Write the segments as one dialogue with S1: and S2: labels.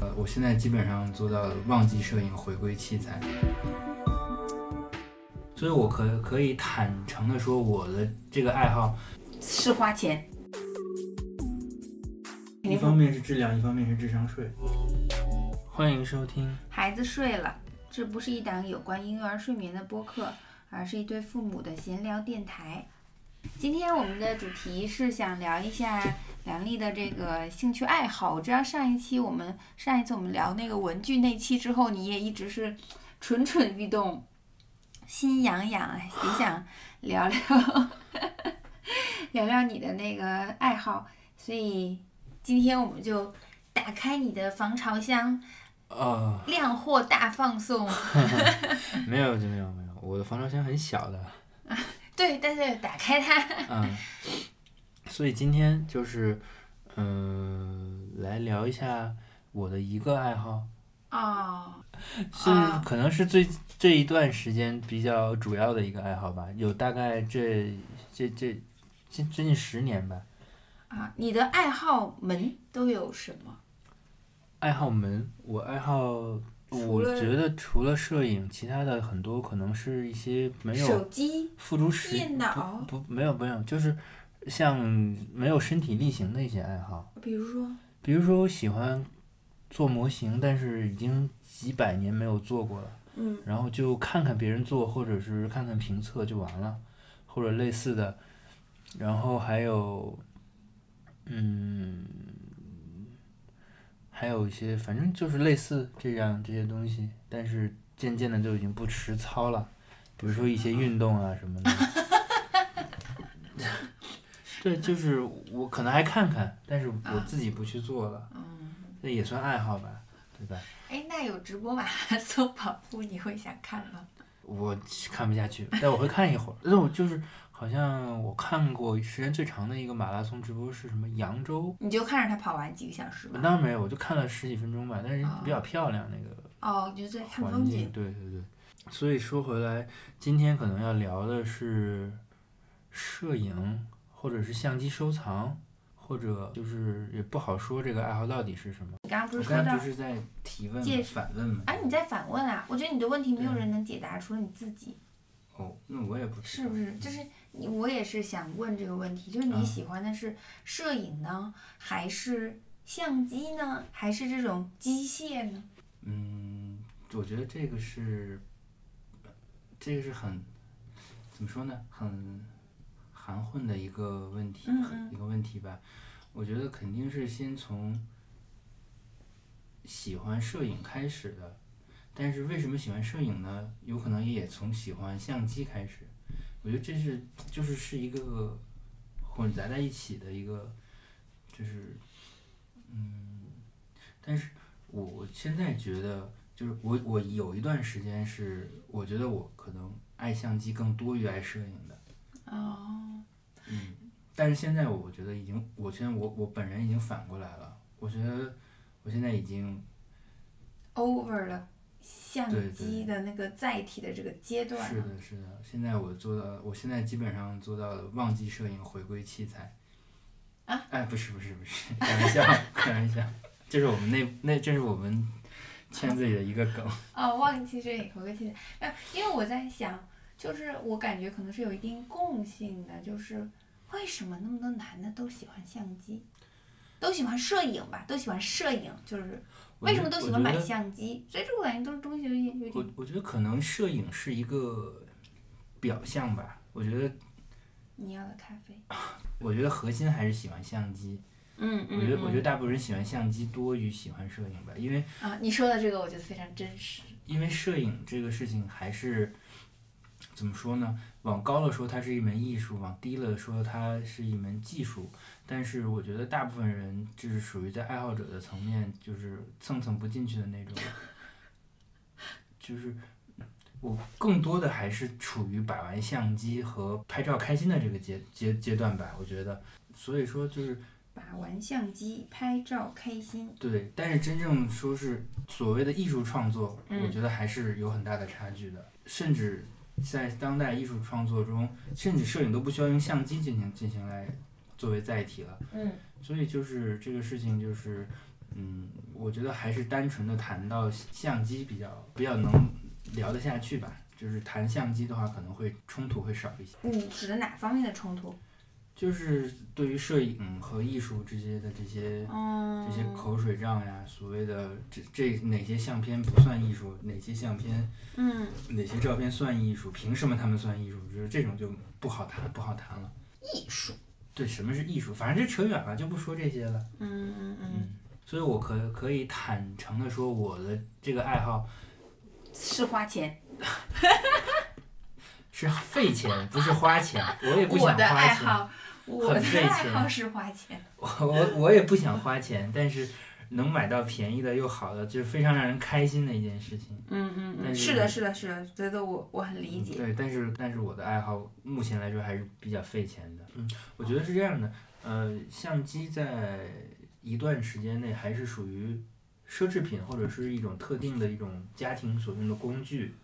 S1: 呃，我现在基本上做到了忘记摄影，回归器材。所以，我可可以坦诚的说，我的这个爱好，
S2: 是花钱。
S1: 一方面是质量，一方面是智商税。欢迎收听，
S2: 孩子睡了，这不是一档有关婴幼儿睡眠的播客，而是一对父母的闲聊电台。今天我们的主题是想聊一下梁丽的这个兴趣爱好。我知道上一期我们上一次我们聊那个文具那期之后，你也一直是蠢蠢欲动，心痒痒，也想聊 聊聊聊你的那个爱好。所以今天我们就打开你的防潮箱，
S1: 呃，
S2: 量货大放送。
S1: 没有，就没有，没有，我的防潮箱很小的，
S2: 对，但是打开它，
S1: 嗯，所以今天就是，嗯、来聊一下我的一个爱好，
S2: 哦，
S1: 是
S2: 啊
S1: 可能是最这一段时间比较主要的一个爱好吧，有大概这这这近接近十年吧，
S2: 啊，你的爱好门都有什么？
S1: 爱好门，我爱好。
S2: 除
S1: 我
S2: 了
S1: 觉得除了摄影，其他的很多可能是一些没有
S2: 手机、
S1: 付诸实
S2: 电脑，
S1: 不没有没有，就是像没有身体力行的一些爱好，
S2: 比如说，
S1: 比如说我喜欢做模型，但是已经几百年没有做过了，
S2: 嗯，
S1: 然后就看看别人做，或者是看看评测就完了，或者类似的，然后还有，嗯，还有一些反正就是类似这样这些东西，但是渐渐的就已经不实操了，比如说一些运动啊什么的。对，就是我可能还看看，但是我自己不去做了，
S2: 啊嗯，
S1: 这也算爱好吧，对吧？
S2: 哎，那有直 播马拉松跑步，你会想看吗？
S1: 我看不下去，但我会看一会儿。但是我就是好像我看过时间最长的一个马拉松直播是什么扬州，
S2: 你就看着他跑完几个小时
S1: 当
S2: 吧。
S1: 然没有，我就看了十几分钟吧，但是比较漂亮那个
S2: 哦，你就在看
S1: 环
S2: 啊风
S1: 境，
S2: 景。
S1: 对对对。所以说回来，今天可能要聊的是摄影，或者是相机收藏，或者就是也不好说这个爱好到底是什么。
S2: 你刚刚不
S1: 我
S2: 是说
S1: 刚才
S2: 到
S1: 不，是在提问
S2: 介
S1: 吗反问吗？
S2: 哎、你在反问啊？我觉得你的问题没有
S1: 对
S2: 人能解答，除了你自己，
S1: 哦，那我也不知
S2: 是
S1: 道
S2: 不是？就是你，我也是想问这个问题，就是你
S1: 嗯
S2: 喜欢的是摄影呢，还是相机呢，还是这种机械呢？
S1: 嗯，我觉得这个是，这个是很，怎么说呢，很含混的一个问题，
S2: 嗯
S1: 很一个问题吧。我觉得肯定是先从喜欢摄影开始的，但是为什么喜欢摄影呢？有可能也从喜欢相机开始。我觉得这是就是是一个混杂在一起的一个，就是，嗯，但是我我现在觉得，就是我我有一段时间是，我觉得我可能爱相机更多于爱摄影的，
S2: 哦，
S1: 嗯，但是现在我觉得已经，我现在我我本人已经反过来了，我觉得我现在已经
S2: over 了相
S1: 对对
S2: 机的那个载体的这个阶段
S1: 是
S2: 了。
S1: 的是的，现在我做到，我现在基本上做到了忘记摄影，回归器材。
S2: 啊？
S1: 哎，不是不是不是，开玩笑开玩笑，这是我们那那这是我们圈子里的一个梗。
S2: 哦，忘记这里回归器材。啊，因为我在想，就是我感觉可能是有一定共性的，就是为什么那么多男的都喜欢相机，都喜欢摄影吧，都喜欢摄影，就是
S1: 我
S2: 为
S1: 觉
S2: 什么
S1: 得
S2: 都喜
S1: 我
S2: 欢
S1: 觉
S2: 买
S1: 得
S2: 相机？所以这我感觉都是东西有点有
S1: 我
S2: 点
S1: 我觉得可能摄影是一个表象吧，我觉得
S2: 你要的咖啡。
S1: 我觉得核心还是喜欢相机，
S2: 嗯
S1: 我觉得我觉得大部分人喜欢相机多于喜欢摄影吧，因为
S2: 啊，你说的这个我觉得非常真实。
S1: 因为摄影这个事情还是怎么说呢？往高了说，它是一门艺术；往低了说，它是一门技术。但是我觉得大部分人就是属于在爱好者的层面，就是蹭蹭不进去的那种。就是我更多的还是处于把玩相机和拍照开心的这个阶阶阶段吧，我觉得。所以说，就是
S2: 把玩相机拍照开心，
S1: 对，但是真正说是所谓的艺术创作，
S2: 嗯
S1: 我觉得还是有很大的差距的，甚至在当代艺术创作中，甚至摄影都不需要用相机进行进行来作为载体了。
S2: 嗯
S1: 所以就是这个事情，就是嗯，我觉得还是单纯的谈到相机比较比较能聊得下去吧。就是谈相机的话，可能会冲突会少一些。
S2: 你指的哪方面的冲突？
S1: 就是对于摄影和艺术之间的这些
S2: 嗯
S1: 这些口水仗呀，所谓的这这哪些相片不算艺术，哪些相片
S2: 嗯，
S1: 哪些照片算艺术，凭什么他们算艺术？就是这种就不好谈，不好谈了。
S2: 艺术。
S1: 对，什么是艺术？反正这扯远了，就不说这些了。
S2: 嗯嗯嗯，
S1: 嗯，所以我可可以坦诚的说，我的这个爱好
S2: 是花钱。
S1: 是费钱，不是花钱。我也不
S2: 我
S1: 想
S2: 的
S1: 花
S2: 爱
S1: 钱。
S2: 好，我的
S1: 很费钱
S2: 爱好是花钱。
S1: 我我我也不想花钱，但是能买到便宜的又好的，就是非常让人开心的一件事情。
S2: 嗯嗯
S1: 但是
S2: 是的，是的，是的，觉得我我很理
S1: 嗯
S2: 解。
S1: 对，但是但是我的爱好目前来说还是比较费钱的。嗯，我觉得是这样的，呃，相机在一段时间内还是属于奢侈品或者是一种特定的一种家庭所用的工具，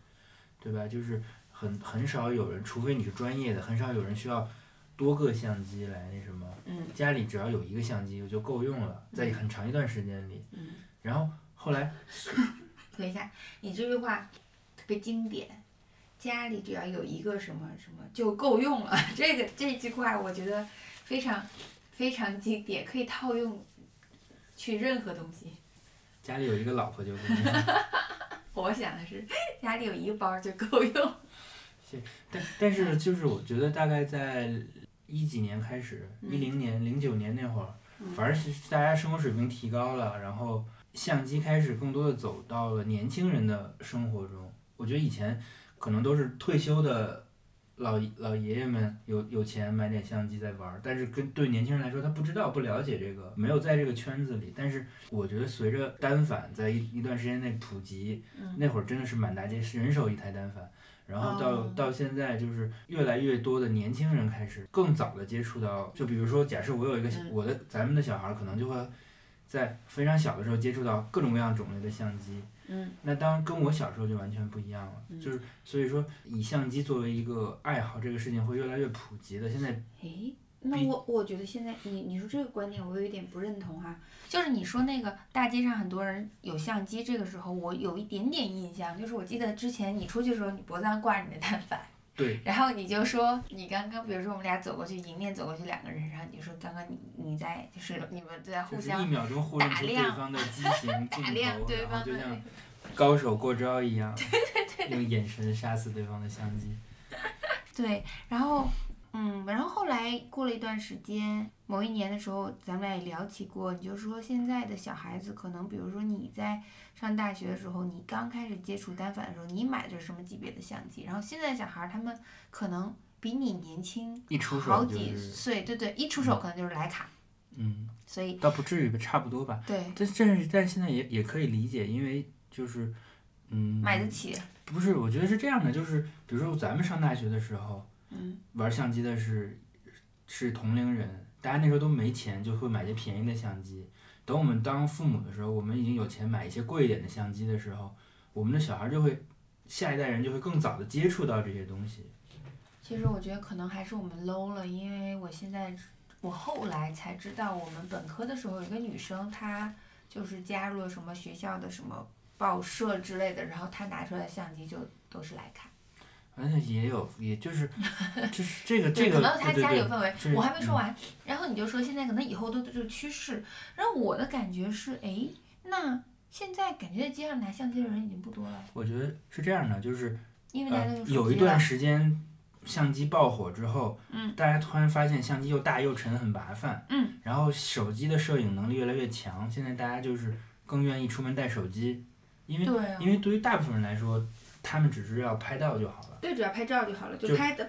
S1: 对吧？就是很很少有人，除非你是专业的，很少有人需要多个相机来那什么。
S2: 嗯
S1: 家里只要有一个相机我就够用了，在很长一段时间里。
S2: 嗯，
S1: 然后后来
S2: 等一下，你这句话特别经典。家里只要有一个什么什么就够用了，这个这句话我觉得非常非常经典，可以套用去任何东西。
S1: 家里有一个老婆就够用了，
S2: 我想的是家里有一个包就够用。
S1: 但但是就是我觉得大概在一几年开始，
S2: 嗯
S1: 一零年、零九年那会儿，
S2: 嗯
S1: 反正是大家生活水平提高了，然后相机开始更多的走到了年轻人的生活中。我觉得以前可能都是退休的老老爷爷们有有钱买点相机在玩儿，但是跟对年轻人来说，他不知道不了解这个，没有在这个圈子里。但是我觉得随着单反在一一段时间内普及，
S2: 嗯
S1: 那会儿真的是满大街是人手一台单反。然后到、
S2: 哦
S1: 到现在，就是越来越多的年轻人开始更早的接触到，就比如说，假设我有一个、
S2: 嗯
S1: 我的咱们的小孩儿，可能就会在非常小的时候接触到各种各样种类的相机，
S2: 嗯
S1: 那当然跟我小时候就完全不一样了，
S2: 嗯
S1: 就是所以说以相机作为一个爱好，这个事情会越来越普及的。现在
S2: 诶，那
S1: 比
S2: 我我觉得现在你你说这个观点，我有一点不认同哈、就是你说那个大街上很多人有相机，这个时候我有一点点印象，就是我记得之前你出去的时候，你脖子上挂着你的单反，
S1: 对
S2: 然后你就说你刚刚，比如说我们俩走过去，迎面走过去两个人，然后你就说刚刚你你在就是你们在互
S1: 就是
S2: 相
S1: 一秒钟互认
S2: 打
S1: 出对
S2: 量
S1: 方的机型镜
S2: 打量
S1: 头，
S2: 对
S1: 然
S2: 方
S1: 后
S2: 的
S1: 就
S2: 那个
S1: 像高手过招一 样，用眼神杀死对方的相机。
S2: 对，然后嗯，然后后来过了一段时间，某一年的时候，咱们俩也聊起过，你就说现在的小孩子可能，比如说你在上大学的时候，你刚开始接触单反的时候，你买的是什么级别的相机？然后现在小孩儿他们可能比你年轻
S1: 一出
S2: 好
S1: 手就
S2: 几
S1: 是，
S2: 岁，对对，一出手可能就是徕卡，
S1: 嗯，
S2: 所以
S1: 倒不至于吧，差不多吧。
S2: 对
S1: 但但是但是现在也也可以理解，因为就是，嗯，
S2: 买得起，
S1: 不是，我觉得是这样的，就是比如说咱们上大学的时候，
S2: 嗯
S1: 玩相机的是是同龄人，大家那时候都没钱，就会买些便宜的相机。等我们当父母的时候，我们已经有钱买一些贵一点的相机的时候，我们的小孩就会下一代人就会更早的接触到这些东西。
S2: 其实我觉得可能还是我们 low 了，因为我现在我后来才知道，我们本科的时候有一个女生，她就是加入了什么学校的什么报社之类的，然后她拿出来的相机就都是徕卡，
S1: 而且也有，也就是 就是这个
S2: 对，
S1: 这
S2: 可
S1: 个
S2: 能她
S1: 对对
S2: 家里有
S1: 对，
S2: 氛围。
S1: 这嗯
S2: 我还没说完，然后你就说现在可能以后都这个趋势，然后我的感觉是，哎，那现在感觉在街上拿相机的人已经不多了，
S1: 我觉得是这样的，就是
S2: 因为大家
S1: 呃
S2: 都，手
S1: 有一
S2: 机了
S1: 段时间相机爆火之后，
S2: 嗯
S1: 大家突然发现相机又大又沉，很麻烦，
S2: 嗯，
S1: 然后手机的摄影能力越来越强，现在大家就是更愿意出门带手机，因为、
S2: 对啊
S1: 因，为对于大部分人来说，他们只是要拍到就好了，
S2: 对，只要拍照就好了，
S1: 就
S2: 拍的
S1: 就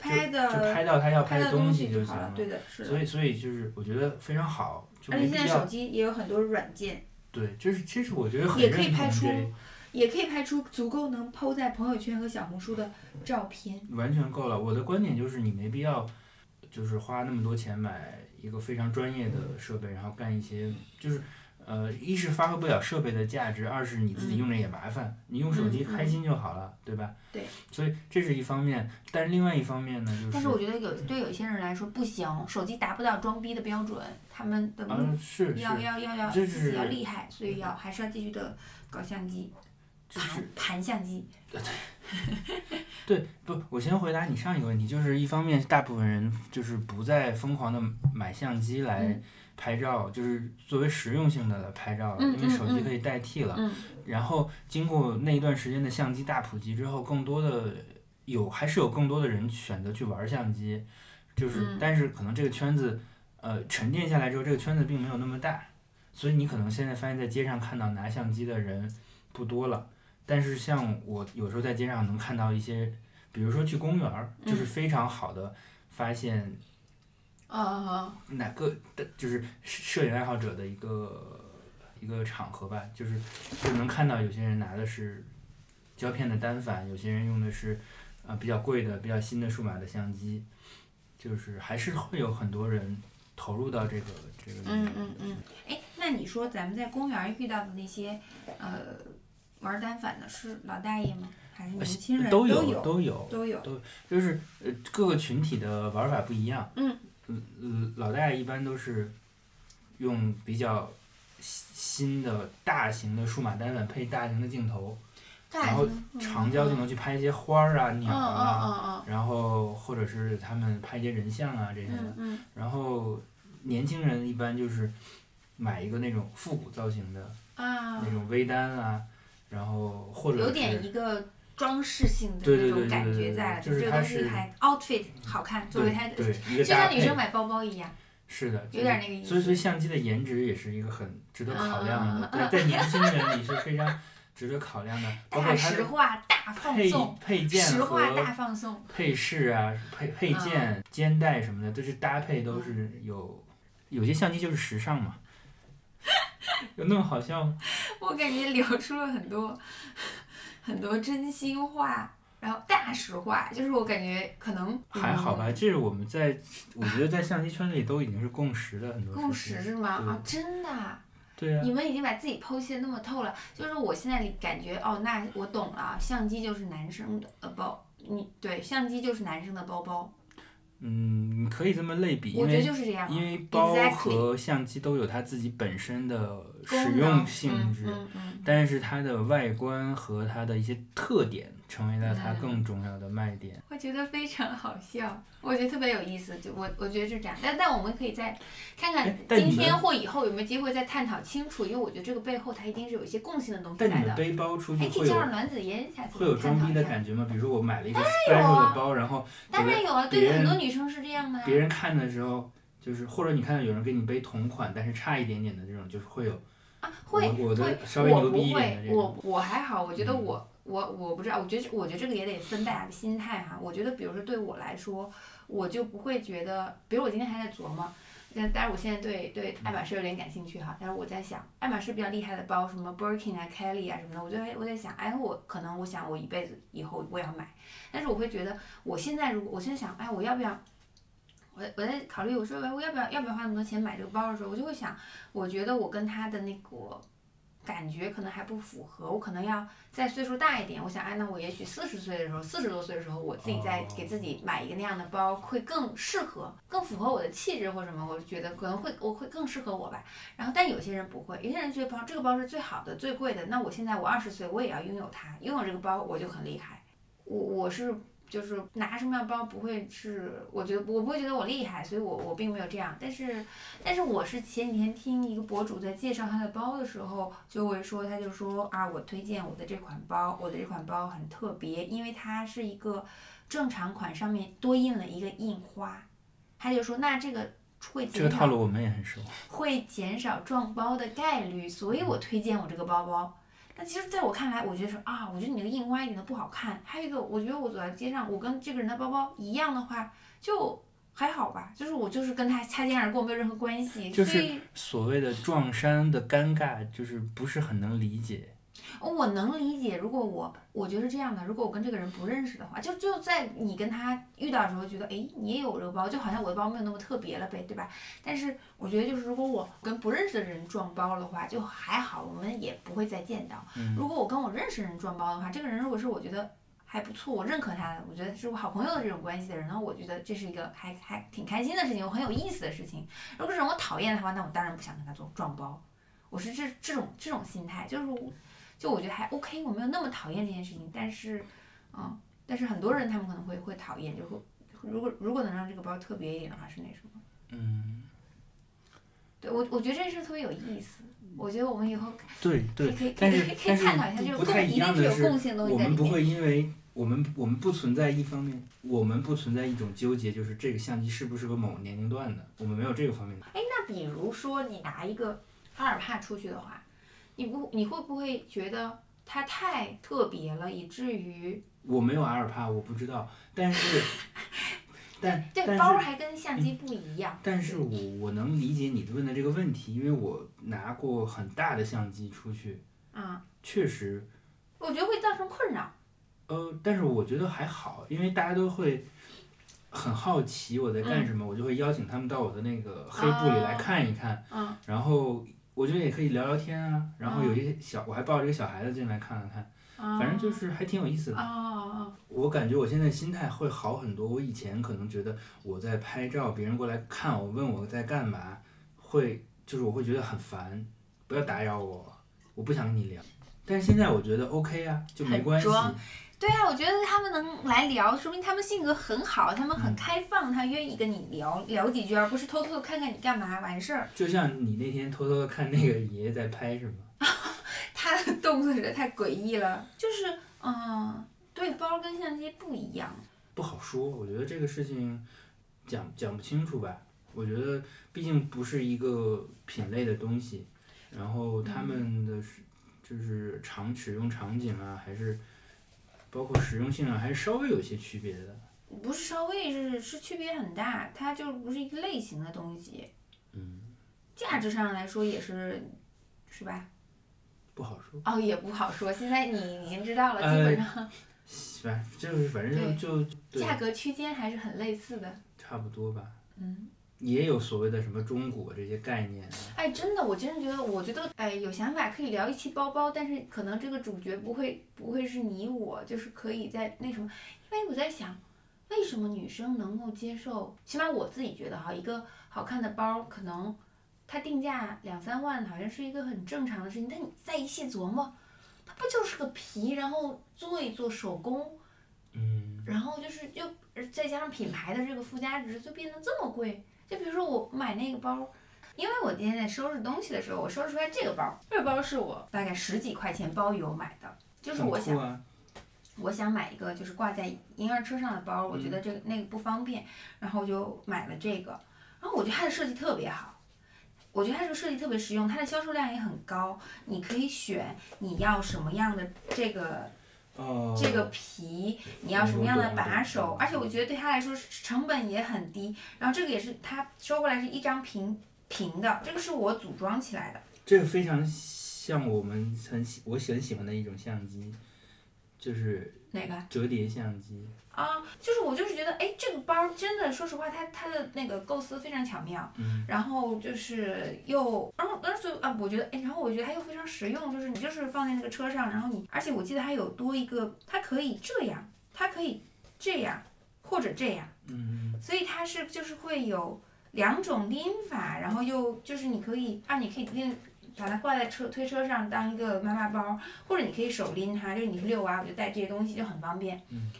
S1: 拍到他要拍东西就行了，
S2: 的，是
S1: 所以所以就是我觉得非常好，就
S2: 而
S1: 没
S2: 且
S1: 必
S2: 现在手
S1: 要
S2: 机也有很多软件，
S1: 对，就是其实我觉得很
S2: 也可以
S1: 认同
S2: 拍出
S1: 这
S2: 也可以拍出足够能 PO 在朋友圈和小红书的照片。
S1: 完全够了。我的观点就是，你没必要，就是花那么多钱买一个非常专业的设备，然后干一些就是呃，一是发挥不了设备的价值，二是你自己用着也麻烦，你用手机
S2: 嗯嗯
S1: 开心就好了，对吧？
S2: 对。
S1: 所以这是一方面，但是另外一方面呢，就是
S2: 但是我觉得有对有一些人来说不行，手机达不到装逼的标准，他们的目
S1: 啊，是是
S2: 要要要要
S1: 这
S2: 自己要
S1: 是
S2: 厉害，所以要还是要继续的搞相机，
S1: 就是
S2: 盘盘相机。
S1: 对，不，我先回答你上一个问题，就是一方面，大部分人就是不再疯狂的买相机来
S2: 嗯
S1: 拍照，就是作为实用性的来拍照了，
S2: 嗯
S1: 因为手机
S2: 嗯嗯
S1: 可以代替了。
S2: 嗯
S1: 然后经过那一段时间的相机大普及之后，更多的有还是有更多的人选择去玩相机，就是、
S2: 嗯
S1: 但是可能这个圈子，呃，沉淀下来之后，这个圈子并没有那么大，所以你可能现在发现在街上看到拿相机的人不多了。但是像我有时候在街上能看到一些，比如说去公园儿，就是
S2: 嗯
S1: 非常好的发现
S2: 哦
S1: 哪个的，就是摄影爱好者的一个一个场合吧，就是就能看到有些人拿的是胶片的单反，有些人用的是呃比较贵的、比较新的数码的相机，就是还是会有很多人投入到这个这个里
S2: 嗯
S1: 面。
S2: 嗯嗯。哎，那你说咱们在公园儿遇到的那些呃玩单反的是老大爷吗？还嗯是年轻人？
S1: 都
S2: 有
S1: 有都有，
S2: 都有。
S1: 就是呃各个群体的玩法不一样。
S2: 嗯
S1: 嗯，嗯老大爷一般都是用比较新的大型的数码单反配大型的镜头，
S2: 大
S1: 然后
S2: 爷呢
S1: 长焦镜头去拍一些花儿啊、
S2: 嗯
S1: 鸟
S2: 嗯
S1: 啊，
S2: 嗯
S1: 然后或者是他们拍一些人像啊这些
S2: 嗯
S1: 的。
S2: 嗯
S1: 然后年轻人一般就是买一个那种复古造型的
S2: 嗯啊
S1: 那，种微单啊，然后或者
S2: 有
S1: 是
S2: 点一个装饰性的
S1: 对
S2: 那
S1: 对
S2: 种
S1: 对
S2: 感
S1: 对对
S2: 觉
S1: 对
S2: 在了，
S1: 就是
S2: 这个
S1: 它
S2: 东西
S1: 是嗯
S2: 还 outfit 好看，作为
S1: 对
S2: 它的，
S1: 对一
S2: 就
S1: 个搭
S2: 像女
S1: 配
S2: 生，买包包一样，
S1: 是的，
S2: 有点那个意
S1: 所以，所以
S2: 思。
S1: 相机的颜值也是一个很值得考量的，
S2: 嗯嗯嗯
S1: 对，在年轻人里是非常值得考量的， 包括
S2: 大
S1: 它
S2: 实
S1: 的
S2: 话，大放
S1: 配
S2: 送，
S1: 配件
S2: 实话
S1: 和
S2: 大嗯放送。
S1: 配饰啊、配配件、肩带什么的，就是搭配都是有，有些相机就是时尚 嘛。有那么好笑吗？
S2: 我感觉聊出了很多很多真心话，然后大实话，就是我感觉可能
S1: 还好吧，
S2: 嗯
S1: 这是我们在，我觉得在相机圈子里都已经是共识的很多
S2: 共
S1: 事
S2: 识
S1: 情。
S2: 是吗？啊，真的啊、
S1: 对啊，
S2: 你们已经把自己剖析的那么透了，就是我现在感觉哦，那我懂了啊，相机就是男生的呃包，你对，相机就是男生的包包，
S1: 嗯，你可以这么类比，因
S2: 我觉得
S1: 为
S2: 就是这样啊，
S1: 因为包
S2: Exactly
S1: 和相机都有它自己本身的
S2: 功
S1: 使
S2: 能
S1: 用性质，
S2: 嗯嗯
S1: 但是它的外观和它的一些特点成为了它
S2: 嗯
S1: 更重要的卖点。
S2: 我觉得非常好笑，我觉得特别有意思。就我我觉得是这样，但但我们可以再看看
S1: 哎但
S2: 今
S1: 你
S2: 天
S1: 们
S2: 或以后有没有机会再探讨清楚，因为我觉得这个背后它一定是有一些共性的东西
S1: 但你
S2: 来
S1: 们
S2: 的。
S1: 背包出去
S2: 哎，可以
S1: 会
S2: 叫
S1: 有
S2: 上阮子妍，下次
S1: 会有
S2: 探
S1: 装
S2: 讨
S1: 逼
S2: 一
S1: 的
S2: 下。
S1: 感觉吗？比如说我买了一个
S2: 有啊
S1: special 的包，然后
S2: 当然有啊，对
S1: 别
S2: 于很
S1: 人
S2: 多女生是这样的啊。
S1: 别人看的时候，就是或者你看到有人给你背同款，但是差一点点的这种，就是会有
S2: 啊，会
S1: 我我
S2: 会
S1: 的稍微牛逼一
S2: 我不
S1: 点
S2: 会
S1: 的，这种。
S2: 我我还好，我觉得
S1: 嗯
S2: 我、我我不知道，我觉得我觉得这个也得分大家的心态哈、我觉得比如说对我来说，我就不会觉得，比如我今天还在琢磨。但但是我现在对对爱马仕有点感兴趣哈，但是我在想，爱马仕比较厉害的包，什么 Birkin 啊、Kelly 啊什么的，我就在我在想，哎，我可能我想我一辈子以后我也要买，但是我会觉得，我现在如果我现在想，哎，我要不要？我我在考虑，我说哎我要不要要不要花那么多钱买这个包的时候，我就会想，我觉得我跟他的那个感觉可能还不符合，我可能要再岁数大一点。我想，哎，那我也许四十岁的时候，四十多岁的时候，我自己再
S1: 哦
S2: 给自己买一个那样的包，会更适合，更符合我的气质或什么。我就觉得可能会我会更适合我吧。然后，但有些人不会，有些人觉得包这个包是最好的、最贵的，那我现在我二十岁，我也要拥有它，拥有这个包我就很厉害。我我是就是拿什么样包不会是，我觉得我不会觉得我厉害，所以我我并没有这样。但是但是我是前几天听一个博主在介绍他的包的时候，就会说他就说啊，我推荐我的这款包，我的这款包很特别，因为它是一个正常款上面多印了一个印花，他就说那这个会
S1: 这个
S2: 减
S1: 套
S2: 少
S1: 路我们也很熟。
S2: 会减少撞包的概率，所以我推荐我这个包包。那其实，在我看来，我觉得说啊，我觉得你这个印花一点都不好看。还有一个，我觉得我走在街上，我跟这个人的包包一样的话，就还好吧，就是我就是跟他擦肩而过，没有任何关系。
S1: 就是
S2: 所以
S1: 所谓的撞衫的尴尬，就是不是很能理解。
S2: 我能理解，如果我我觉得是这样的，如果我跟这个人不认识的话，就就在你跟他遇到的时候，觉得哎，你也有这个包，就好像我的包没有那么特别了呗，对吧？但是我觉得就是如果我跟不认识的人撞包的话，就还好，我们也不会再见到。如果我跟我认识的人撞包的话，这个人如果是我觉得还不错，我认可他的，我觉得是我好朋友的这种关系的人，那我觉得这是一个还还挺开心的事情，很有意思的事情。如果是我讨厌的话，那我当然不想跟他做撞包。我是这这种这种心态，就是我就我觉得还 OK，我没有那么讨厌这件事情，但是，嗯，但是很多人他们可能会会讨厌，就会如果如果能让这个包特别一点的话是那什么？
S1: 嗯，
S2: 对我我觉得这件事特别有意思，我觉得我们以后
S1: 对
S2: 可
S1: 对，
S2: 以可以可
S1: 但
S2: 以
S1: 是
S2: 可以可以
S1: 但
S2: 探讨一下这
S1: 是
S2: 种
S1: 不
S2: 共
S1: 太一
S2: 一定
S1: 样
S2: 是
S1: 的
S2: 有
S1: 是，
S2: 共性的东西
S1: 我
S2: 在
S1: 们
S2: 里
S1: 不
S2: 面。
S1: 会因为我们我们不存在一方面，我们不存在一种纠结，就是这个相机是不是个某年龄段的，我们没有这个方面的。
S2: 哎，那比如说你拿一个阿尔帕出去的话，你不你会不会觉得它太特别了，以至于
S1: 我没有阿尔帕，我不知道，但是但
S2: 对
S1: 但
S2: 包
S1: 是
S2: 还跟相机不一样？
S1: 但是我我能理解你问的这个问题，因为我拿过很大的相机出去，
S2: 啊、
S1: 确实
S2: 我觉得会造成困扰。
S1: 呃，但是我觉得还好，因为大家都会很好奇我在
S2: 嗯
S1: 干什么，我就会邀请他们到我的那个黑布里来
S2: 哦
S1: 看一看，
S2: 嗯
S1: 然后我觉得也可以聊聊天啊，然后
S2: 嗯
S1: 有一些小，我还抱着一个小孩子进来看了看，反正就是还挺有意思
S2: 啊哦
S1: 的。
S2: 哦
S1: 我感觉我现在心态会好很多，我以前可能觉得我在拍照，别人过来看我，问我在干嘛，会就是我会觉得很烦，不要打扰我，我不想跟你聊。但是现在我觉得 OK 啊，就没
S2: 很
S1: 关系。
S2: 装对啊，我觉得他们能来聊，说明他们性格很好，他们
S1: 嗯
S2: 很开放，他愿意跟你聊聊几句，而不是偷偷的看看你干嘛完事儿。
S1: 就像你那天偷偷的看那个爷爷在拍什么，
S2: 他的动作实在太诡异了，就是嗯，对，包跟相机不一样。
S1: 不好说。我觉得这个事情讲讲不清楚吧。我觉得毕竟不是一个品类的东西，然后
S2: 嗯
S1: 他们的是就是场使用场景啊，还是包括实用性啊，还是稍微有些区别的。
S2: 不是稍微是是区别很大，它就不是一个类型的东西，
S1: 嗯，
S2: 价值上来说也是，是吧？
S1: 不好说。
S2: 哦，也不好说，现在你已经知道了，
S1: 呃
S2: 基本上
S1: 反就是反正就就对
S2: 价格区间还是很类似的。
S1: 差不多吧。
S2: 嗯，
S1: 也有所谓的什么中国这些概念啊，
S2: 哎，真的，我真是觉得，我觉得，哎，有想法可以聊一期包包，但是可能这个主角不会不会是你我，就是可以在那什么，因为我在想，为什么女生能够接受？起码我自己觉得哈，一个好看的包可能它定价两三万，好像是一个很正常的事情，但你再一细琢磨，它不就是个皮，然后做一做手工，
S1: 嗯。
S2: 然后就是又呃再加上品牌的这个附加值，就变得这么贵。就比如说我买那个包，因为我今天在收拾东西的时候，我收拾出来这个包，这个包是我大概十几块钱包邮买的，就是
S1: 很
S2: 我
S1: 酷
S2: 想
S1: 啊，
S2: 我想买一个就是挂在婴儿车上的包，我觉
S1: 嗯
S2: 得这个那个不方便，然后就买了这个。然后我觉得它的设计特别好，我觉得它这个设计特别实用，它的销售量也很高。你可以选你要什么样的这个
S1: 哦，
S2: 这个皮，你要什么样的把手
S1: 嗯，
S2: 而且我觉得对他来说是成本也很低。然后这个也是他收过来是一张平平的，这个是我组装起来的。
S1: 这个非常像我们很喜我很喜欢的一种相机，就是
S2: 哪个
S1: 折叠相机。
S2: 啊？就是我就是觉得，哎，这个包真的，说实话，它它的那个构思非常巧妙。
S1: 嗯，
S2: 然后就是又，然后而且啊，我觉得，哎，然后我觉得它又非常实用，就是你就是放在那个车上，然后你，而且我记得还有多一个，它可以这样，它可以这样或者这样。
S1: 嗯，
S2: 所以它是就是会有两种拎法，然后又就是你可以啊，你可以拎把它挂在车推车上当一个妈妈包，或者你可以手拎它，就是你是遛娃、啊我就带这些东西就很方便。
S1: 嗯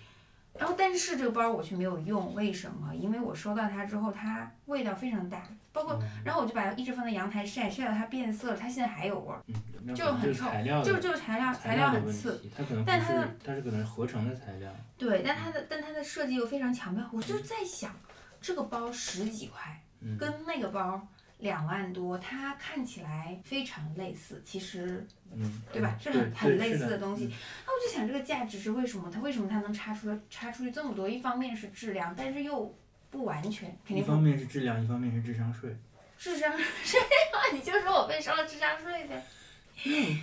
S2: 然后，但是这个包我却没有用，为什么？因为我收到它之后，它味道非常大，包
S1: 哦
S2: 括，然后我就把它一直放在阳台晒，晒到它变色了，它现在还有味儿，
S1: 嗯，那
S2: 就
S1: 可能
S2: 很
S1: 是
S2: 臭
S1: 材料
S2: 就
S1: 的
S2: 这个材料材
S1: 材
S2: 料
S1: 料的
S2: 很
S1: 问
S2: 次，
S1: 题，它可能不
S2: 但它
S1: 是，它是可能合成的材料。
S2: 对，但它的但它的设计又非常巧妙，我就在想，这个包十几块，
S1: 嗯，
S2: 跟那个包两万多，它看起来非常类似，其实
S1: 嗯，
S2: 对吧？是
S1: 对
S2: 很很
S1: 对
S2: 类
S1: 是
S2: 似
S1: 的嗯
S2: 的东西。那我就想，这个价值是为什么？它为什么它能差出来差出去这么多？一方面是质量，但是又不完全，肯
S1: 一
S2: 定
S1: 方
S2: 不
S1: 面是质量，一方面是智商税。
S2: 智商税啊！你就说我被收了智商税呗。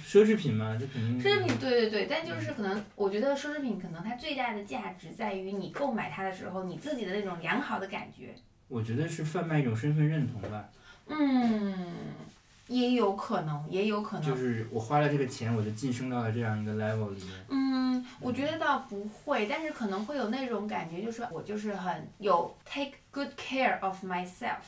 S1: 奢侈品嘛，这肯定
S2: 奢侈品，对对对，但
S1: 嗯
S2: 就是可能，我觉得奢侈品可能它最大的价值在于你购买它的时候，你自己的那种良好的感觉。
S1: 我觉得是贩卖一种身份认同吧，
S2: 嗯，也有可能，也有可能。
S1: 就是我花了这个钱，我就晋升到了这样一个 level 里面。
S2: 嗯，我觉得倒不会，但是可能会有那种感觉，就是我就是很有 take good care of myself。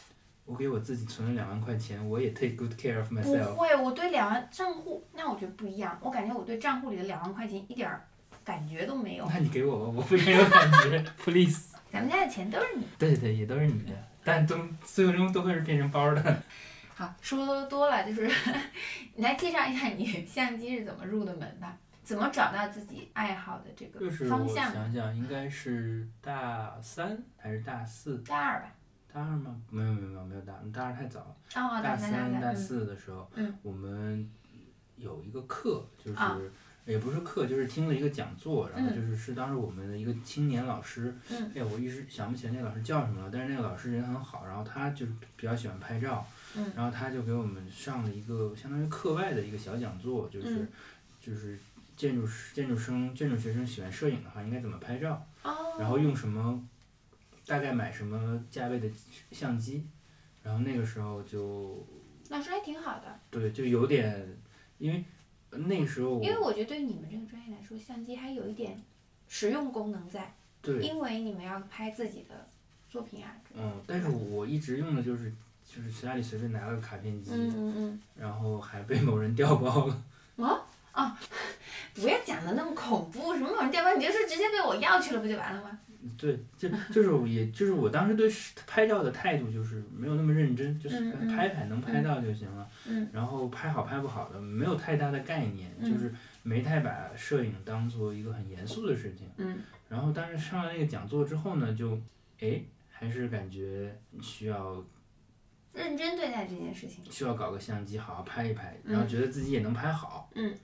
S1: 我给我自己存了两万块钱，我也 take good care of
S2: 不
S1: myself。
S2: 会，我对两万账户，那我觉得不一样。我感觉我对账户里的两万块钱一点儿感觉都没有。
S1: 那你给我吧，我不没有感觉，please。
S2: 咱们家的钱都是你。
S1: 对对，也都是你的，但都最终都会是变成包的。
S2: 好，说多了就是， 你来介绍一下你 相机是怎么入的门吧？怎么找到自己爱好的这个
S1: 就是
S2: 方
S1: 我
S2: 向？
S1: 想想，应该是大三还是大四？
S2: 大二吧。
S1: 大二吗？没有没有没有没有大，大二太早了。
S2: 哦，
S1: 大
S2: 三、
S1: 三、
S2: 大
S1: 大，四的时候，
S2: 嗯
S1: 我们有一个课，就是、
S2: 啊
S1: 也不是课，就是听了一个讲座，然后
S2: 嗯
S1: 就是是当时我们的一个青年老师，
S2: 嗯
S1: 哎，我一时想不起来那个老师叫什么了，但是那个老师人很好，然后他就是比较喜欢拍照，
S2: 嗯
S1: 然后他就给我们上了一个相当于课外的一个小讲座，就是、
S2: 嗯
S1: 就是建筑师建筑生建筑学生喜欢摄影的话应该怎么拍照。
S2: 嗯。哦。
S1: 然后用什么，大概买什么价位的相机，然后那个时候就
S2: 老师还挺好的，
S1: 对，就有点，因为那个时候
S2: 因为
S1: 我
S2: 我觉得对你们这个专业来说，相机还有一点实用功能在，
S1: 对，
S2: 因为你们要拍自己的作品啊。
S1: 嗯，但是我一直用的就是就是家里随便拿了个卡片机，
S2: 嗯嗯嗯。
S1: 然后还被某人调包了，
S2: 不要讲的那么恐怖，什么某人掉包，你就说直接被我要去了，不就完了吗？
S1: 对，就就是我也就是我当时对是拍照的态度就是没有那么认真，就是
S2: 嗯嗯
S1: 拍拍能拍到就行了，
S2: 嗯
S1: 然后拍好拍不好的没有太大的概念，
S2: 嗯
S1: 就是没太把摄影当做一个很严肃的事情。
S2: 嗯
S1: 然后，但是上了那个讲座之后呢，就哎，还是感觉需要
S2: 认真对待这件事情。
S1: 需要搞个相机，好好拍一拍，
S2: 嗯
S1: 然后觉得自己也能拍好。
S2: 嗯。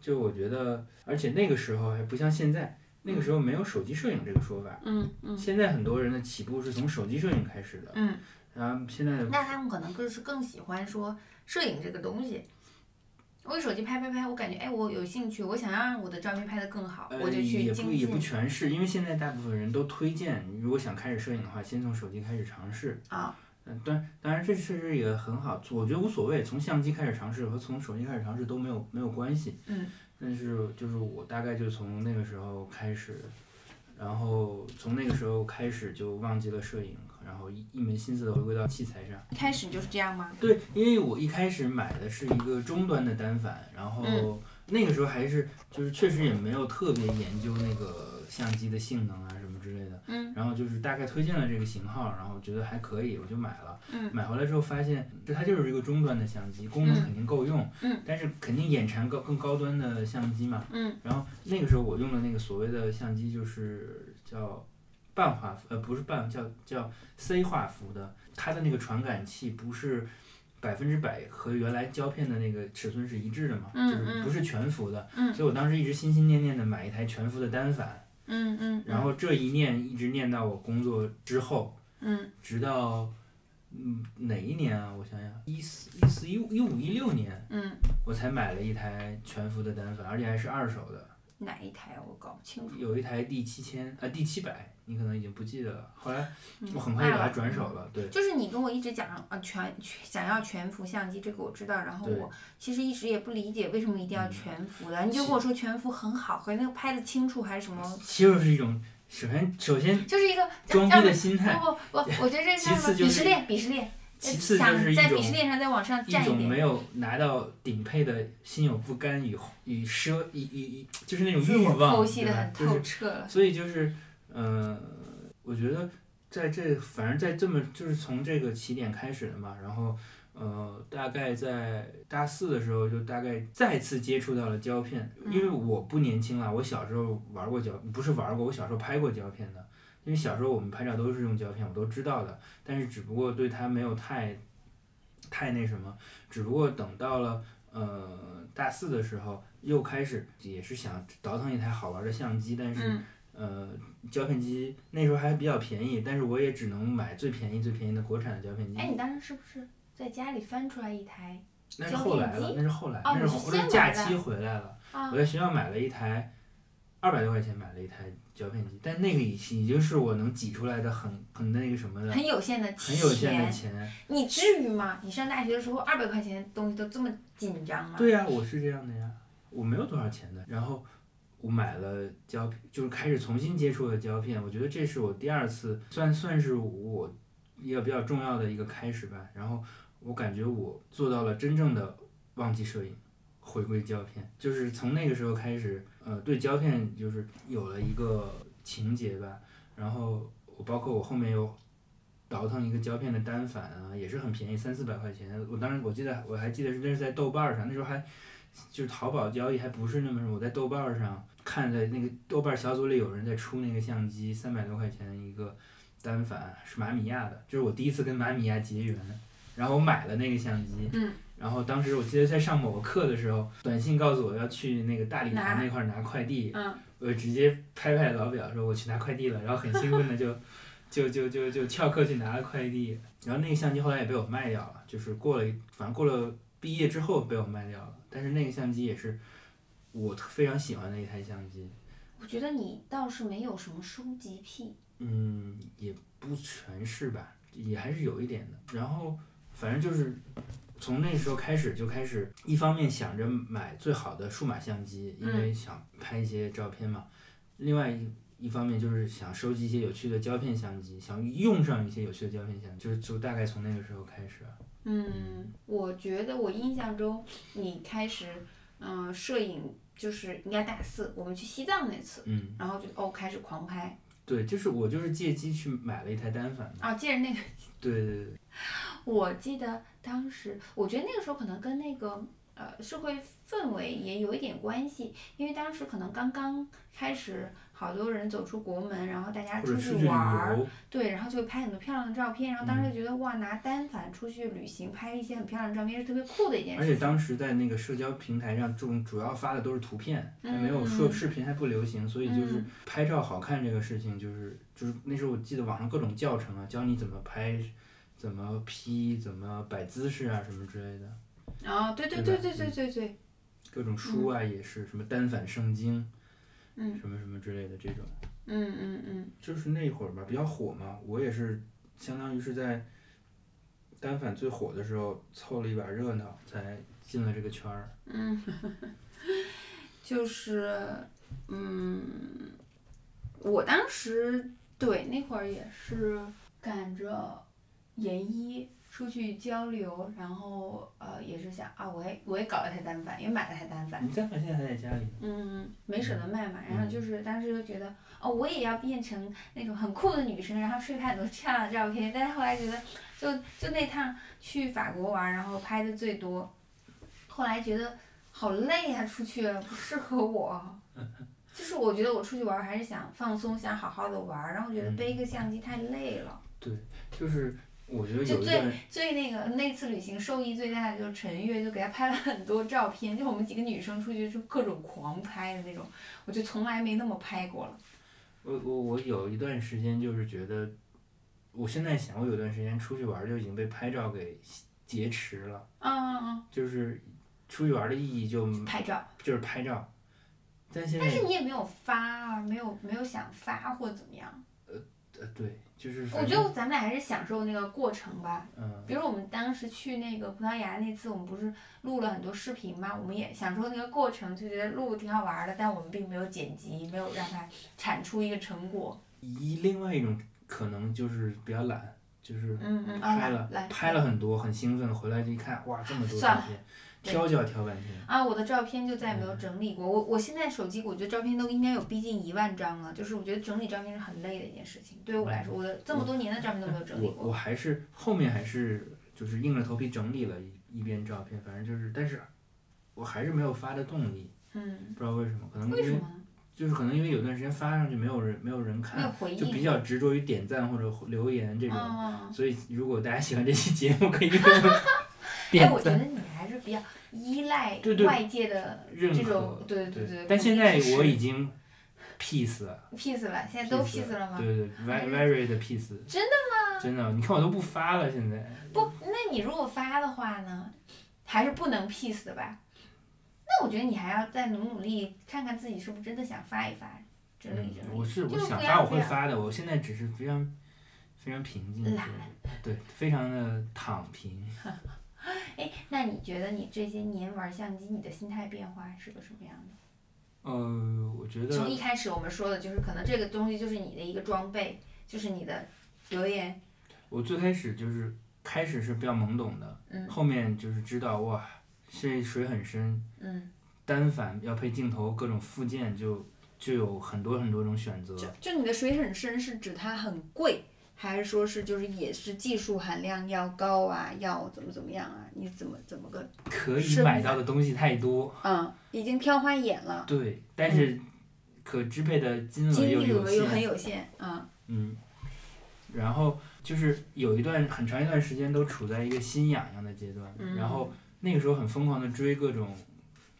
S1: 就我觉得，而且那个时候还不像现在，那个时候没有手机摄影这个说法。
S2: 嗯嗯
S1: 现在很多人的起步是从手机摄影开始的，
S2: 嗯。
S1: 然后现在呃的
S2: 那他们可能更是更喜欢说摄影这个东西。我用手机拍拍拍，我感觉哎，我有兴趣，我想要让我的照片拍得更好，
S1: 呃
S2: 我就去
S1: 也
S2: 精
S1: 不也不
S2: 进
S1: 全是，因为现在大部分人都推荐，如果想开始摄影的话，先从手机开始尝试。
S2: 啊。
S1: 嗯，当当然这确实也很好，我觉得无所谓，从相机开始尝试和从手机开始尝试都没有没有关系。
S2: 嗯。
S1: 但是就是我大概就从那个时候开始，然后从那个时候开始就忘记了摄影，然后一一门心思的回归到器材上。
S3: 一开始就是这样吗？
S1: 对，因为我一开始买的是一个终端的单反，然后
S2: 嗯
S1: 那个时候还是就是确实也没有特别研究那个相机的性能啊什么之类的，
S2: 嗯
S1: 然后就是大概推荐了这个型号，然后觉得还可以，我就买了。
S2: 嗯
S1: 买回来之后发现，这它就是一个终端的相机，功能
S2: 嗯
S1: 肯定够用，
S2: 嗯
S1: 但是肯定眼馋高更高端的相机嘛。
S2: 嗯
S1: 然后那个时候我用的那个所谓的相机就是叫半画幅，呃，不是半，叫叫 C 画幅的，它的那个传感器不是百分之百和原来胶片的那个尺寸是一致的嘛，
S2: 嗯
S1: 就是不是全幅的，
S2: 嗯
S1: 所以我当时一直心心念念的买一台全幅的单反，
S2: 嗯嗯，
S1: 然后这一念一直念到我工作之后，
S2: 嗯
S1: 直到。嗯，哪一年啊？我想想，一四、一四、一五、一五、一六年，
S2: 嗯，
S1: 我才买了一台全幅的单反，而且还是二手的。
S2: 哪一台我搞不清楚。
S1: 有一台 D 七千啊 D 七百，你可能已经不记得了。后来
S2: 嗯
S1: 我很快就把它
S2: 卖了
S1: 转手了，对
S2: 就是你跟我一直讲啊全全想要全幅相机，这个我知道。然后
S1: 对
S2: 我其实一直也不理解为什么一定要
S1: 嗯
S2: 全幅的，你就跟我说全幅很好，和那个拍的清楚还是什么，
S1: 其实就是一种首先首先
S2: 就 是一个
S1: 装
S2: 让
S1: 逼的心态，
S2: 不不不，我觉得 这
S1: 其
S2: 叫什
S1: 次
S2: 么
S1: 就
S2: 鄙
S1: 是
S2: 视链，鄙视链。
S1: 其次就是一
S2: 想在
S1: 种
S2: 鄙视链上再往上
S1: 一
S2: 站
S1: 种
S2: 点。
S1: 没有拿到顶配的心有不甘与与奢与与与就是那种
S2: 自
S1: 欲
S2: 我
S1: 望，
S2: 剖析
S1: 对
S2: 的
S1: 吧
S2: 很？
S1: 就
S2: 透
S1: 是
S2: 彻了。
S1: 所以就是呃，我觉得在这反正在这么就是从这个起点开始的嘛，然后。呃，大概在大四的时候，就大概再次接触到了胶片，
S2: 嗯
S1: 因为我不年轻了，我小时候玩过胶，不是玩过，我小时候拍过胶片的。因为小时候我们拍照都是用胶片，我都知道的，但是只不过对它没有太，太那什么，只不过等到了呃大四的时候，又开始也是想倒腾一台好玩的相机，但是、
S2: 嗯
S1: 呃胶片机那时候还比较便宜，但是我也
S2: 哎
S1: 只能买最便宜最便宜的国产的胶片机。
S2: 哎，你当时是不是在家里翻出来一台
S1: 那是后来
S2: 胶
S1: 了，
S2: 片
S1: 那是后来，
S2: 哦
S1: 那是
S2: 你是
S1: 后
S2: 先
S1: 那是假
S2: 买的
S1: 期回来了。
S2: 啊
S1: 我在学校买了一台，二百多块钱买了一台胶片机，但那个已已经是我能挤出来的很很那个什么的，
S2: 啊很有限的
S1: 很有限的
S2: 钱，
S1: 钱。
S2: 你至于吗？你上大学的时候二百块钱的东西都这么紧张吗？
S1: 对呀、我是这样的呀，我没有多少钱的。然后我买了胶片，就是开始重新接触了胶片。我觉得这是我第二次，算算是我一个比较重要的一个开始吧。然后我感觉我做到了真正的忘记摄影，回归胶片，就是从那个时候开始，呃，对胶片就是有了一个情节吧。然后我包括我后面有倒腾一个胶片的单反啊，也是很便宜，三四百块钱。我当时我记得我还记得是那是在豆瓣儿上，那时候还就是淘宝交易还不是那么什么，我在豆瓣儿上看在那个豆瓣儿小组里有人在出那个相机，三百多块钱一个单反，是马米亚的，就是我第一次跟马米亚结缘，然后我买了那个相机。
S2: 嗯。
S1: 然后当时我记得在上某个课的时候，短信告诉我要去那个大礼堂
S2: 拿
S1: 那块儿拿快递，
S2: 嗯，
S1: 我直接拍拍老表说我去拿快递了，然后很兴奋的就就就就就翘课去拿了快递，然后那个相机后来也被我卖掉了，就是过了一反正过了毕业之后被我卖掉了，但是那个相机也是我特非常喜欢的一台相机，
S2: 我觉得你倒是没有什么收集癖，
S1: 嗯，也不全是吧，也还是有一点的。然后反正就是从那时候开始就开始，一方面想着买最好的数码相机，因为想拍一些照片嘛；另外一一方面就是想收集一些有趣的胶片相机，想用上一些有趣的胶片相机，就是就大概从那个时候开始啊。
S2: 嗯，我觉得我印象中你开始，嗯、摄影就是应该大四，我们去西藏那次，
S1: 嗯，
S2: 然后就哦开始狂拍
S1: 对，就是我就是借机去买了一台单反嘛。
S2: 啊，借着那个，
S1: 对对对对，
S2: 我记得当时，我觉得那个时候可能跟那个呃社会氛围也有一点关系，因为当时可能刚刚开始，好多人走出国门，然后大家
S1: 或者
S2: 出
S1: 出
S2: 去
S1: 去旅
S2: 玩儿，
S1: 游，
S2: 对，然后就会拍很多漂亮的照片，然后当时
S1: 嗯
S2: 觉得、哇，拿单反出去旅行拍一些很漂亮的照片是特别酷的一件
S1: 而
S2: 事
S1: 且
S2: 情。
S1: 当时在那个社交平台上，主主要发的都是图片，还没有说
S2: 嗯
S1: 视频还不流行，所以就是
S2: 嗯
S1: 拍照好看这个事情，就是就是那时候我记得网上各种教程啊，教你怎么拍，怎么 P，怎么摆姿势啊什么之类的，
S2: 哦，对对
S1: 对
S2: 对
S1: 吧嗯
S2: 对对对对，
S1: 各种书啊也是什么单反圣经，
S2: 嗯
S1: 什么什么之类的这种，
S2: 嗯嗯嗯，
S1: 就是那会儿吧比较火嘛，我也是相当于是在单反最火的时候凑了一把热闹，才进了这个圈儿。
S2: 嗯 就是嗯，我当时对那会儿也是赶着研一出去交流，然后呃也是想啊，我也我也搞了台单反，也买了台单反，
S1: 你单反现在还在家里呢？
S2: 嗯，没舍得卖嘛，
S1: 嗯
S2: 然后就是当时就觉得，哦，我也要变成那种很酷的女生，然后去拍很多漂亮的照片。但是后来觉得，就就那趟去法国玩，然后拍的最多，后来觉得好累呀、出去不适合 我。就是我觉得我出去玩还是想放松，想好好的玩，然后觉得
S1: 嗯
S2: 背一个相机太累了。
S1: 就是我觉得
S2: 就
S1: 有一
S2: 最
S1: 段
S2: 最那个那次旅行受益最大的就是陈悦，就给他拍了很多照片，就我们几个女生出去就各种狂拍的那种，我就从来没那么拍过了。
S1: 我我我有一段时间就是觉得，我现在想，我有段时间出去玩儿就已经被拍照给劫持了，
S2: 嗯嗯嗯，
S1: 就是出去玩儿的意义就
S2: 拍照，
S1: 就是拍照，但现在
S2: 但是你也没有发啊，没有没有想发或怎么样。
S1: 呃对，就是
S2: 我
S1: 反
S2: 觉
S1: 正
S2: 得咱们俩还是享受那个过程吧。
S1: 嗯
S2: 比如我们当时去那个葡萄牙那次，我们不是录了很多视频嘛，我们也享受那个过程，就觉得录挺好玩的，但我们并没有剪辑，没有让它产出一个成果。
S1: 一另外一种可能就是比较懒，就是
S2: 嗯嗯，啊
S1: 拍
S2: 来
S1: 了
S2: 来，
S1: 拍了很多，很兴奋，回来就一看，哇，这么多
S2: 算
S1: 照
S2: 了
S1: 片，
S2: 对
S1: 挑就要挑半天。
S2: 啊，我的照片就再也没
S1: 嗯
S2: 有整理过。我我现在手机，我觉得照片都应该有逼近一万张了。就是我觉得整理照片是很累的一件事情，对于我来说，我的这么多年的照片都没有整理
S1: 我我
S2: 过。
S1: 还是后面还是就是硬着头皮整理了一一遍照片，反正就是，但是我还是没有发的动力，
S2: 嗯，
S1: 不知道为什么，可能
S2: 为什
S1: 因为
S2: 么呢？
S1: 就是可能因为有段时间发上去没有人没有人
S2: 没有
S1: 看，
S2: 回
S1: 就比
S2: 应。
S1: 较执着于点赞或者留言这种，
S2: 嗯，
S1: 所以如果大家喜欢这期节目，可以给我们
S2: 哎，
S1: 点
S2: 我觉
S1: 赞。
S2: 得你还是比较依赖
S1: 对对
S2: 外界的
S1: 认
S2: 这
S1: 可
S2: 种，，对
S1: 对
S2: 对。
S1: 但现在我已
S2: 已
S1: 经 peace 了
S2: peace 了，现在都 peace 了吗？
S1: 对对，very very 的 peace。
S2: 真
S1: 的吗？真的，你看我都不发了，现在。
S2: 不，那你如果发的话呢？还是不能 peace 的吧？那我觉得你还要再努努力，看看自己是不是真的想发一发，整理整理。
S1: 嗯我是我
S2: 就是
S1: 想
S2: 不
S1: 发
S2: 要
S1: 我会
S2: 这样
S1: 发的，我现在只是非常非常平静，对
S2: 懒
S1: 对，非常的躺平。
S2: 哎，那你觉得你这些年玩相机，你的心态变化是个什么样的？
S1: 呃，我觉
S2: 从
S1: 得
S2: 一开始我们说的就是，可能这个东西就是你的一个装备，就是你的有点
S1: 我最开始就是开始是比较懵懂的，
S2: 嗯
S1: 后面就是知道哇，这水很深，
S2: 嗯，
S1: 单反要配镜头，各种附件就就有很多很多种选择。
S4: 就就你的水很深，是指它很贵，还是说是就是也是技术含量要高啊，要怎么怎么样啊？你怎么怎么个
S1: 可以
S4: 深
S1: 买
S4: 吧
S1: 到的东西太多，
S4: 嗯，已经挑花眼了，
S1: 对，但
S2: 嗯
S1: 是可支配的金额
S4: 精
S1: 又
S4: 力
S1: 有
S4: 额又很
S1: 限，
S4: 有限，嗯
S1: 嗯，然后就是有一段很长一段时间都处在一个心痒痒的阶段，
S2: 嗯
S1: 然后那个时候很疯狂的追各种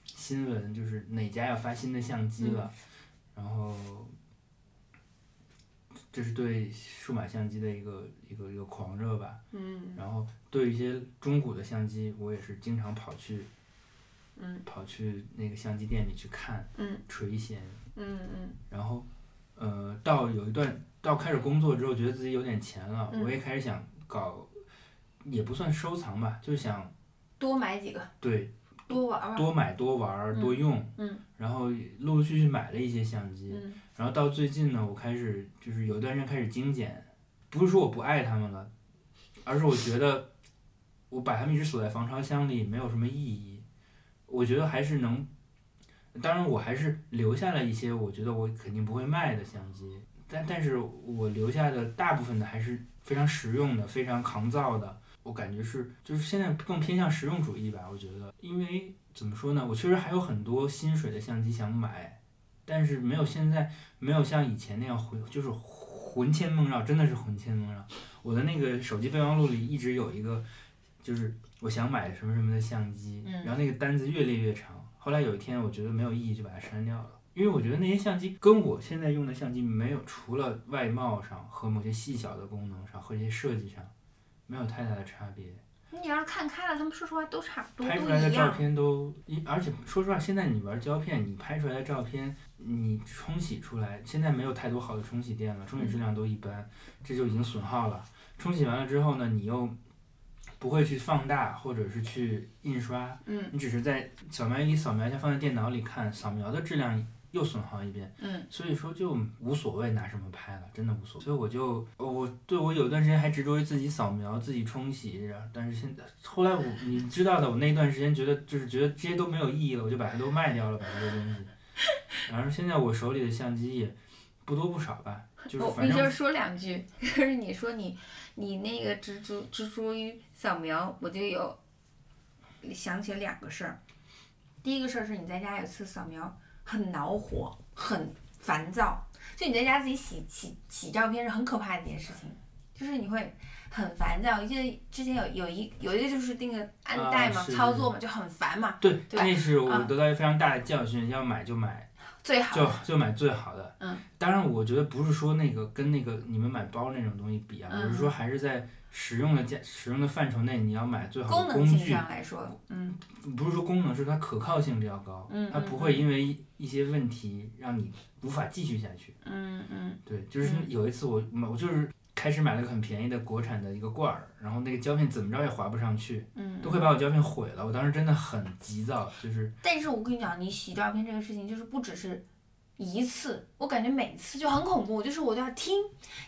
S1: 新闻，就是哪家要发新的相机了，
S2: 嗯
S1: 然后这是对数码相机的一个一个一个狂热吧，
S2: 嗯
S1: 然后对于一些中古的相机，我也是经常跑去
S2: 嗯
S1: 跑去那个相机店里去看，
S2: 嗯
S1: 垂涎，
S2: 嗯嗯
S1: 然后，呃，到有一段到开始工作之后，觉得自己有点钱了，
S2: 嗯
S1: 我也开始想搞，也不算收藏吧，就想
S2: 多买几个，
S1: 对
S2: 多玩玩。
S1: 多买多玩儿多用，
S2: 嗯
S1: 然后陆陆续续买了一些相机，
S2: 嗯
S1: 然后到最近呢，我开始就是有一段时间开始精简，不是说我不爱他们了，而是我觉得我把他们一直锁在防潮箱里没有什么意义。我觉得还是能，当然我还是留下了一些我觉得我肯定不会卖的相机，但但是我留下的大部分的还是非常实用的，非常抗造的。我感觉是就是现在更偏向实用主义吧，我觉得，因为怎么说呢，我确实还有很多新水的相机想买，但是没有现在没有像以前那样魂，就是魂牵梦绕，真的是魂牵梦绕。我的那个手机备忘录里一直有一个，就是我想买什么什么的相机，
S2: 嗯
S1: 然后那个单子越列越长。后来有一天我觉得没有意义，就把它删掉了。因为我觉得那些相机跟我现在用的相机没有，除了外貌上和某些细小的功能上和一些设计上，没有太大的差别。
S2: 你要是看开了，他们说实话都差不多，
S1: 拍出
S2: 都
S1: 来的
S2: 一
S1: 照
S2: 样。
S1: 片都，一而且说实话，现在你玩胶片，你拍出来的照片，你冲洗出来，现在没有太多好的冲洗店了，冲
S2: 嗯
S1: 洗质量都一般，这就已经损耗了。冲洗完了之后呢，你又不会去放大或者是去印刷，
S2: 嗯
S1: 你只是在扫描仪里扫描一下，放在电脑里看，扫描的质量又损耗一遍。
S2: 嗯
S1: 所以说就无所谓拿什么拍了，真的无所谓。所以我就呃我对我有段时间还执着于自己扫描、自己冲洗，然后但是现在后来我你知道的，我那段时间觉得就是觉得这些都没有意义了，我就把它都卖掉了，把这些东西。然后现在我手里的相机也不多不少吧，就是
S4: 我
S1: 反
S4: 哦你就
S1: 正
S4: 是说两 句，就是你说你你那个执着执着于扫描，我就有想起两个事儿。
S2: 第一个事儿是你在家有次扫描很恼火，很烦躁，就你在家自己洗洗洗照片是很可怕的一件事情，就是你会很烦躁。我记得之前有有一有一个就是那个按
S1: 啊
S2: 带嘛、
S1: 是
S2: 操作嘛，就很烦嘛，
S1: 对，
S2: 对吧
S1: 那是我
S2: 啊
S1: 得到一个非常大的教训，要买就买，
S2: 最好
S1: 就就买最好的。
S2: 嗯，
S1: 当然，我觉得不是说那个跟那个你们买包那种东西比啊，我
S2: 嗯
S1: 是说还是在使用的价使用的范畴内，你要买最好的
S2: 功能
S1: 工
S2: 性
S1: 具。
S2: 上来说，嗯
S1: 不是说功能，是它可靠性比较高，
S2: 嗯
S1: 它不会因为一一些问题让你无法继续下去。
S2: 嗯嗯
S1: 对，就是
S2: 嗯
S1: 有一次我买，我就是开始买了个很便宜的国产的一个罐儿，然后那个胶片怎么着也划不上去，
S2: 嗯
S1: 都快把我胶片毁了。我当时真的很急躁，就是
S2: 但是我跟你讲，你洗照片这个事情，就是不只是一次，我感觉每次就很恐怖，就是我都要听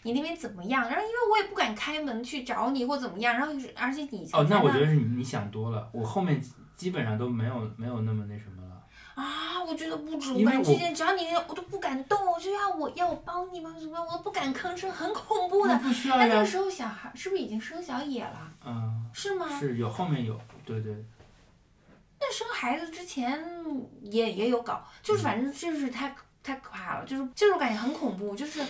S2: 你那边怎么样，然后因为我也不敢开门去找你或怎么样，然后就是而且你
S1: 哦，那我觉
S2: 得
S1: 得是你你想多了，我后面基本上都没有没有那么那什么了。
S2: 啊，我觉得不止，
S1: 因为
S2: 我感觉
S1: 我
S2: 这件只要你我都不敢动，我就要我要我帮你吗？怎么样，我都不敢吭声，很恐怖的。
S1: 不需要
S2: 那
S1: 嗯
S2: 那
S1: 呀
S2: 个，时候小孩是啊不是已经生小野了？
S1: 嗯，
S2: 是吗？
S1: 是有后面有，对对，
S2: 那生孩子之前也也有搞，就是反正就是太太可怕了，就是就是我感觉很恐怖，就是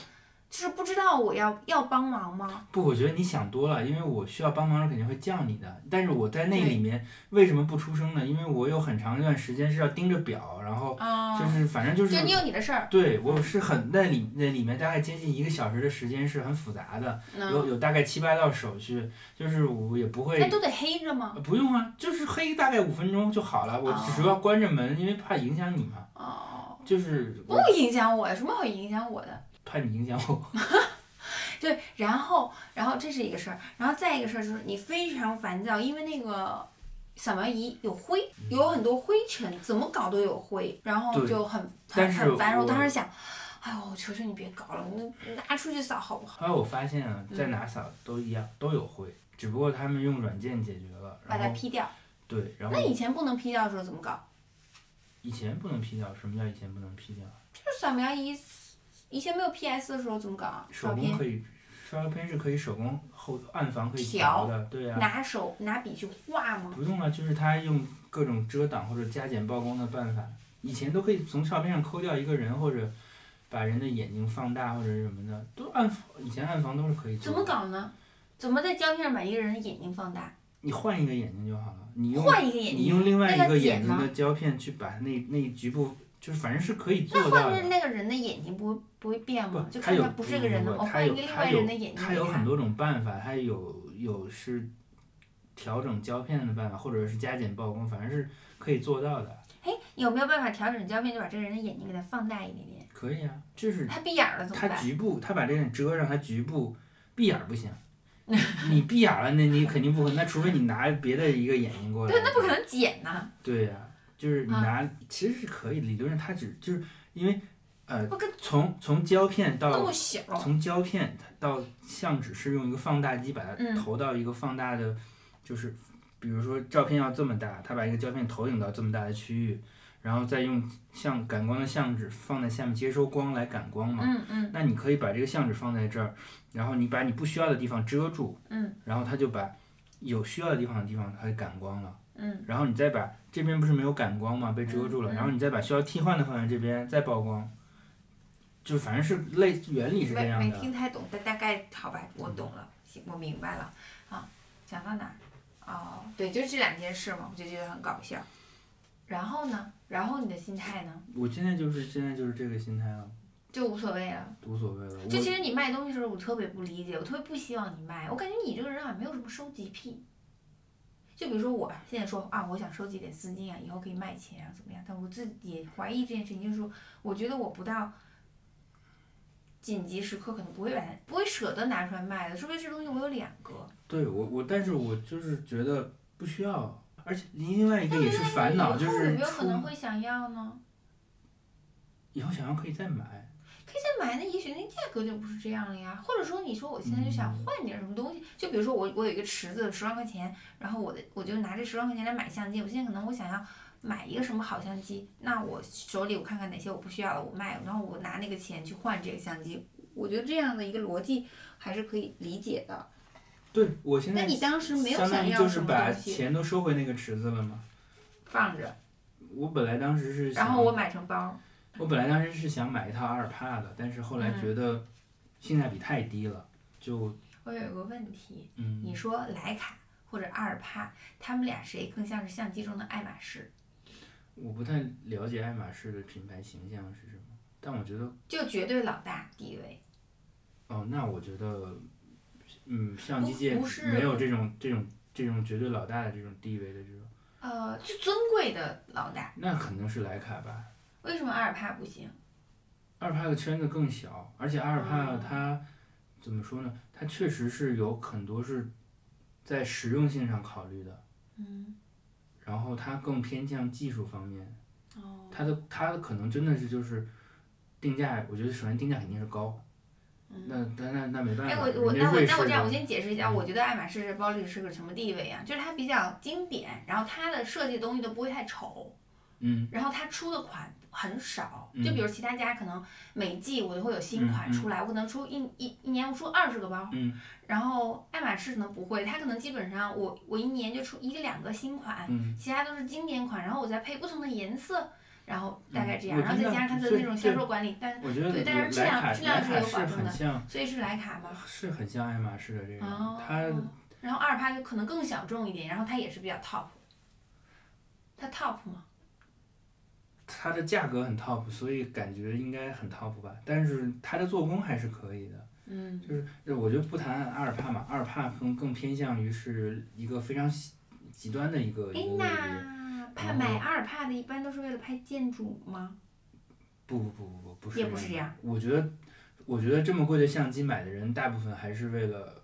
S2: 就是不知道我要要帮忙吗？
S1: 不，我觉得你想多了，因为我需要帮忙肯定会叫你的。但是我在那里面为什么不出声呢？因为我有很长一段时间是要盯着表，然后
S2: 啊、
S1: 哦就是反正就是
S2: 就你有你的事儿，
S1: 对我是很那里那里面大概接近一个小时的时间是很复杂的，
S2: 嗯，
S1: 有有大概七八道手续，就是我也不会
S2: 那都得黑着吗？
S1: 呃不用啊，就是黑大概五分钟就好了。我
S2: 哦
S1: 只主要关着门，因为怕影响你嘛。
S2: 哦，
S1: 就是
S2: 不
S1: 我
S2: 影响我，有什么好影响我的？
S1: 怕你影响我。
S2: 对，然后，然后这是一个事儿，然后再一个事儿就是你非常烦躁，因为那个扫描仪有灰，有很多灰尘，怎么搞都有灰，然后
S1: 对
S2: 就很很
S1: 但是
S2: 很烦。我当
S1: 我
S2: 时想，哎呦，求求你别搞了，那拿出去扫好不好？
S1: 后来我发现啊，在
S2: 嗯
S1: 哪扫都一样，都有灰，只不过他们用软件解决了。
S2: 把它
S1: 然后
S2: 劈掉。
S1: 对，然
S2: 那
S1: 后
S2: 以前不能劈掉的时候怎么搞？
S1: 以前不能 P 掉，什么叫以前不能 P 掉？
S2: 就是扫描仪，以前没有 PS 的时候怎么搞啊？
S1: 手
S2: 照
S1: 工
S2: 片
S1: 可以，刷照片是可以手工后暗房可以调
S2: 调
S1: 的，对啊。
S2: 拿手拿笔去画吗？
S1: 不用啊，就是他用各种遮挡或者加减曝光的办法，以前都可以从照片上抠掉一个人，或者把人的眼睛放大或者什么的，都暗房以前暗房都是可以做
S2: 怎
S1: 的。
S2: 么？搞呢？怎么在胶片上把一个人的眼睛放大？
S1: 你换一个眼睛就好了，你用
S2: 换一个眼
S1: 你
S2: 睛，
S1: 用另外
S2: 那
S1: 一
S2: 个
S1: 个
S2: 剪
S1: 眼睛
S2: 吗
S1: 的胶片去把那那局部，就是反正是可以做到
S2: 那换成
S1: 的。
S2: 那个人的眼睛不会不会变
S1: 不
S2: 吗？，就
S1: 它
S2: 看
S1: 有
S2: 他不是这个人
S1: 不
S2: 了，
S1: 不
S2: 我
S1: 不它
S2: 换一
S1: 有
S2: 个另啊
S1: 它
S2: 外人的
S1: 有
S2: 眼睛
S1: 它
S2: 给
S1: 有很
S2: 他。
S1: 多种办法，它有有是调整胶片的办法，或者是加减曝光，反正是可以做到的。
S2: 嘿，哎有没有办法调整胶片，就把这个人的眼睛给他放大一点点？
S1: 可以啊，就是
S2: 他闭眼儿了怎么
S1: 它
S2: 办？
S1: 局部，它把这点遮上，它局部闭眼儿不 行。你闭眼儿了，那你肯定不可能，那除非你拿别的一个眼睛过来。
S2: 对，那不可。能剪呐，
S1: 对呀、就是你
S2: 啊
S1: 拿，其实是可以的，理论上它只就是因为，呃
S2: 不跟，
S1: 从从胶片
S2: 那
S1: 到
S2: 么小。
S1: 从胶片到相纸是用一个放大机把它
S2: 嗯
S1: 投到一个放大的，就是比如说照片要这么大，它把一个胶片投影到这么大的区域，然后再用像感光的相纸放在下面接收光来感光嘛。
S2: 嗯嗯
S1: 那你可以把这个相纸放在这儿，然后你把你不需要的地方遮住，
S2: 嗯
S1: 然后它就把有需要的地方的地方它就感光了。
S2: 嗯，
S1: 然后你再把这边不是没有感光嘛，被遮住了，
S2: 嗯嗯
S1: 然后你再把需要替换的放在这边再曝光，就反正是类原理是这
S2: 没
S1: 样
S2: 没
S1: 的。
S2: 听太懂，但大概好吧，我懂了，行，我明白了。啊，讲到哪儿？哦，对，就这两件事嘛，我就觉得很搞笑。然后呢？然后你的心态呢？
S1: 我现在就是现在就是这个心态了，
S2: 就无所谓了。
S1: 无所谓了。
S2: 就其
S1: 我
S2: 实你卖东西的时候，我特别不理解，我特别不希望你卖。我感觉你这个人好像没有什么收集癖。就比如说我吧，现在说啊，我想收集点丝巾啊，以后可以卖钱啊，怎么样？但我自己也怀疑这件事情，就是说，我觉得我不到紧急时刻，可能不会把它不会舍得拿出来卖的，除非这东西我有两个。
S1: 对我我，但是我就是觉得不需要，而且另外一个
S2: 但
S1: 也是烦恼，
S2: 你以
S1: 就
S2: 后有
S1: 是
S2: 没有可能
S1: 出
S2: 会想要呢？
S1: 以后想要可以再买，
S2: 可以再买，那也许那价格就不是这样了呀。或者说，你说我现在就想
S1: 嗯
S2: 换点什么东西，就比如说我我有一个池子十万块钱，然后我的我就拿这十万块钱来买相机。我现在可能我想要买一个什么好相机，那我手里我看看哪些我不需要了，我卖，然后我拿那个钱去换这个相机。我觉得这样的一个逻辑还是可以理解的。
S1: 对我现
S2: 那
S1: 在
S2: 你当时没有
S1: 相当
S2: 想
S1: 于就
S2: 要
S1: 是
S2: 什么
S1: 把
S2: 东西
S1: 钱都收回那个池子了嘛。
S2: 放着，
S1: 我本来当时是想，
S2: 然后我买成包。
S1: 我本来当时是想买一套阿尔帕的，但是后
S2: 嗯
S1: 来觉得性价比太低了，就
S2: 我有一个问题，
S1: 嗯，
S2: 你说徕卡或者阿尔帕，他们俩谁更像是相机中的爱马仕？
S1: 我不太了解爱马仕的品牌形象是什么，但我觉得
S2: 就绝对老大地位。
S1: 哦，那我觉得，嗯，相机
S2: 不
S1: 界
S2: 不是
S1: 没有这种这种这种绝对老大的这种地位的这种，
S2: 呃，就尊贵的老大，
S1: 那肯定是徕卡吧。
S2: 为什么阿尔帕不行？
S1: 阿尔帕的圈子更小，而且阿尔帕
S2: 嗯
S1: 它、怎么说呢？它确实是有很多是在实用性上考虑的，
S2: 嗯，
S1: 然后它更偏向技术方面。
S2: 哦，
S1: 它的它的可能真的是就是定价，我觉得首先定价肯定是高，那那那那没办
S2: 嗯哎，
S1: 法，
S2: 我我
S1: 人家
S2: 那我
S1: 瑞士
S2: 那我这样，
S1: 的
S2: 我先解释一下，
S1: 嗯
S2: 我觉得爱马仕这包里是个什么地位啊？就是它比较经典，然后它的设计东西都不会太丑，
S1: 嗯
S2: 然后它出的款很少，
S1: 嗯
S2: 就比如其他家可能每季我都会有新
S1: 嗯
S2: 款
S1: 嗯
S2: 出来，我可能出一一一年我出二十个包，
S1: 嗯
S2: 然后爱马仕可能不会，它可能基本上我我一年就出一个两个新款，
S1: 嗯
S2: 其他都是经典款，然后我再配不同的颜色，然后大概这
S1: 嗯
S2: 样，
S1: 我
S2: 然
S1: 觉
S2: 后再
S1: 得
S2: 加上它的
S1: 这
S2: 那种销售管理，但
S1: 我觉得
S2: 对但是质
S1: 莱
S2: 量
S1: 卡
S2: 质量
S1: 莱
S2: 是
S1: 卡
S2: 有
S1: 是
S2: 保证
S1: 很
S2: 的
S1: 像
S2: 所以是徕卡嘛。
S1: 是很像爱马仕的这种，
S2: 哦
S1: 它
S2: 然后阿尔帕就可能更小众一点，然后它也是比较 top。它 top 吗？
S1: 它的价格很 top，所以感觉应该很 top 吧。但是它的做工还是可以的，
S2: 嗯
S1: 就是我就不谈阿尔帕嘛，阿尔帕更更偏向于是一个非常极极端的一个
S2: 哎
S1: 一个类别。
S2: 那
S1: 然
S2: 怕
S1: 后
S2: 买阿尔帕的一般都是为了拍建筑吗？
S1: 不不不不不，不是
S2: 也不是这样
S1: 的。我觉得，我觉得这么贵的相机买的人，大部分还是为了，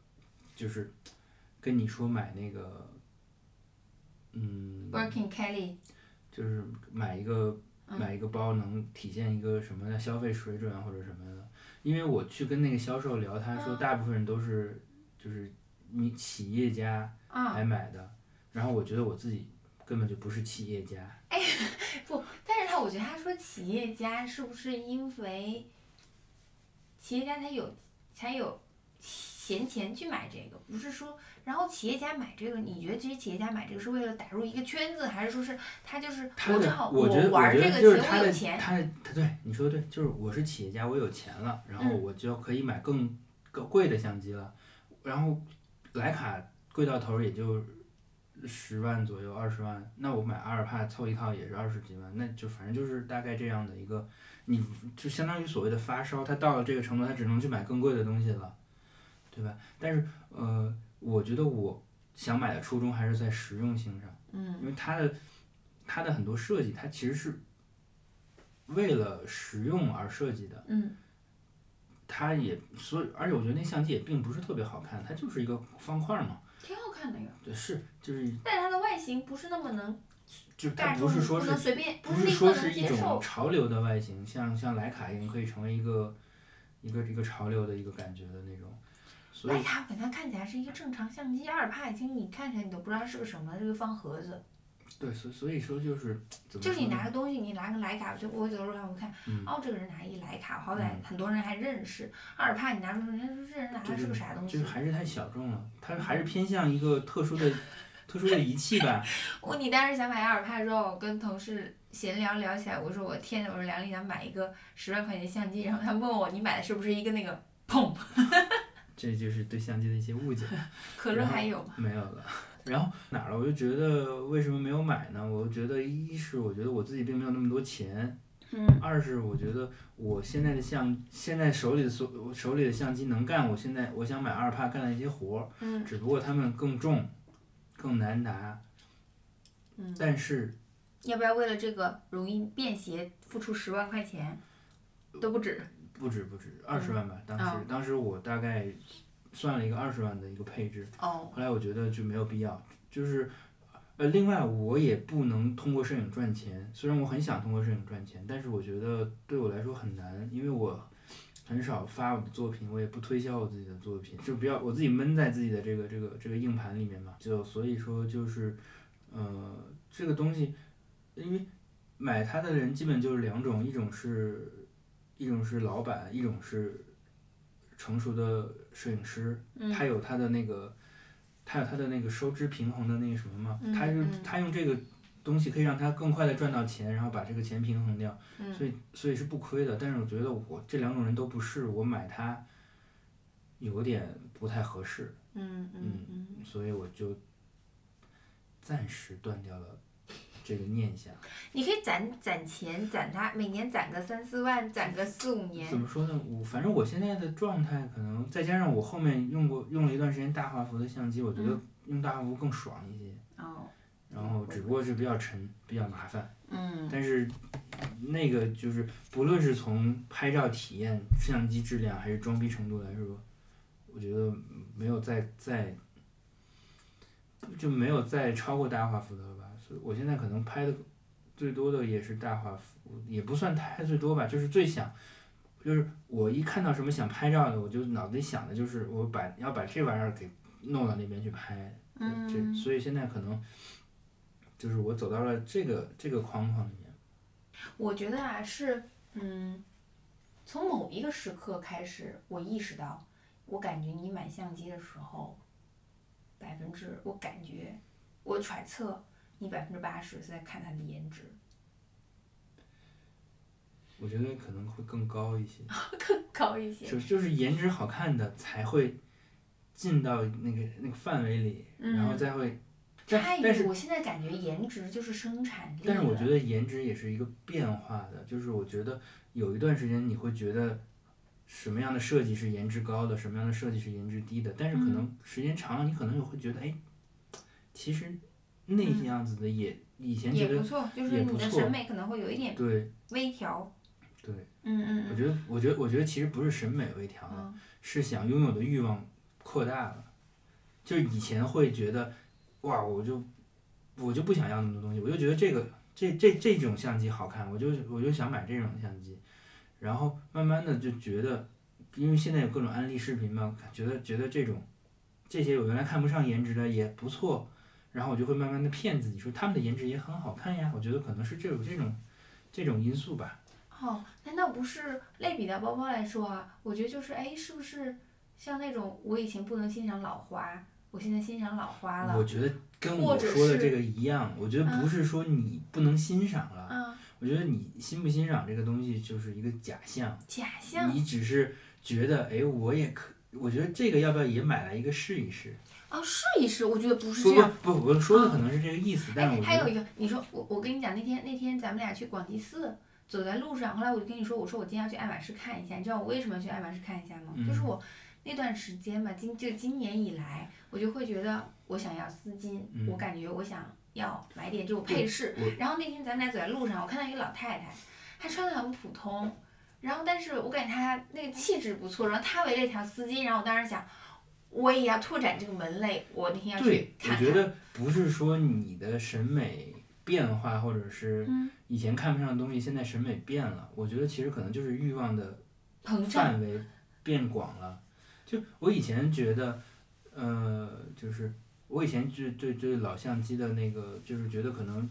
S1: 就是跟你说买那个，嗯，
S2: Birkin Kelly，
S1: 就是买一个
S2: 嗯
S1: 买一个包能体现一个什么的消费水准啊或者什么的。因为我去跟那个销售聊，他说
S2: 嗯
S1: 大部分人都是就是你企业家
S2: 啊、
S1: 来买的，然后我觉得我自己根本就不是企业家，
S2: 不，但是他我觉得他说企业家是不是因为企业家才有才有闲钱去买这个，不是说然后企业家买这个，你觉得这些企业家买这个是为了打入一个圈子，还是说是他就是
S1: 他
S2: 我正
S1: 的
S2: 好
S1: 我觉得
S2: 玩
S1: 我
S2: 儿
S1: 觉
S2: 这个
S1: 得
S2: 钱
S1: 就是他
S2: 我有
S1: 的
S2: 钱，
S1: 他的他对你说的对，就是我是企业家，我有钱了，然后
S2: 嗯
S1: 我就可以买更更贵的相机了，然后徕卡贵到头儿也就十万左右，二十万，那我买阿尔帕凑一套也是二十几万，那就反正就是大概这样的一个，你就相当于所谓的发烧，他到了这个程度，他只能去买更贵的东西了，对吧？但是呃，我觉得我想买的初衷还是在实用性上。
S2: 嗯
S1: 因为它的它的很多设计，它其实是为了实用而设计的。
S2: 嗯
S1: 它也所以，而且我觉得那相机也并不是特别好看，它就是一个方块嘛。
S2: 挺好看的呀，
S1: 对，是就是
S2: 但是它的外形不是那么能
S1: 就是它
S2: 大
S1: 不
S2: 众
S1: 是说
S2: 不
S1: 是
S2: 能随便，
S1: 不
S2: 是立刻
S1: 说
S2: 能
S1: 是一
S2: 接
S1: 种
S2: 受。
S1: 潮流的外形，像像徕卡一样可以成为一个一个一个潮流的一个感觉的那种。所
S2: 徕
S1: 以
S2: 卡本来看起来是一个正常相机，阿尔帕已经你看起来你都不知道是个什么，是个方盒子。
S1: 对，所所以说就是怎么
S2: 就是
S1: 说
S2: 你
S1: 呢
S2: 拿个东西，你拿个徕卡，就我有的时候还会看，
S1: 嗯
S2: 哦，这个人拿一徕卡，好歹
S1: 嗯
S2: 很多人还认识。阿尔帕你拿出来，人家说这人拿
S1: 就
S2: 的
S1: 是
S2: 是个啥东
S1: 就
S2: 西
S1: 是？还是太小众了，它还是偏向一个特殊的特殊的仪器吧。
S2: 我你当时想买阿尔帕之后，我跟同事闲聊聊起来，我说我天呐，我说梁丽想买一个十万块钱相机，然后他问我你买的是不是一个那个砰，
S1: 这就是对相机的一些误解，
S2: 可乐
S1: 然后
S2: 还有吗？
S1: 没有了。 然后哪儿了？我就觉得为什么没有买呢？我觉得一是我觉得我自己并没有那么多钱，
S2: 嗯
S1: 二是我觉得我现在的相现在手里的所我手里的相机能干我现在我想买阿尔帕干的一些活儿，
S2: 嗯
S1: 只不过它们更重，更难拿，
S2: 嗯，
S1: 但是
S2: 要不要为了这个容易便携付出十万块钱？
S1: 呃
S2: 都不止，
S1: 不止不止二十万吧。当时、
S2: 哦
S1: 当时我大概算了一个二十万的一个配置，
S2: 哦，
S1: 后来我觉得就没有必要，就是，呃，另外我也不能通过摄影赚钱，虽然我很想通过摄影赚钱，但是我觉得对我来说很难，因为我很少发我的作品，我也不推销我自己的作品，就不要我自己闷在自己的这个这个这个硬盘里面嘛，就所以说就是，呃，这个东西，因为买它的人基本就是两种，一种是一种是老板，一种是成熟的摄影师，
S2: 嗯
S1: 他有他的那个，他有他的那个收支平衡的那个什么嘛，
S2: 嗯
S1: 他就
S2: 嗯
S1: 他用这个东西可以让他更快的赚到钱，然后把这个钱平衡掉，
S2: 嗯
S1: 所以所以是不亏的。但是我觉得我这两种人都不是，我买它有点不太合适，
S2: 嗯嗯
S1: 嗯
S2: 嗯，
S1: 所以我就暂时断掉了这个念想。
S2: 你可以攒攒钱，攒它，每年攒个三四万，攒个四五
S1: 怎
S2: 年。
S1: 么说呢？我反正我现在的状态，可能再加上我后面用过用了一段时间大画幅的相机，我觉
S2: 嗯
S1: 得用大画幅更爽一些。
S2: 哦，
S1: 然后只不过是比较沉，比较麻烦，
S2: 嗯，
S1: 但是那个就是不论是从拍照体验、相机质量还是装逼程度来说，我觉得没有再再就没有再超过大画幅的了吧。所以我现在可能拍的最多的也是大画幅，也不算拍最多吧，就是最想。就是我一看到什么想拍照的，我就脑子里想的就是我把要把这玩意儿给弄到那边去拍，
S2: 嗯
S1: 这所以现在可能就是我走到了这个这个框框里面。
S2: 我觉得啊是，嗯，从某一个时刻开始，我意识到，我感觉你买相机的时候，百分之我 感觉，我揣测你百分之八十在看它的颜值。
S1: 我觉得可能会更高一些，
S2: 更高一些。
S1: 就就是颜值好看的才会进到那个那个范围里，然后
S2: 嗯
S1: 再会，但
S2: 差
S1: 但
S2: 异，
S1: 是
S2: 我现在感觉颜值就是生产力了。
S1: 但是我觉得颜值也是一个变化的，就是我觉得有一段时间你会觉得什么样的设计是颜值高的，什么样的设计是颜值低的，但是可
S2: 嗯
S1: 能时间长了，你可能也会觉得，哎，其实那
S5: 嗯
S1: 样子的也以前
S5: 也
S1: 觉
S5: 不
S1: 得
S5: 错，就
S1: 也
S5: 是
S1: 不
S5: 你的
S1: 错
S5: 审美可能会有一点
S1: 对
S5: 微调。
S1: 对，
S2: 嗯嗯
S1: 我
S2: 嗯。
S1: 觉得我觉得我觉得其实不是审美微调了，
S2: 嗯
S1: 是想拥有的欲望扩大了。就以前会觉得，哇，我就我就不想要那么多东西，我就觉得这个这这这种相机好看，我就我就想买这种相机。然后慢慢的就觉得，因为现在有各种安利视频嘛，觉得觉得这种这些我原来看不上颜值的也不错，然后我就会慢慢的骗自己说他们的颜值也很好看呀。我觉得可能是这有这种这种因素吧。
S2: 哦，难道不是类比到包包来说啊？我觉得就是，哎，是不是像那种我以前不能欣赏老花，我现在欣赏老花
S1: 我
S2: 了？
S1: 觉得跟
S2: 或
S1: 我
S2: 者
S1: 说的
S2: 是嗯
S1: 这个一样，我觉得不是说你不能欣赏了，
S2: 啊，
S1: 我觉得你欣不欣赏这个东西就是一个假象，
S2: 假象
S1: 你只是觉得哎，我也可，我觉得这个要不要也买来一个试一试？
S2: 哦，试一试，我觉得不是
S1: 不
S2: 这样。嗯
S1: 不不，我说的可能是这个意思，但
S2: 哎
S1: 是，我
S2: 还
S1: 觉
S2: 有
S1: 得
S2: 一个，你说我我跟你讲，那天那天咱们俩去广济寺，走在路上，后来我就跟你说，我说我今天要去爱马仕看一下，你知道我为什么要去爱马仕看一下吗？就是
S1: 嗯
S2: 我那段时间吧，今就今年以来，我就会觉得我想要丝巾，
S1: 嗯
S2: 我感觉我想要买点这种配饰
S1: 我。
S2: 然后那天咱们俩走在路上，我看到一个老太太，她穿的很普通，然后但是我感觉她那个气质不错，然后她围了一条丝巾，然后我当时想。我也要拓展这个门类，我那天要去
S1: 对，我
S2: 看看。
S1: 觉得不是说你的审美变化，或者是
S2: 嗯
S1: 以前看不上的东西，现在审美变了，我觉得其实可能就是欲望的
S2: 膨胀，
S1: 范围变广了。就我以前觉得，呃，就是我以前就对对老相机的那个，就是觉得可能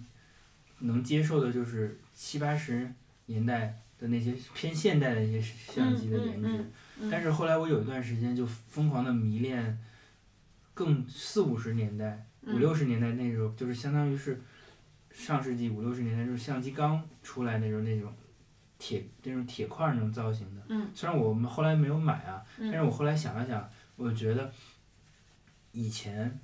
S1: 能接受的，就是七八十年代的那些偏现代的一些相机的
S2: 嗯嗯
S1: 颜值。
S2: 嗯嗯
S1: 但是后来我有一段时间就疯狂的迷恋，更四五十年代、
S2: 嗯
S1: 五六十年代那时候，就是相当于是上世纪五六十年代，就是相机刚出来那时候那种铁那种铁块儿那种造型的。
S2: 嗯
S1: 虽然我们后来没有买啊，
S2: 嗯
S1: 但是我后来想了想，我觉得以前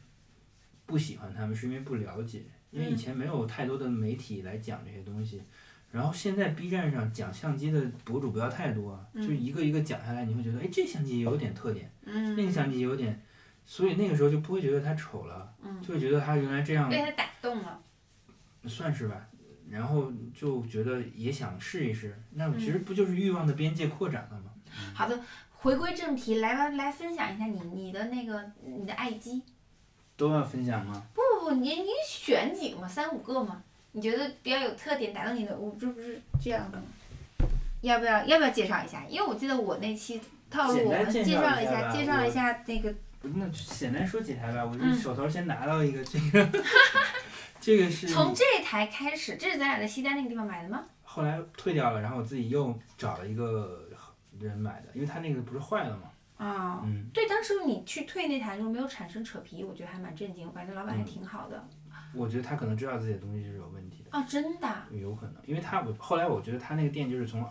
S1: 不喜欢他们是因为不了解，因为以
S2: 嗯
S1: 前没有太多的媒体来讲这些东西。然后现在 B 站上讲相机的博主不要太多啊，就
S2: 嗯
S1: 一个一个讲下来，你会觉得，哎，这相机也有点特点，
S2: 嗯，
S1: 那个相机也有点，所以那个时候就不会觉得它丑了，
S2: 嗯
S1: 就会觉得它原来这样
S2: 被他打动了，
S1: 算是吧。然后就觉得也想试一试，那
S2: 嗯
S1: 其实不就是欲望的边界扩展了吗？
S2: 好的，回归正题，来吧，来分享一下你你的那个你的爱机。
S1: 都要分享吗？
S2: 不不不，你你选几个嘛，三五个嘛，你觉得比较有特点，打动你的，我这不是这样的吗？要不要要不要介绍一下？因为我记得我那期套路
S1: 简
S2: 我
S1: 单
S2: 们
S1: 介
S2: 介
S1: 绍
S2: 绍了
S1: 一
S2: 一
S1: 下
S2: 下，
S1: 吧
S2: 介绍了
S1: 我
S2: 一下那个
S1: 不那就简单说几台吧，我这
S2: 嗯
S1: 手头先拿到一个这个， 这个是
S2: 从这台开始，这是咱俩在西单那个地方买的吗？
S1: 后来退掉了，然后我自己又找了一个人买的，因为他那个不是坏了嘛，
S2: 啊、
S1: 嗯，
S2: 对，当时你去退那台的时候没有产生扯皮，我觉得还蛮震惊，反正老板还
S1: 嗯
S2: 挺好的。
S1: 我觉得他可能知道自己的东西是有问题的，
S2: 啊，真的啊，
S1: 有可能，因为他我后来我觉得他那个店就是从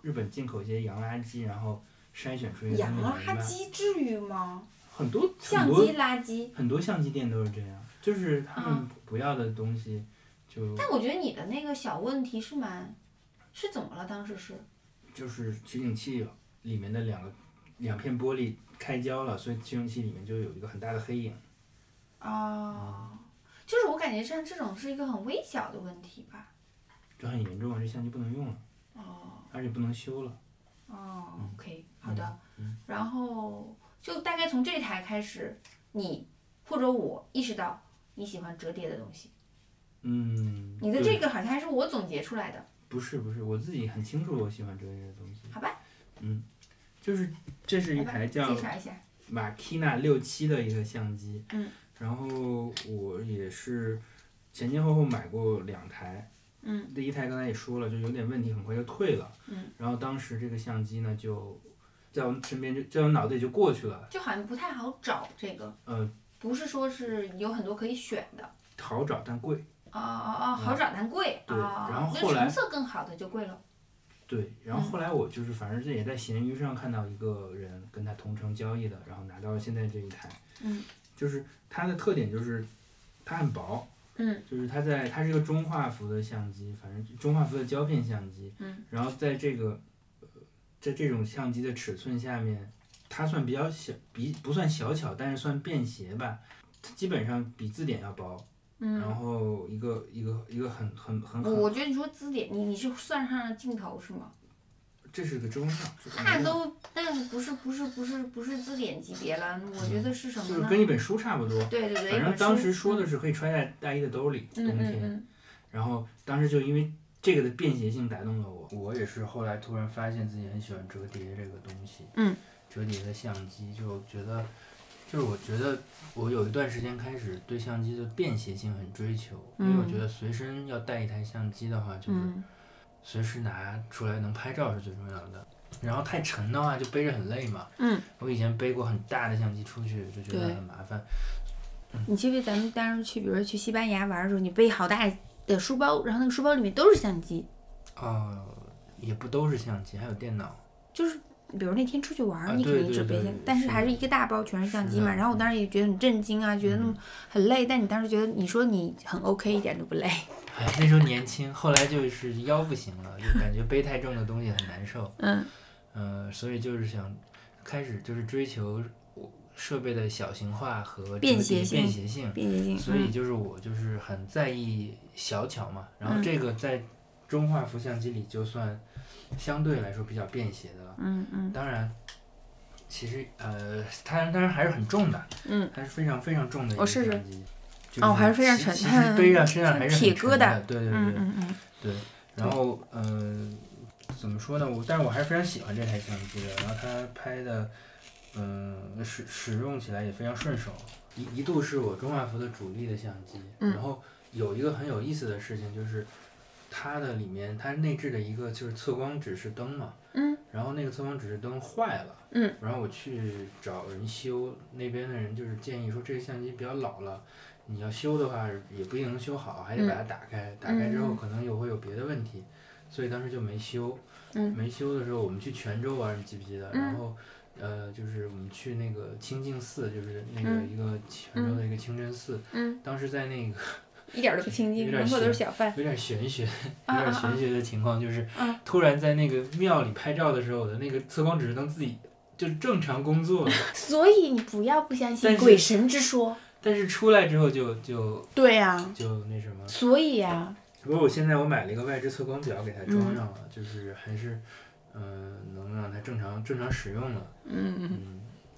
S1: 日本进口一些洋垃圾，然后筛选出一些
S2: 洋
S1: 东西来
S2: 垃
S1: 卖，
S2: 圾至于吗？
S1: 很多很
S2: 相
S1: 多
S2: 机垃圾。
S1: 很多相机店都是这样，就是他们
S2: 啊
S1: 不要的东西就
S2: 但我觉得你的那个小问题是蛮，是怎么了？当时是
S1: 就是取景器里面的两个两片玻璃开胶了，所以取景器里面就有一个很大的黑影。
S2: 哦，就是我感觉像这种是一个很微小的问题吧。
S1: 这很严重啊！这相机不能用了，
S2: 哦
S1: 而且不能修了。
S2: 哦，OK，
S1: 嗯
S2: 好的。
S1: 嗯
S2: 然后就大概从这台开始，你或者我意识到你喜欢折叠的东西。
S1: 嗯，
S2: 你的
S1: 对
S2: 这个好像还是我总结出来的，
S1: 不是不是，我自己很清楚我喜欢这类的东西。嗯
S2: 好吧？
S1: 就是这是一
S2: 好吧
S1: 台叫
S2: 介绍一下。
S1: 马 k i n a 六七的一个相机，
S2: 嗯，
S1: 然后我也是前前后后买过两台，
S2: 嗯，
S1: 第一台刚才也说了，就有点问题，很快就退了，
S2: 嗯，
S1: 然后当时这个相机呢就在我身边就在我脑子里就过去了，
S2: 就好像不太好找这个，
S1: 呃，
S2: 不是说是有很多可以选的。
S1: 好找但贵，
S2: 哦哦哦，好找但贵
S1: 嗯对
S2: 哦，
S1: 然后
S2: 那
S1: 后来
S2: 成色更好的就贵了。
S1: 对，然后后来我就是反正这也在闲鱼上看到一个人跟他同城交易的，然后拿到了现在这一台，
S6: 嗯，
S1: 就是它的特点就是它很薄，
S6: 嗯，
S1: 就是它在它是一个中画幅的相机，反正中画幅的胶片相机，
S6: 嗯，
S1: 然后在这个呃在这种相机的尺寸下面，它算比较小，比不算小巧，但是算便携吧，它基本上比字典要薄，然
S6: 嗯，
S1: 后一个一个一个很很很
S6: 我
S1: 好，
S6: 我觉得你说字典，你你是算上了镜头是吗？
S1: 这是个中画，这是个
S6: 那
S1: 中画
S6: 都那不是不是不是不是字典级别了，我觉得是什
S1: 就是
S6: 么
S1: 跟
S6: 呢？
S1: 一本书差不多。
S6: 对对对，
S1: 反
S6: 一
S1: 正
S6: 本
S1: 当
S6: 书
S1: 时说的是可以揣在大衣的兜里，冬
S6: 嗯嗯
S1: 天。
S6: 嗯
S1: 然后当时就因为这个的便携性打动了我，我也是后来突然发现自己很喜欢折叠这个东西，
S6: 嗯，
S1: 折叠的相机就觉得，就是我觉得我有一段时间开始对相机的便携性很追求，因为我
S6: 嗯
S1: 觉得随身要带一台相机的话，就是
S6: 嗯
S1: 随时拿出来能拍照是最重要的。然后太沉的话就背着很累嘛，
S6: 嗯，
S1: 我以前背过很大的相机出去就觉得
S2: 对
S1: 很麻烦，
S2: 嗯你记不记得咱们当时去，比如说去西班牙玩儿的时候，你背好大的书包，然后那个书包里面都是相机，
S1: 哦，也不都是相机，还有电脑。
S2: 就是比如那天出去玩儿，
S1: 啊
S2: 你肯
S1: 对
S2: 定
S1: 对
S2: 只背
S1: 对
S2: 相，
S1: 对
S2: 但
S1: 是
S2: 是还
S1: 的
S2: 是一个大包全是相
S1: 是
S2: 机嘛。
S1: 的嗯
S2: 然后我当时也觉得很震惊啊，觉得那么很累，但你当时觉得你说你很 OK，一点都不累。
S1: 哎，那时候年轻，后来就是腰不行了，就感觉背太重的东西很难受，
S2: 嗯，
S1: 嗯、所以就是想开始就是追求我设备的小型化和折叠
S2: 便携性嗯
S1: 便携性，
S2: 便捷性。
S1: 所以就是我就是很在意小巧嘛，然后
S2: 嗯
S1: 这个在中画幅相机里就算相对来说比较便携的了，
S2: 嗯嗯
S1: 当然。其实，呃，它当然还是很重的，
S2: 嗯，
S1: 还是非常非常重的一
S2: 我
S1: 个
S2: 试试
S1: 相机，就
S2: 哦哦还是非常
S1: 其
S2: 沉
S1: 其
S2: 它
S1: 实背上身上
S2: 像
S1: 还是很
S2: 铁
S1: 沉
S2: 疙瘩
S1: 的，对对对，
S2: 嗯嗯嗯，
S1: 然后，呃，怎么说呢？我，但是我还是非常喜欢这台相机的。然后它拍的，嗯、使使用起来也非常顺手。一一度是我中画幅的主力的相机。
S2: 嗯
S1: 然后有一个很有意思的事情就是，它的里面它内置的一个就是测光指示灯嘛。
S2: 嗯。
S1: 然后那个测光指示灯坏了。
S2: 嗯。
S1: 然后我去找人修，那边的人就是建议说这个相机比较老了。你要修的话，也不一定能修好，还得把它打开。打开之后，可能又会有别的问题。所以当时就没修。
S6: 嗯
S1: 没修的时候，我们去泉州玩，你记不记得？
S6: 嗯
S1: 然后，呃，就是我们去那个清净寺，就是那个
S6: 嗯
S1: 一个泉州的一个清真寺。
S6: 嗯
S1: 当时在那个
S2: 一点儿都不亲近，
S1: 有点
S2: 门口都是
S1: 咸
S2: 小贩。
S1: 有点玄学、有
S6: 啊
S1: 点
S6: 啊啊
S1: 玄学的情况，就是
S6: 嗯
S1: 突然在那个庙里拍照的时候，我的那个测光指示灯自己就正常工作了，
S2: 所以你不要不相信
S1: 但是
S2: 鬼神之说。
S1: 但是出来之后就就
S2: 对啊，
S1: 就那什么。
S2: 所以啊，
S1: 不过我现在我买了一个外置测光表给它装
S2: 嗯
S1: 上了，就是还是，嗯、能让它正常正常使用了。
S2: 嗯，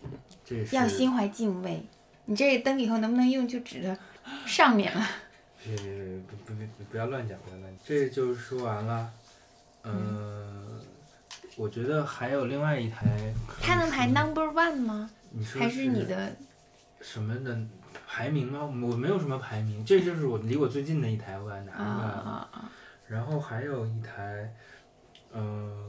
S1: 嗯，这也是
S2: 要心怀敬畏。你这灯以后能不能用就指着上面了？
S1: 别别别不不不不要乱讲，不要乱讲。这就说完了。嗯，我觉得还有另外一台。
S2: 它能
S1: 嗯
S2: 排？number one 吗？
S1: 你说
S2: 还是你的
S1: 什么的排名吗？我没有什么排名，这就是我离我最近的一台，我把它拿
S2: 啊
S1: 过来了。
S2: 啊啊？
S1: 然后还有一台，呃，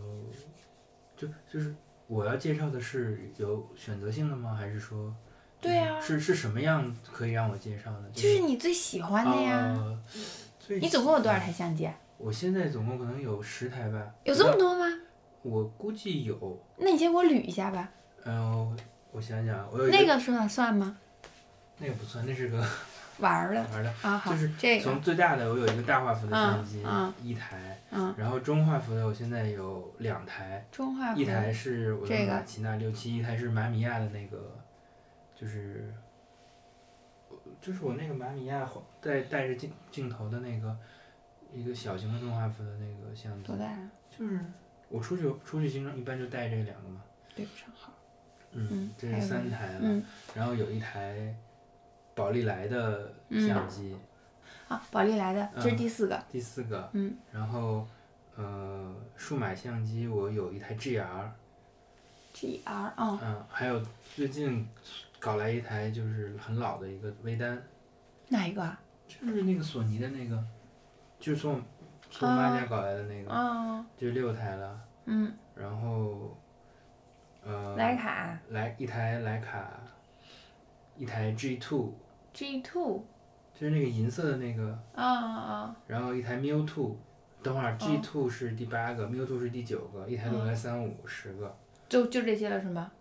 S1: 就就是我要介绍的是有选择性的吗？还是说？
S2: 对啊
S1: 是是什么样可以让我介绍呢？
S2: 就是你最喜欢的呀。
S1: 呃最
S2: 你总共有多少台相机啊？
S1: 我现在总共可能有十台吧，
S2: 有
S1: 不
S2: 这么
S1: 到？
S2: 多吗？
S1: 我估计有，
S2: 那你先给我捋一下吧。
S1: 嗯、我想想，我有一
S2: 那个算算吗？
S1: 那个不算，那是个
S2: 玩儿
S1: 好
S2: 了
S1: 玩的。
S2: 啊，好
S1: 就是，
S2: 这个
S1: 从最大的我有一个大画幅的
S2: 嗯
S1: 相机、
S2: 嗯
S1: 一台，
S2: 嗯，
S1: 然后中画幅的我现在有两台，
S2: 中画
S1: 一
S2: 幅
S1: 台是我
S2: 这
S1: 的
S2: 个
S1: 马奇纳六七，一台是马米亚的那个，就是。就是我那个马米亚带带着镜镜头的那个，一个小型的中画幅的那个相机
S2: 多，大啊？
S1: 就是我出去出去经常一般就带这两个嘛，
S2: 对不上号。嗯
S1: 嗯，这
S2: 还
S1: 是
S2: 有
S1: 三台了，
S2: 嗯
S1: 然后有一台宝丽来的相
S2: 嗯
S1: 机，
S2: 啊，宝丽来的，
S1: 嗯
S2: 这是第四个。
S1: 第四个，
S2: 嗯，
S1: 然后呃，数码相机我有一台 GR，
S2: G R 哦，
S1: 嗯，还有最近搞来一台就是很老的一个微单，
S2: 哪一个啊？
S1: 就是那个索尼的那个，就是从我从我妈家搞来的那个，
S2: 哦，
S1: 就六台了，
S2: 嗯，
S1: 然后呃，
S6: 徕卡
S1: 来一台徕卡，一台 G Two，
S6: G Two
S1: 就是那个银色的那个，
S6: 啊啊
S1: 然后一台 Miu Two，等会儿 G
S2: 嗯
S1: two 是第八个，Miu two 是第九个，一抬头
S2: 嗯
S1: 来三五十个，
S2: 就就这些了是吗？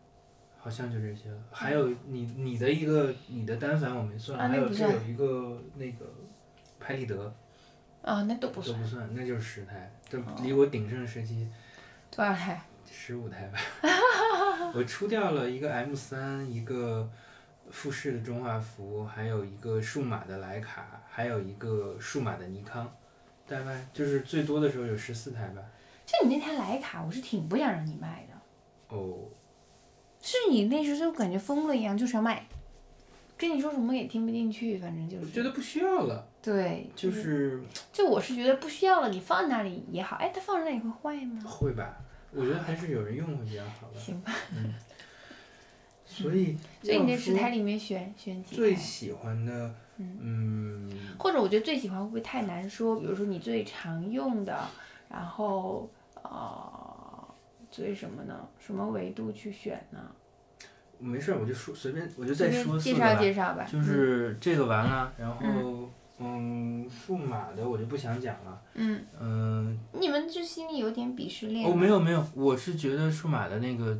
S1: 好像就这些了。还有你你的一个你的单反我没算，
S2: 嗯啊
S1: 还
S2: 那
S1: 有
S2: 不
S1: 这
S2: 算
S1: 有一个那个拍立得
S2: 啊，那都不
S1: 都
S2: 算
S1: 不算，那就是十台，这
S2: 哦
S1: 离我鼎盛时期
S2: 多少台？
S1: 十五 台吧。我出掉了一个 M 三，一个富士的中画幅，还有一个数码的徕卡，还有一个数码的尼康，大概就是最多的时候有十四台吧。
S2: 就你那台徕卡，我是挺不想让你卖的。
S1: 哦，
S2: 是你那时候就感觉疯了一样，就是要卖，跟你说什么也听不进去，反正就
S1: 我
S2: 是
S1: 觉得不需要了，
S2: 对，
S1: 就是
S2: 嗯就我是觉得不需要了，你放那里也好，哎，它放那里会坏吗？
S1: 会吧。我觉得还是有人用会比较好吧。
S2: 行吧，
S1: 所以，
S2: 嗯所以你
S1: 要
S2: 那
S1: 说
S2: 十台里面选选几
S1: 最
S2: 台？
S1: 喜欢的，嗯，
S2: 或者我觉得最喜欢会不会太难说？比如说你最常用的，然后呃，最什么呢？什么维度去选呢？
S1: 没事儿，我就说随便，我就
S2: 随
S1: 再
S2: 便
S1: 说四
S2: 介
S1: 个
S2: 绍
S1: 吧。
S2: 介绍吧。嗯
S1: 就是这个完了，然后嗯，数码的我就不想讲了。
S2: 嗯，
S1: 嗯，
S7: 你们就心里有点鄙视链
S1: 哦，
S7: 吗。
S1: 没有没有，我是觉得数码的那个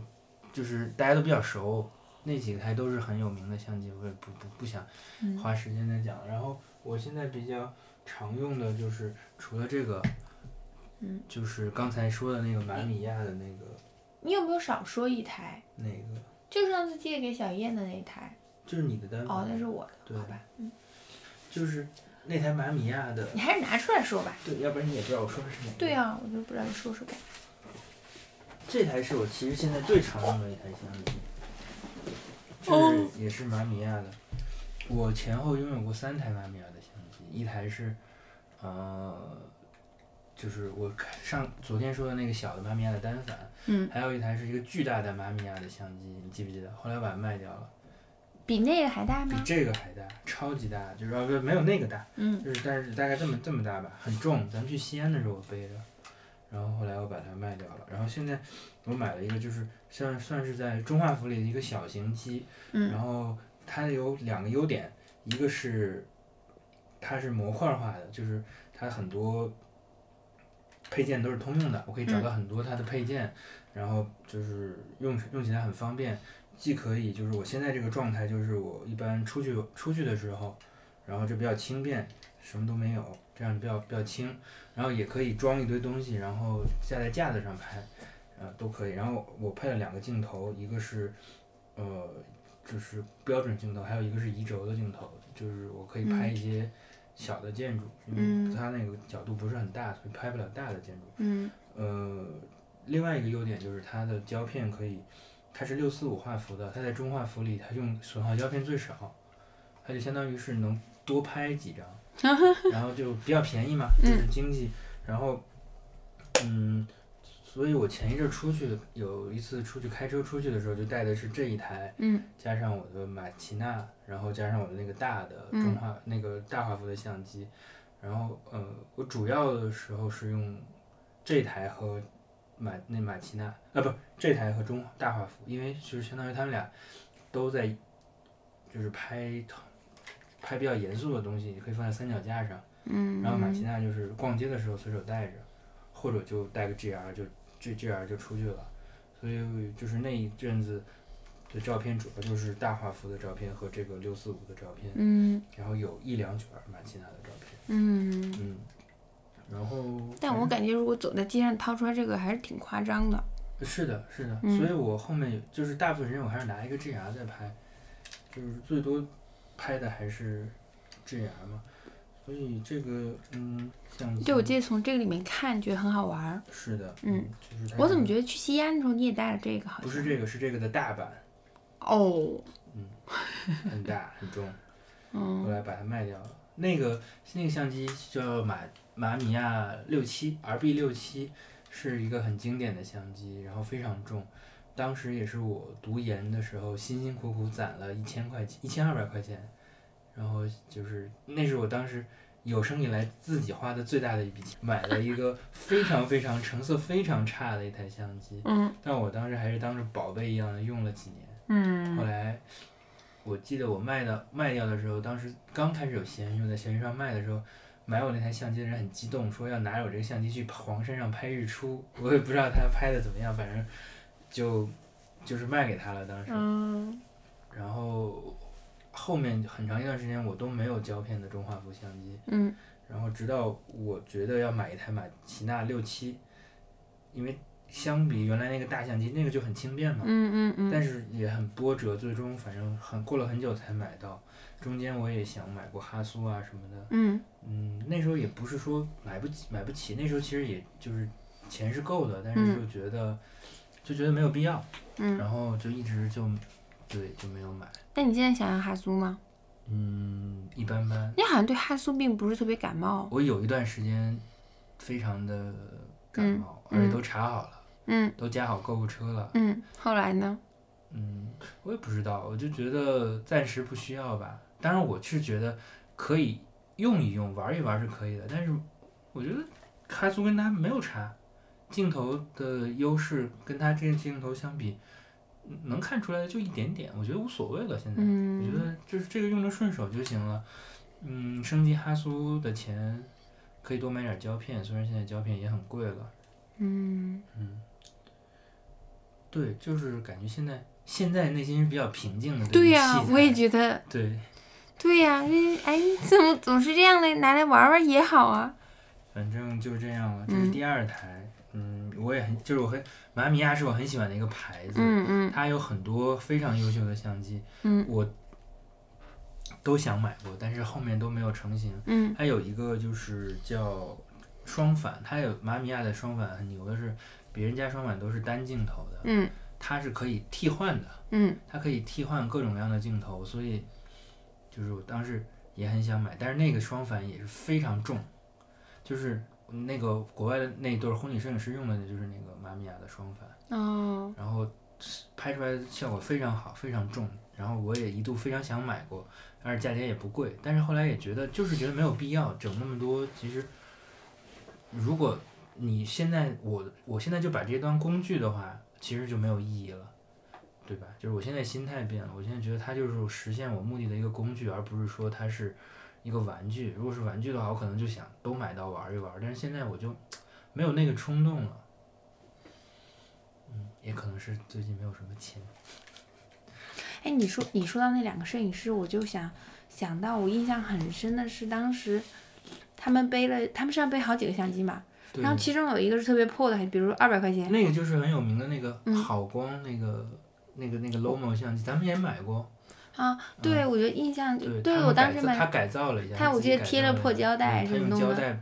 S1: 就是大家都比较熟，那几台都是很有名的相机，我也不不不想
S2: 嗯
S1: 花时间再讲。然后我现在比较常用的就是除了这个，
S2: 嗯，
S1: 就是刚才说的那个马米亚的那个
S2: 你有没有少说一台？
S1: 那个，
S2: 就上次借给小燕的那台，
S1: 就是你的单反，
S2: 哦，那是我的，
S1: 对
S2: 好吧？
S1: 就是那台马米亚的，
S2: 你还是拿出来说吧。
S1: 对，要不然你也不知道我说的是哪个。
S2: 对啊，我就不知道你说什么。
S1: 这台是我其实现在最常用的一台相机，
S2: 哦
S1: 就是也是马米亚的。我前后拥有过三台马米亚的相机，一台是，呃，就是我看上昨天说的那个小的马米亚的单反，
S2: 嗯，
S1: 还有一台是一个巨大的马米亚的相机，你记不记得？后来把它卖掉了，
S2: 比那个还大
S1: 比
S2: 吗？
S1: 这个还大，超级大，就是啊不没有那个大，
S2: 嗯，
S1: 就是但是大概这么这么大吧，很重。咱们去西安的时候我背着，然后后来我把它卖掉了，然后现在我买了一个，就是算算是在中画幅里的一个小型机，
S2: 嗯
S1: 然后它有两个优点，一个是它是模块化的，就是它很多配件都是通用的，我可以找到很多它的配件，然后就是用用起来很方便。既可以就是我现在这个状态，就是我一般出去出去的时候，然后就比较轻便，什么都没有，这样比较比较轻，然后也可以装一堆东西，然后架在架子上拍，呃都可以。然后我配了两个镜头，一个是呃就是标准镜头，还有一个是移轴的镜头，就是我可以拍一些小的建筑，因
S2: 嗯
S1: 为它那个角度不是很大，所以拍不了大的建筑。
S2: 嗯
S1: 呃，另外一个优点就是它的胶片可以，它是六四五画幅的，它在中画幅里它用损耗胶片最少，它就相当于是能多拍几张，然后就比较便宜嘛，就是经济。然后，嗯，所以我前一阵儿出去有一次出去开车出去的时候，就带的是这一台，
S2: 嗯，
S1: 加上我的马奇娜，然后加上我的那个大的中画、那个大画幅的相机，然后呃，我主要的时候是用这台和马那马奇娜啊，不，这台和中大画幅，因为就是相当于他们俩都在就是拍拍比较严肃的东西，你可以放在三脚架上，
S2: 嗯
S1: 然后马奇娜就是逛街的时候随手带着，或者就带个 GR 就这 GR 就出去了，所以就是那一阵子的照片主要就是大画幅的照片和这个六四五的照片，
S2: 嗯
S1: 然后有一两卷儿马奇娜的照片，
S2: 嗯，
S1: 嗯，然后
S2: 但我感觉如果走在街上掏出来这个还是挺夸张的。
S1: 是的，是的，
S2: 嗯
S1: 所以我后面有就是大部分人我还是拿一个 GR 在拍，就是最多拍的还是 GR 嘛，所以这个嗯，相机
S2: 就我记得从这个里面看，觉得很好玩儿。
S1: 是的，
S2: 嗯，
S1: 就是它
S2: 我怎么
S1: 这
S2: 觉得去西安的时候你也带了这个？好
S1: 个
S2: 像
S1: 不是这个是这个的大版，
S2: 哦，
S1: 很大很重，后
S2: 嗯
S1: 来把它卖掉了。那个那个相机叫马马米亚六七 RB 六七，是一个很经典的相机，然后非常重。当时也是我读研的时候，辛辛苦苦攒了一千块钱，一千二百块钱，然后就是那是我当时有生以来自己花的最大的一笔钱，买了一个非常非常成色非常差的一台相机，
S2: 嗯
S1: 但我当时还是当着宝贝一样的用了几年。后
S2: 嗯
S1: 来我记得我卖的卖掉的时候，当时刚开始有闲鱼，我在闲鱼上卖的时候，买我那台相机的人很激动，说要拿着我这个相机去黄山上拍日出。我也不知道他拍的怎么样，反正就就是卖给他了当时。
S2: 嗯
S1: 然后后面很长一段时间我都没有胶片的中画幅相机，
S2: 嗯
S1: 然后直到我觉得要买一台马奇纳六七，因为相比原来那个大相机，那个就很轻便嘛，
S2: 嗯嗯
S1: 但是也很波折，最终反正很过了很久才买到。中间我也想买过哈苏啊什么的，
S2: 嗯
S1: 嗯，那时候也不是说买不起，买不起，那时候其实也就是钱是够的，但是
S2: 嗯
S1: 就觉得、就觉得没有必要，
S2: 嗯。
S1: 然后就一直就对就没有买。
S2: 但你现在想要哈苏吗？
S1: 嗯，一般般。
S2: 你好像对哈苏并不是特别感冒。
S1: 我有一段时间非常的感
S2: 嗯
S1: 冒，而且
S2: 嗯
S1: 都查好了，
S2: 嗯
S1: 都加好购物车了。
S2: 嗯。后来呢？
S1: 嗯，我也不知道，我就觉得暂时不需要吧。当然，我是觉得可以用一用、玩一玩是可以的，但是我觉得哈苏跟它没有差，镜头的优势跟它这个镜头相比，嗯能看出来的就一点点，我觉得无所谓了。现在，我觉
S2: 嗯
S1: 得就是这个用着顺手就行了。嗯，升级哈苏的钱可以多买点胶片，虽然现在胶片也很贵了。
S2: 嗯
S1: 嗯，对，就是感觉现在现在内心是比较平静的。
S2: 对
S1: 于
S2: 呀、
S1: 器材
S2: 我也觉得
S1: 对，
S2: 对呀、这哎，你怎么总是这样嘞？拿来玩玩也好啊。
S1: 反正就这样了。这是
S2: 嗯
S1: 第二台，嗯我也很就是我很马米亚是我很喜欢的一个牌子，
S2: 嗯嗯
S1: 它有很多非常优秀的相机，
S2: 嗯
S1: 我都想买过，但是后面都没有成型。
S2: 嗯
S1: 它有一个就是叫双反，它有马米亚的双反很牛的是，别人家双反都是单镜头的，
S2: 嗯
S1: 它是可以替换的，
S2: 嗯
S1: 它可以替换各种各样的镜头，所以就是我当时也很想买，但是那个双反也是非常重，就是那个国外的那对婚礼摄影师用的就是那个马米亚的双反，
S2: 哦
S1: 然后拍出来的效果非常好，非常重。然后我也一度非常想买过，但是价钱也不贵。但是后来也觉得，就是觉得没有必要整那么多。其实，如果你现在我我现在就把这些当工具的话，其实就没有意义了，对吧？就是我现在心态变了，我现在觉得它就是实现我目的的一个工具，而不是说它是一个玩具。如果是玩具的话，我可能就想都买到玩一玩。但是现在我就没有那个冲动了。嗯，也可能是最近没有什么钱。
S2: 哎，你说你说到那两个摄影师，我就想想到我印象很深的是当时他们背了，他们身上背好几个相机嘛，
S1: 对
S2: 然后其中有一个是特别破的，比如二百块钱。
S1: 那个就是很有名的那个
S2: 嗯
S1: 好光那个、那个那个 Lomo 相机，咱们也买过。
S2: 啊，对，我觉得印象就
S1: 嗯对，
S2: 对
S1: 他
S2: 我
S1: 们改
S2: 当时
S1: 造他
S2: 买，
S1: 改造了一下，
S2: 他我
S1: 自己
S2: 记得
S1: 改
S2: 贴
S1: 造
S2: 了
S1: 了
S2: 破
S1: 一下
S2: 胶带
S1: 嗯
S2: 什么
S1: 他
S2: 弄
S1: 用胶
S2: 的
S1: 带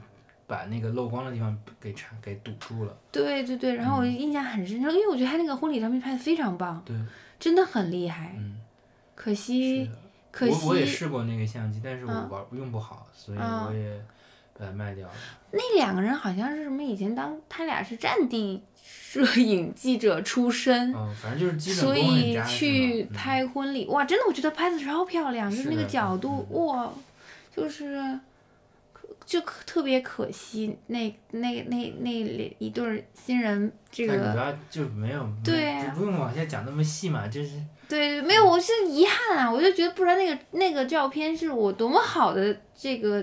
S1: 把那个漏光的地方给插给堵住了。
S2: 对对对，然后我就
S1: 嗯
S2: 印象很深，因为我觉得他那个婚礼照片拍的非常棒，
S1: 对，
S2: 真的很厉害，
S1: 嗯，
S2: 可
S1: 是
S2: 惜
S1: 的。
S2: 可惜
S1: 我我也试过那个相机，但是我
S2: 啊
S1: 玩、用不好，所以
S2: 啊
S1: 我也把它卖掉了。
S2: 那两个人好像是什么？以前当他俩是战地摄影记者出身，
S1: 嗯，反正就是基本
S2: 所
S1: 功很
S2: 以
S1: 扎实嘛。
S2: 去
S1: 嗯
S2: 拍婚礼，哇，真的我觉得拍的超漂亮，就是是那个
S1: 的
S2: 角度，
S1: 嗯
S2: 哇，就是可就可特别可惜，那那那那一对儿新人，这
S1: 但主
S2: 个
S1: 要就没有，没
S2: 对啊
S1: 不用往下讲那么细嘛，就是
S2: 对没有，我是遗憾啊，我就觉得不然那个那个照片是我多么好的这个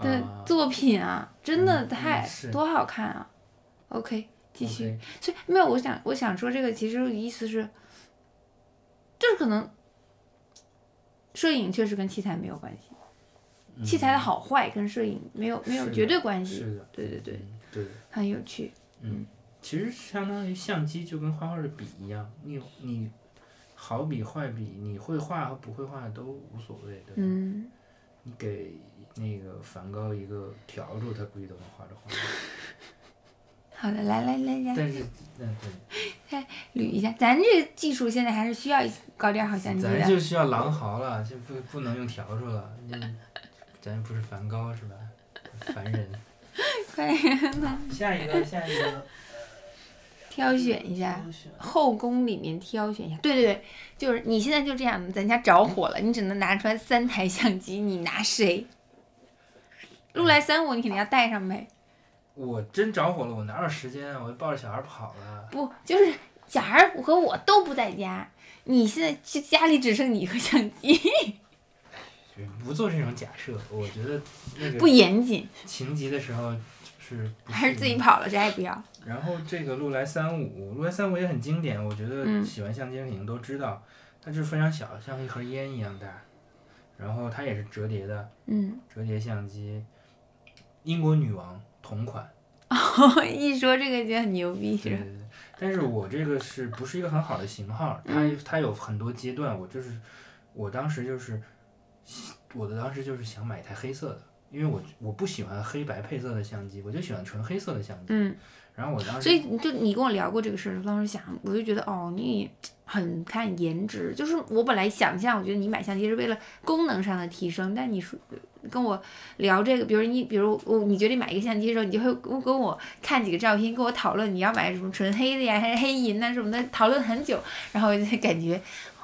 S2: 的
S1: 啊
S2: 作品啊，真的
S1: 嗯嗯
S2: 太、
S1: 是
S2: 多好看啊！OK，继续。
S1: OK
S2: 所以没有，我想我想说这个，其实意思是，就是可能摄影确实跟器材没有关系，器材的好坏跟摄影没有没有
S1: 是
S2: 绝
S1: 的
S2: 对关系。
S1: 嗯是的，
S2: 对对对，
S1: 嗯对。
S2: 很有趣。
S1: 嗯，其实相当于相机就跟画画的笔一样，你你好笔坏笔，你会画和不会画都无所谓的。
S2: 嗯，
S1: 你给那个梵高一个笤帚，他估计都能画出 画来。
S2: 好的，来来来来，
S1: 但是，嗯，对，
S2: 捋一下，咱这个技术现在还是需要搞点好相机
S1: 咱
S2: 的。
S1: 就需要狼嚎了，就不不能用笤帚了，那咱也不是梵高是吧？凡人。
S2: 快点
S1: 下一个，下一个，
S2: 挑选一下。后宫里面挑选一下，对对对，就是你现在就这样，咱家着火了，你只能拿出来三台相机，你拿谁？
S1: 嗯
S2: 禄来三五你肯定要带上呗，
S1: 我真着火了，我哪有时间啊？我抱着小孩跑了。
S2: 不就是小孩儿和我都不在家，你现在去家里只剩你和相机，
S1: 就是不做这种假设。我觉得那
S2: 不
S1: 个
S2: 严谨，
S1: 情急的时候是不
S2: 还是
S1: 适
S2: 自己
S1: 应
S2: 跑了，谁也不要。
S1: 然后这个禄来三五，禄来三五也很经典，我觉得
S2: 嗯
S1: 喜欢相机的肯定都知道，它就是非常小，像一盒烟一样大，然后它也是折叠的，
S2: 嗯，
S1: 折叠相机，英国女王同款，
S2: 一说这个就很牛逼，是
S1: 对对
S2: 吧？
S1: 对。但是我这个是不是一个很好的型号？它
S2: 嗯
S1: 它有很多阶段，我就是我当时就是我的当时就是想买一台黑色的，因为我我不喜欢黑白配色的相机，我就喜欢纯黑色的相机。
S2: 嗯，
S1: 然后我当时
S2: 所以你就你跟我聊过这个事儿，当时想我就觉得哦，你很看颜值，就是我本来想象，我觉得你买相机是为了功能上的提升，但你说跟我聊这个，比如你比如我、你决定买一个相机的时候，你就会跟我看几个照片，跟我讨论你要买什么纯黑的呀，还是黑银呐、什么的，讨论很久，然后我就感觉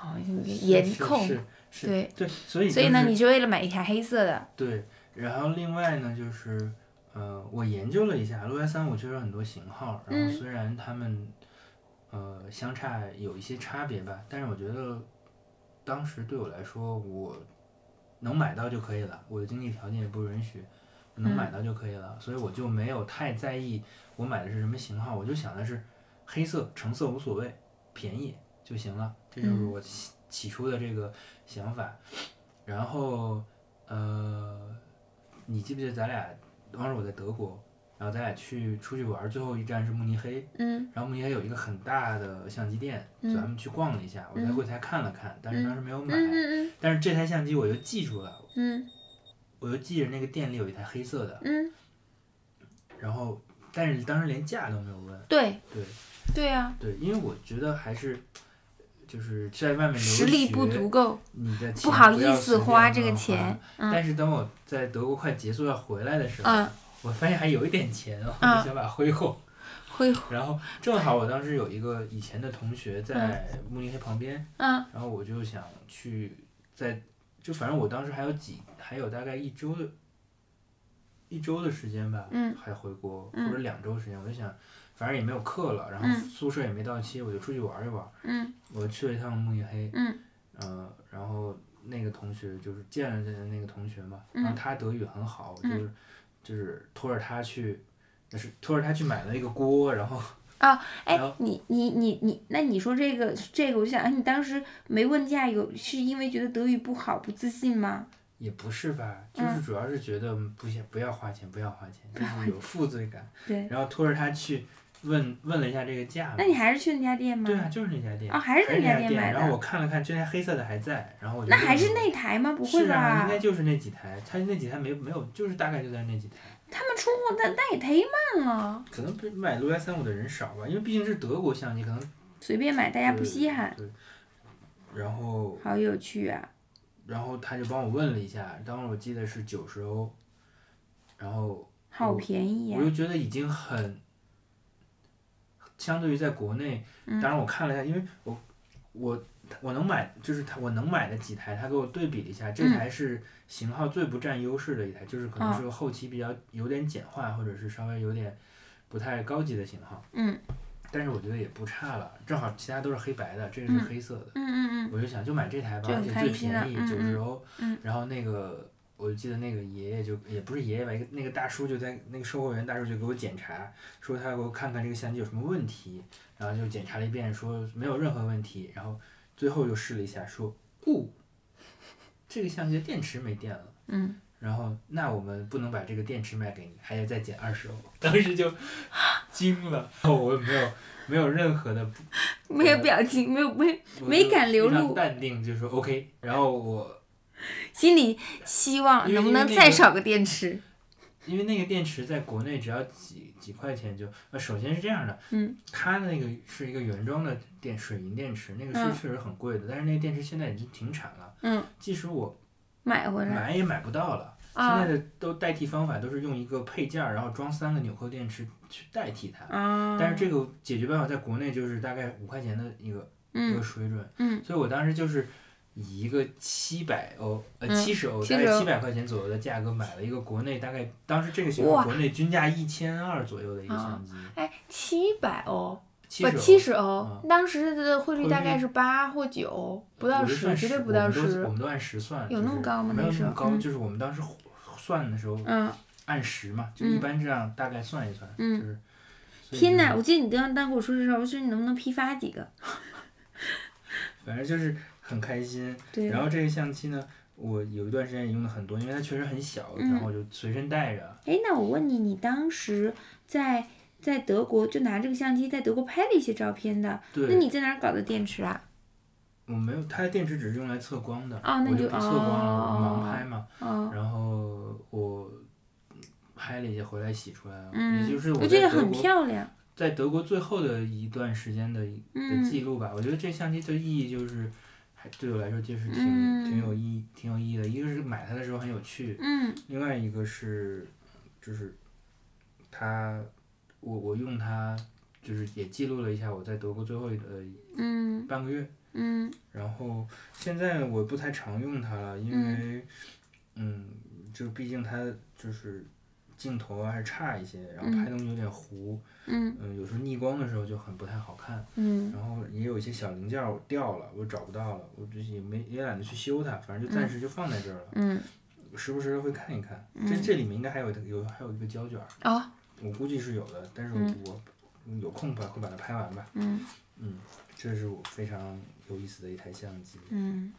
S2: 哦，你
S1: 是
S2: 颜
S1: 是
S2: 控
S1: 是是
S2: 对
S1: 对，所以
S2: 所以
S1: 就
S2: 呢，
S1: 是
S2: 你是为了买一台黑色的，
S1: 对，然后另外呢就是，呃，我研究了一下，六 S 三五确实有很多型号，然后
S2: 嗯
S1: 虽然它们，呃，相差有一些差别吧，但是我觉得，当时对我来说，我能买到就可以了，我的经济条件也不允许，我能
S2: 嗯
S1: 买到就可以了，所以我就没有太在意我买的是什么型号，我就想的是黑色、橙色无所谓，便宜就行了，这就是
S2: 嗯
S1: 我起起初的这个想法，然后。呃，你记不记得咱俩当时我在德国，然后咱俩去出去玩儿，最后一站是慕尼黑，
S2: 嗯
S1: 然后慕尼黑有一个很大的相机店，
S2: 嗯
S1: 咱们去逛了一下，我在
S2: 嗯
S1: 柜台看了看，但是当时没有买，
S2: 嗯嗯
S1: 但是这台相机我就记住了，
S2: 嗯
S1: 我就记着那个店里有一台黑色的，
S2: 嗯，
S1: 然后但是当时连价都没有问，
S2: 对
S1: 对
S2: 对啊，
S1: 对，因为我觉得还是。就是在外面留
S2: 实力不
S1: 学
S2: 足够，
S1: 你的
S2: 不
S1: 钱
S2: 好
S1: 不
S2: 意
S1: 要啊
S2: 思
S1: 随便
S2: 花这个
S1: 乱
S2: 钱，嗯
S1: 但是等我在德国快结束要回来的时候，
S2: 嗯。
S1: 我发现还有一点钱，我
S2: 嗯
S1: 就想把它挥霍。
S2: 挥霍，
S1: 然后正好我当时有一个以前的同学在慕尼黑旁边，
S2: 嗯
S1: 然后我就想去在，就反正我当时还有几还有大概一周的，一周的时间吧，
S2: 嗯
S1: 还回国
S2: 嗯
S1: 或者两周时间，我就想反正也没有课了，然后
S2: 嗯
S1: 宿舍也没到期，我就出去玩一玩。
S2: 嗯
S1: 我去了一趟慕尼黑，
S2: 嗯
S1: 呃，然后那个同学就是见了见那个同学嘛，
S2: 嗯
S1: 然后他德语很好，我
S2: 嗯
S1: 就是就是拖着他去，就是拖着他去买了一个锅，然后
S2: 哎
S1: 然后，
S2: 你你你你，那你说这个这个，我就想，哎，你当时没问价有，是因为觉得德语不好不自信吗？
S1: 也不是吧，就是
S2: 嗯
S1: 主要是觉得不想不要花钱，不要花钱，就是有负罪感，
S2: 对，
S1: 然后拖着他去问问了一下这个价嘛
S2: 那，你还是去那家店吗？
S1: 对啊，就是那家店
S2: 哦，。还是
S1: 还
S2: 那
S1: 是那
S2: 家
S1: 家
S2: 店买
S1: 店，然后我
S2: 的。
S1: 看了看，这台黑色的还在，然后我就
S2: 那
S1: 问
S2: 还是
S1: 了
S2: 那台吗？不会
S1: 是
S2: 吧？
S1: 啊，应该就是那几台，它那几台没没有，就是大概就在那几台。
S2: 他们出货那那也忒慢了，
S1: 可能买六 S 三五的人少吧，因为毕竟是德国相机，可能
S2: 随便买大家不
S1: 对
S2: 稀罕，
S1: 对，然后
S2: 好有趣啊！
S1: 然后他就帮我问了一下，当时我记得是九十欧，然后
S2: 好便宜
S1: 嗯
S2: 啊呀、
S1: 我就觉得已经很，相对于在国内，
S2: 嗯
S1: 当然我看了一下，因为我我我能买，就是他我能买的几台，他给我对比了一下，这
S2: 嗯
S1: 台是型号最不占优势的一台，就是可能
S2: 哦
S1: 是后期比较有点简化，或者是稍微有点不太高级的型号。
S2: 嗯
S1: 但是我觉得也不差了，正好其他都是黑白的，这个是
S2: 嗯
S1: 黑色的，
S2: 嗯嗯
S1: 我就想就买这台吧，
S2: 就
S1: 而
S2: 很
S1: 且
S2: 开
S1: 最
S2: 心了
S1: 便宜
S2: 嗯
S1: 九十欧
S2: 嗯。
S1: 然后那个我就记得那个爷爷就也不是爷爷吧，一个那个大叔就在那个售货员大叔就给我检查，说他要给我看看这个相机有什么问题，然后就检查了一遍，说没有任何问题，然后最后又试了一下，说哦，这个相机的电池没电了。
S2: 嗯
S1: 然后，那我们不能把这个电池卖给你，还得再减二十欧。当时就惊了，然后我也没有没有任何的
S2: 嗯，没有表情，没有没
S1: 我
S2: 没
S1: 就
S2: 敢流
S1: 非常
S2: 露
S1: 淡定就说 OK。然后我
S2: 心里希望
S1: 因为
S2: 能不
S1: 因为
S2: 能
S1: 那
S2: 再
S1: 个
S2: 少个电池？
S1: 因为那个电池在国内只要几几块钱就，呃，首先是这样的，
S2: 嗯，
S1: 它那个是一个原装的电水银电池，那个是
S2: 嗯
S1: 确实很贵的，但是那个电池现在已经停产了，
S2: 嗯，
S1: 即使我
S2: 买回来
S1: 买也买不到了。现在
S2: 啊
S1: 的都代替方法都是用一个配件儿，然后装三个纽扣电池去代替它。
S2: 啊！
S1: 但是这个解决办法在国内就是大概五块钱的一个、一
S2: 嗯
S1: 个水准，
S2: 嗯
S1: 所以我当时就是以一个七百欧呃
S2: 嗯
S1: 七十欧大
S2: 70
S1: 概
S2: 欧
S1: 七百块钱左右的价格买了一个国内大概当时这个型号
S2: 哇
S1: 国内均价一千二左右的一个相机，
S2: 哎，七百欧，
S1: 七
S2: 不
S1: 十
S2: 七十欧
S1: 啊，
S2: 当时的汇率
S1: 汇
S2: 大
S1: 率
S2: 概是八或九，不到
S1: 我就
S2: 十，
S1: 算
S2: 绝对
S1: 10
S2: 不到
S1: 我们都
S2: 十
S1: 我。们都按十算，
S2: 有
S1: 就
S2: 那么
S1: 是
S2: 高吗
S1: 没
S2: 那
S1: 有
S2: 时
S1: 那么
S2: 候
S1: 高，
S2: 嗯
S1: 就是我们当时算的时候
S2: 嗯，
S1: 按十嘛，就一
S2: 嗯
S1: 般这样大概算一算，
S2: 嗯
S1: 就是。所以
S2: 天
S1: 就
S2: 哪！
S1: 是
S2: 我记得你当当跟我说这事儿，我说你能不能批发几个？
S1: 反正就是很开心。
S2: 对，
S1: 然后这个相机呢，我有一段时间也用的很多，因为它确实很小，
S2: 嗯
S1: 然后我就随身带着。
S2: 哎，那我问你，你当时在在德国就拿这个相机在德国拍了一些照片的，那
S1: 对，
S2: 你在哪儿搞的电池啊？
S1: 我没有，它的电池只是用来测光的，
S2: 哦那
S1: 我
S2: 就
S1: 就不测光了，我
S2: 哦
S1: 盲拍嘛。
S2: 哦，
S1: 然后我拍了一些回来洗出来了，
S2: 嗯，
S1: 也就是
S2: 我觉
S1: 在
S2: 得
S1: 德
S2: 很
S1: 国
S2: 漂亮。
S1: 在德国最后的一段时间的的
S2: 嗯
S1: 记录吧。我觉得这相机的意义就是，还对我来说就是挺、
S2: 嗯
S1: 挺有意义、挺有意义的。一个是买它的时候很有趣，
S2: 嗯
S1: 另外一个是就是它，我我用它就是也记录了一下我在德国最后的
S2: 嗯
S1: 半个月。
S2: 嗯
S1: 然后现在我不太常用它了，因
S2: 嗯
S1: 为嗯就毕竟它就是镜头啊还差一些，然后拍东西有点糊，
S2: 嗯
S1: 嗯，有时候逆光的时候就很不太好看。
S2: 嗯
S1: 然后也有一些小零件儿我掉了，我找不到了，我就是也没也懒得去修它，反正就暂时就放在这儿了，
S2: 嗯，
S1: 时不时会看一看。这
S2: 嗯
S1: 这里面应该还有一个有还有一个胶卷儿，
S2: 哦，
S1: 我估计是有的，但是我、
S2: 嗯
S1: 我有空吧会把它拍完吧。
S2: 嗯
S1: 嗯，这是我非常有意思的一台相机。
S2: 嗯。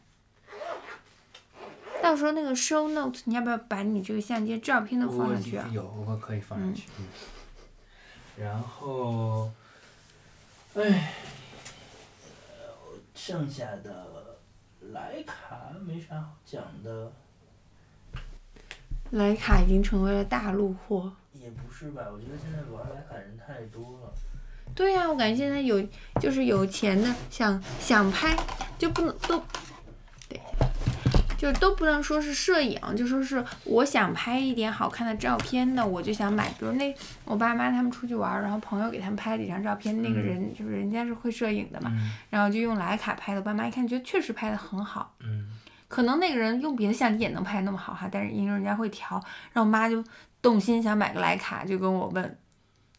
S2: 到时候那个 show note，你要不要把你这个相机的照片都放上去啊
S1: 我？有，我可以放上去。嗯然后，哎，呃剩下的徕卡没啥好讲的。
S2: 徕卡已经成为了大陆货。
S1: 也不是吧，我觉得现在玩徕卡人太多了。
S2: 对呀、我感觉现在有就是有钱的想想拍就不能都，对，就都不能说是摄影，就说是我想拍一点好看的照片的，我就想买。比如那我爸妈他们出去玩儿，然后朋友给他们拍了几张照片，那个
S1: 嗯
S2: 人就是人家是会摄影的嘛，
S1: 嗯
S2: 然后就用徕卡拍的。我爸妈一看觉得确实拍的很好，
S1: 嗯，
S2: 可能那个人用别的相机也能拍那么好哈，但是因为人家会调，然后我妈就动心想买个徕卡，就跟我问，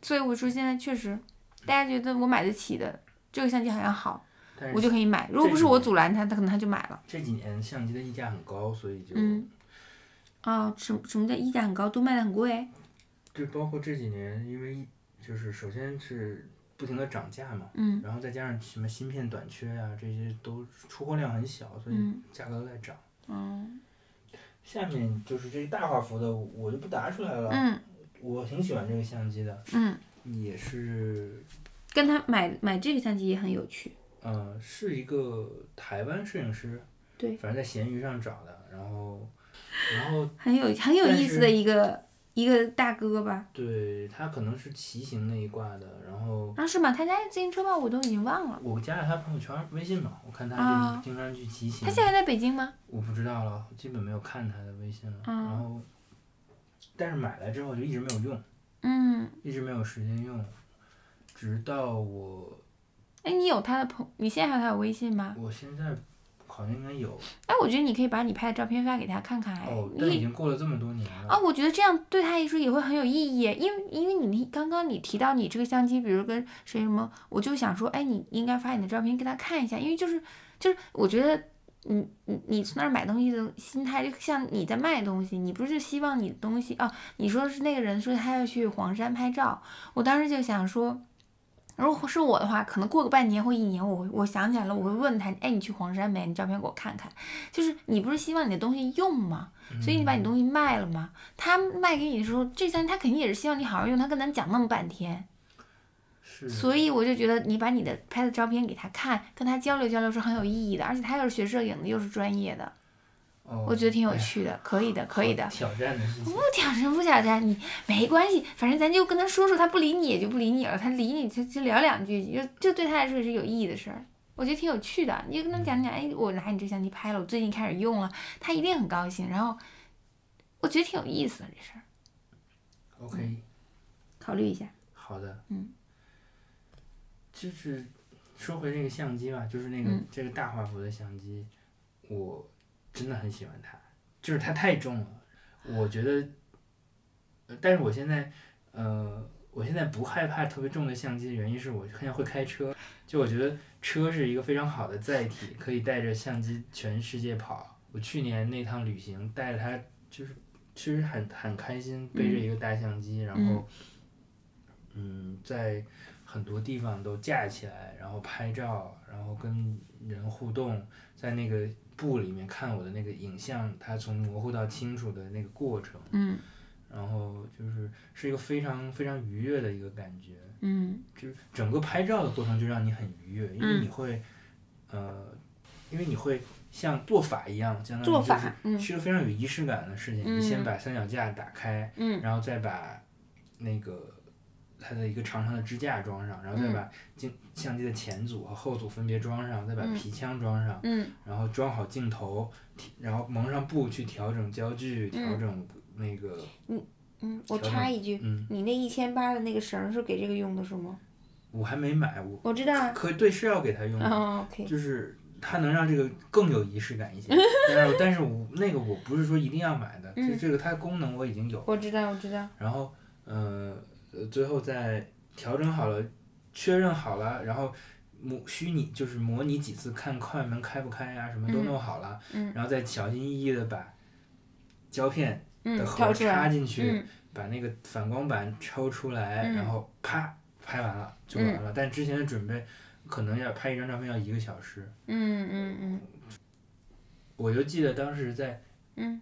S2: 所以我说现在确实，大家觉得我买得起的这个相机好像好，
S1: 但
S2: 我就是可以买。如果不是我阻拦他，他可能他就买了。
S1: 这几年相机的溢价很高，所以就、
S2: 嗯啊、什么什么叫溢价很高，都卖的很贵？
S1: 就包括这几年，因为一就是首先是不停的涨价嘛，
S2: 嗯
S1: 然后再加上什么芯片短缺啊，这些都出货量很小，所以
S2: 嗯
S1: 价格都在涨。
S2: 嗯
S1: 下面就是这大画幅的，我就不答出来了。
S2: 嗯
S1: 我挺喜欢这个相机的，
S2: 嗯，
S1: 也是，
S2: 跟他买买这个相机也很有趣。
S1: 呃，是一个台湾摄影师，
S2: 对
S1: 反正在闲鱼上找的，然后，然后
S2: 很有很有
S1: 但
S2: 意
S1: 是
S2: 思的一个一个大哥吧。
S1: 对他可能是骑行那一挂的，然后
S2: 啊，是吗？他家自行车吧，我都已经忘了。
S1: 我加了他朋友圈微信嘛，我看他
S2: 啊
S1: 就是经常去骑行，
S2: 他现在还在北京吗？
S1: 我不知道了，基本没有看他的微信了，
S2: 嗯
S1: 然后，但是买来之后就一直没有用，
S2: 嗯，
S1: 一直没有时间用，直到我
S2: 哎，你有他的朋，你现在还有他的微信吗？
S1: 我现在好像应该有
S2: 哎，我觉得你可以把你拍的照片发给他看看，哎，
S1: 哦，但已
S2: 你
S1: 经过了这么多年了，
S2: 啊、我觉得这样对他来说也会很有意义，因为因为你刚刚你提到你这个相机，比如跟谁什么，我就想说，哎，你应该发你的照片给他看一下，因为就是就是我觉得。你你你从那儿买东西的心态，就像你在卖东西，你不是希望你的东西哦？你说是那个人说他要去黄山拍照，我当时就想说，如果是我的话，可能过个半年或一年，我会我想起来了，我会问他，哎，你去黄山没？你照片给我看看。就是你不是希望你的东西用吗？所
S1: 嗯
S2: 以你把你东西卖了吗？他卖给你的时候，这三他肯定也是希望你好好用，他跟咱讲那么半天，
S1: 是，
S2: 所以我就觉得你把你的拍的照片给他看，跟他交流交流是很有意义的，而且他又是学摄影的，又是专业的，
S1: 哦
S2: 我觉得挺有
S1: 哎呀
S2: 趣的，可以的，可以的嗯
S1: 好。挑战的事情
S2: 不，挑战不挑战你没关系，反正咱就跟他说说，他不理你也就不理你了，他理你就就聊两句，就这对他来说也是有意义的事儿，我觉得挺有趣的。你就跟他讲讲，哎，我拿你这相机拍了，我最近开始用了，他一定很高兴。然后我觉得挺有意思的这事儿，
S1: OK，
S2: 考虑一下。
S1: 好的，
S2: 嗯，
S1: 就是说回这个相机吧，就是那个、
S2: 嗯
S1: 这个大画幅的相机，我真的很喜欢它，就是它太重了，我觉得，呃但是我现在，呃，我现在不害怕特别重的相机的原因是我现在会开车，就我觉得车是一个非常好的载体，可以带着相机全世界跑。我去年那趟旅行带着它，就是其实很很开心，
S2: 嗯
S1: 背着一个大相机，然后，嗯，在很多地方都架起来，然后拍照，然后跟人互动，在那个布里面看我的那个影像，它从模糊到清楚的那个过程。
S8: 嗯
S1: 然后就是是一个非常非常愉悦的一个感觉，
S8: 嗯
S1: 就是整个拍照的过程就让你很愉悦，因为你会，呃，因为你会像做法一样，相当
S8: 做
S1: 于就
S8: 法
S1: 是
S8: 嗯
S1: 是一个非常有仪式感的事情。
S8: 嗯
S1: 你先把三脚架打开，
S8: 嗯
S1: 然后再把那个它的一个长长的支架装上，然后再
S8: 嗯
S1: 把镜相机的前组和后组分别装上，再把
S8: 嗯
S1: 皮枪装上，
S8: 嗯
S1: 然后装好镜头，提然后蒙上布去调整焦距，调
S8: 嗯
S1: 整那个
S8: 嗯，我
S1: 调
S8: 插
S1: 整
S8: 一句，
S1: 嗯
S8: 你那一千八的那个绳儿是给这个用的是吗？
S1: 我还没买，我
S8: 我知道啊。
S1: 可对是要给他用的，
S8: 啊，OK，
S1: 就是它能让这个更有仪式感一些。 但是但是我那个我不是说一定要买的，
S8: 嗯
S1: 就这个它功能我已经有。
S8: 我知道，我知道。
S1: 然后呃呃最后再调整好了，确认好了，然后模虚拟就是模拟几次看快门开不开呀、什么都
S8: 嗯
S1: 弄好了，
S8: 嗯
S1: 然后再小心翼翼的把胶片
S8: 嗯
S1: 的，
S8: 跳
S1: 盒
S8: 出
S1: 插
S8: 来。
S1: 进去，
S8: 嗯
S1: 把那个反光板抽出来，
S8: 嗯
S1: 然后啪拍完了就完了。但之前的准备可能要拍一张照片要一个小时，
S8: 嗯嗯嗯
S1: 我就记得当时在
S8: 嗯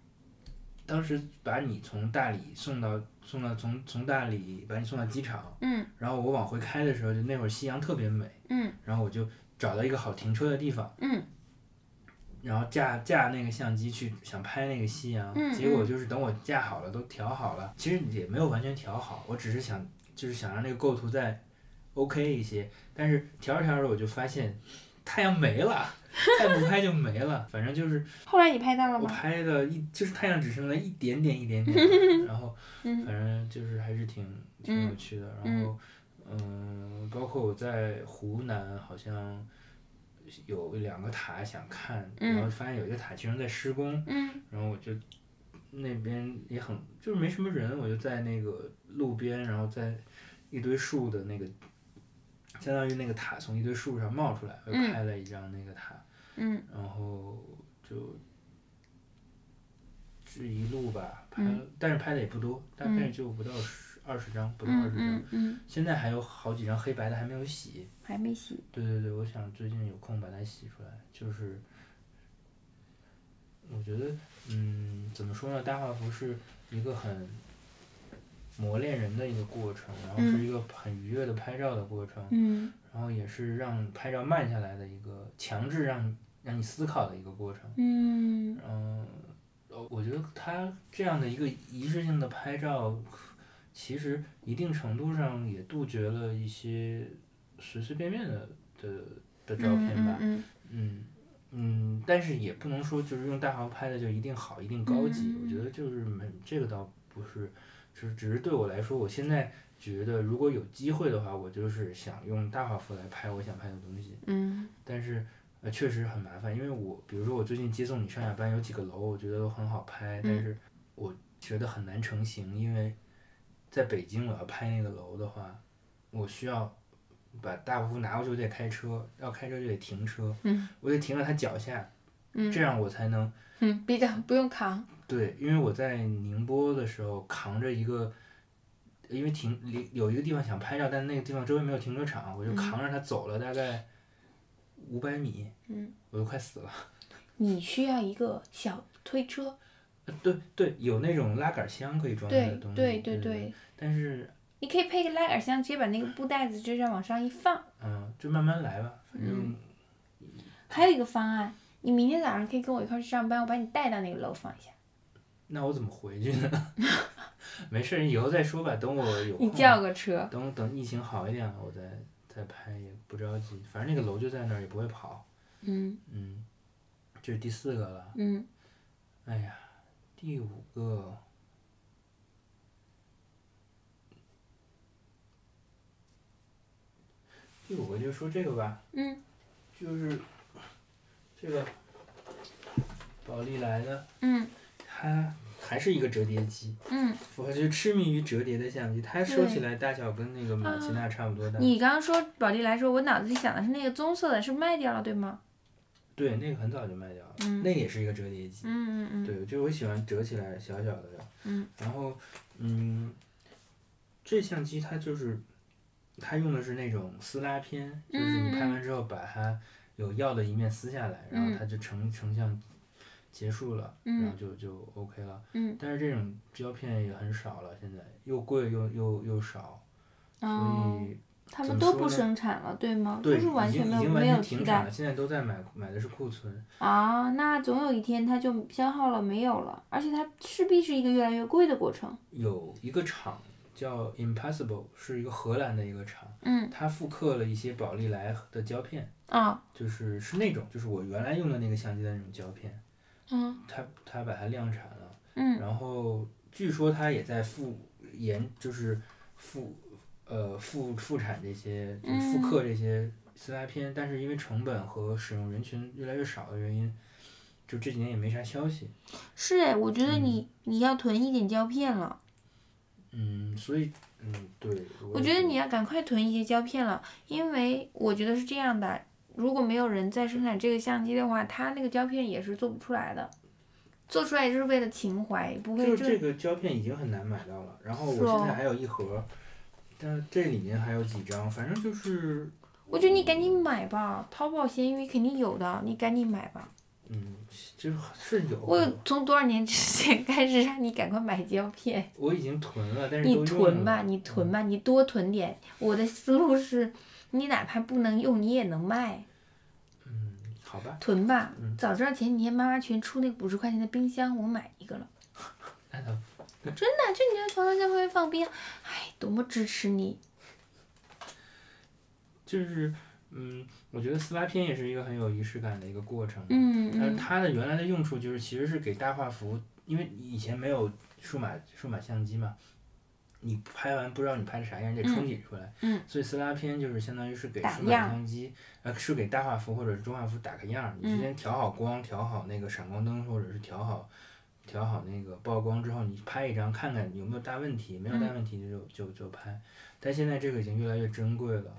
S1: 当时把你从大理送到送到从从大理把你送到机场，
S8: 嗯
S1: 然后我往回开的时候，就那会儿夕阳特别美，
S8: 嗯
S1: 然后我就找到一个好停车的地方，
S8: 嗯
S1: 然后架架那个相机去想拍那个夕阳，
S8: 嗯
S1: 结果就是等我架好了都调好了，其实也没有完全调好，我只是想就是想让那个构图再 OK 一些，但是调着调着我就发现太阳没了，再不拍就没了，反正 就是
S8: 后来你拍到了
S1: 我
S8: 吗？
S1: 拍的一就是太阳只剩了一点点一点 点，然后
S8: 嗯
S1: 反正就是还是挺挺有趣的。然后嗯，包括我在湖南好像有两个塔想看，
S8: 嗯
S1: 然后发现有一个塔其中在施工，
S8: 嗯
S1: 然后我就那边也很就是没什么人，我就在那个路边，然后在一堆树的那个。相当于那个塔从一堆树上冒出来，我就
S8: 嗯
S1: 拍了一张那个塔，
S8: 嗯
S1: 然后就这一路吧，拍了，
S8: 嗯
S1: 但是拍的也不多，大概就不到十二十张，不到二
S8: 嗯
S1: 十张。
S8: 嗯嗯，
S1: 现在还有好几张黑白的还没有洗。
S8: 还没洗。
S1: 对对对，我想最近有空把它洗出来。就是，我觉得，嗯，怎么说呢？大画幅是一个很磨练人的一个过程，然后
S8: 嗯
S1: 是一个很愉悦的拍照的过程。
S8: 嗯
S1: 然后也是让拍照慢下来的一个强制让让你思考的一个过程。
S8: 嗯
S1: 嗯，呃我觉得它这样的一个仪式性的拍照，其实一定程度上也杜绝了一些随随便便的的的照片吧。
S8: 嗯
S1: 嗯嗯，但是也不能说就是用大豪拍的就一定好，一定高级。
S8: 嗯
S1: 我觉得就是没这个倒不是，就是只是对我来说，我现在觉得如果有机会的话，我就是想用大画幅来拍我想拍的东西。
S8: 嗯
S1: 但是呃，确实很麻烦，因为我比如说我最近接送你上下班，有几个楼我觉得都很好拍，但
S8: 嗯
S1: 是我觉得很难成型，因为在北京我要拍那个楼的话，我需要把大幅拿过去，我得开车，要开车就得停车，
S8: 嗯
S1: 我得停到他脚下，
S8: 嗯，
S1: 这样我才能
S8: 嗯比较不用扛。
S1: 对，因为我在宁波的时候扛着一个。因为停离有一个地方想拍照，但那个地方周围没有停车场，我就
S8: 嗯
S1: 扛着它走了大概五百米，
S8: 嗯
S1: 我都快死了。
S8: 你需要一个小推车，
S1: 对对，有那种拉杆箱可以装它的
S8: 对
S1: 东西，
S8: 对
S1: 对
S8: 对对，
S1: 但是，
S8: 你可以配个拉杆箱，直接把那个布袋子就这样往上一放。
S1: 嗯、就慢慢来吧，反正
S8: 嗯还有一个方案，你明天早上可以跟我一块儿去上班，我把你带到那个楼放一下。
S1: 那我怎么回去呢？ 没事儿，以后再说吧。等我有
S8: 你
S1: 空，
S8: 叫个车，
S1: 等等疫情好一点了，我再再拍，也不着急。反正那个楼就在那儿，也不会跑。
S8: 嗯
S1: 嗯，这是第四个了。
S8: 嗯，
S1: 哎呀，第五个，第五个就说这个吧。
S8: 嗯。
S1: 就是这个宝丽来的，
S8: 嗯
S1: 它还是一个折叠机，
S2: 嗯，
S1: 我就痴迷于折叠的相机，它收起
S2: 对啊
S1: 来大小跟那个马奇娜差不多大，
S2: 你刚刚说宝丽来说，我脑子里想的是那个棕色的，是卖掉了对吗？
S1: 对，那个很早就卖掉了，
S2: 嗯
S1: 那也是一个折叠机，
S2: 嗯嗯嗯，
S1: 对，就我喜欢折起来小小的，
S2: 嗯，
S1: 然后嗯，这相机它就是它用的是那种撕拉片，就是你拍完之后把它有要的一面撕下来，然
S2: 嗯
S1: 后它就成成像结束了，然后就就 OK 了，
S2: 嗯，
S1: 但是这种胶片也很少了，现在又贵又又又少，所
S2: 哦，
S1: 以
S2: 他
S1: 怎
S2: 们
S1: 么
S2: 都
S1: 说呢
S2: 不生产了对吗？
S1: 对，
S2: 就是完
S1: 已
S2: 全
S1: 经已
S2: 没有
S1: 经完
S2: 没有
S1: 全
S2: 替
S1: 停
S2: 代
S1: 产了，现在都在买买的是库存，
S2: 啊，那总有一天它就消耗了，没有了，而且它势必是一个越来越贵的过程。
S1: 有一个厂叫 Impossible，是一个荷兰的一个厂，
S2: 嗯
S1: 它复刻了一些宝丽来的胶片，
S2: 啊
S1: 就是是那种就是我原来用的那个相机的那种胶片，
S2: 嗯
S1: 它它把它量产了，
S2: 嗯
S1: 然后据说它也在复研就是复呃复复产这些就是复刻
S2: 嗯
S1: 这些撕拉片，但是因为成本和使用人群越来越少的原因，就这几年也没啥消息。
S2: 是哎，我觉得你你要囤一点胶片了，
S1: 嗯，所以，嗯，对，
S2: 我
S1: 我
S2: 觉
S1: 也
S2: 得你要赶快囤一些胶片了，因为我觉得是这样的，如果没有人再生产这个相机的话，它那个胶片也是做不出来的，做出来就是为了情怀，不会
S1: 就是
S2: 就
S1: 这个胶片已经很难买到了，然后
S2: 是
S1: 我现
S2: 哦
S1: 在还有一盒，但这里面还有几张，反正就是，
S2: 我觉得你赶紧买吧，淘宝、闲鱼肯定有的，你赶紧买吧。
S1: 嗯，就是是有，
S2: 我从多少年之前开始让你赶快买胶片。
S1: 我已经囤了，但是
S2: 你
S1: 都用
S2: 囤
S1: 了，嗯
S2: 吧，你囤吧，你多囤点。我的思路是，你哪怕不能用，你也能卖，
S1: 嗯，好吧，
S2: 囤吧。
S1: 嗯
S2: 早知道前几天妈妈群出那个五十块钱的冰箱，我买一个了。
S1: 那倒
S2: 那就你要床上在外面放冰箱，哎，多么支持你。
S1: 就是，嗯，我觉得撕拉片也是一个很有仪式感的一个过程，
S2: 嗯
S1: 但是
S2: 嗯
S1: 它的原来的用处就是，其实是给大画幅，因为以前没有数码数码相机嘛，你拍完不知道你拍的啥样，你得冲洗出来。
S2: 嗯
S1: 所以撕拉片就是相当于是给
S2: 打
S1: 数码
S2: 样
S1: 相机，呃，是给大画幅或者是中画幅打个样儿。你
S2: 嗯
S1: 之前调好光，调好那个闪光灯，或者是调好调好那个曝光之后，你拍一张看看有没有大问题，没有大
S2: 嗯
S1: 问题就就就拍。但现在这个已经越来越珍贵了。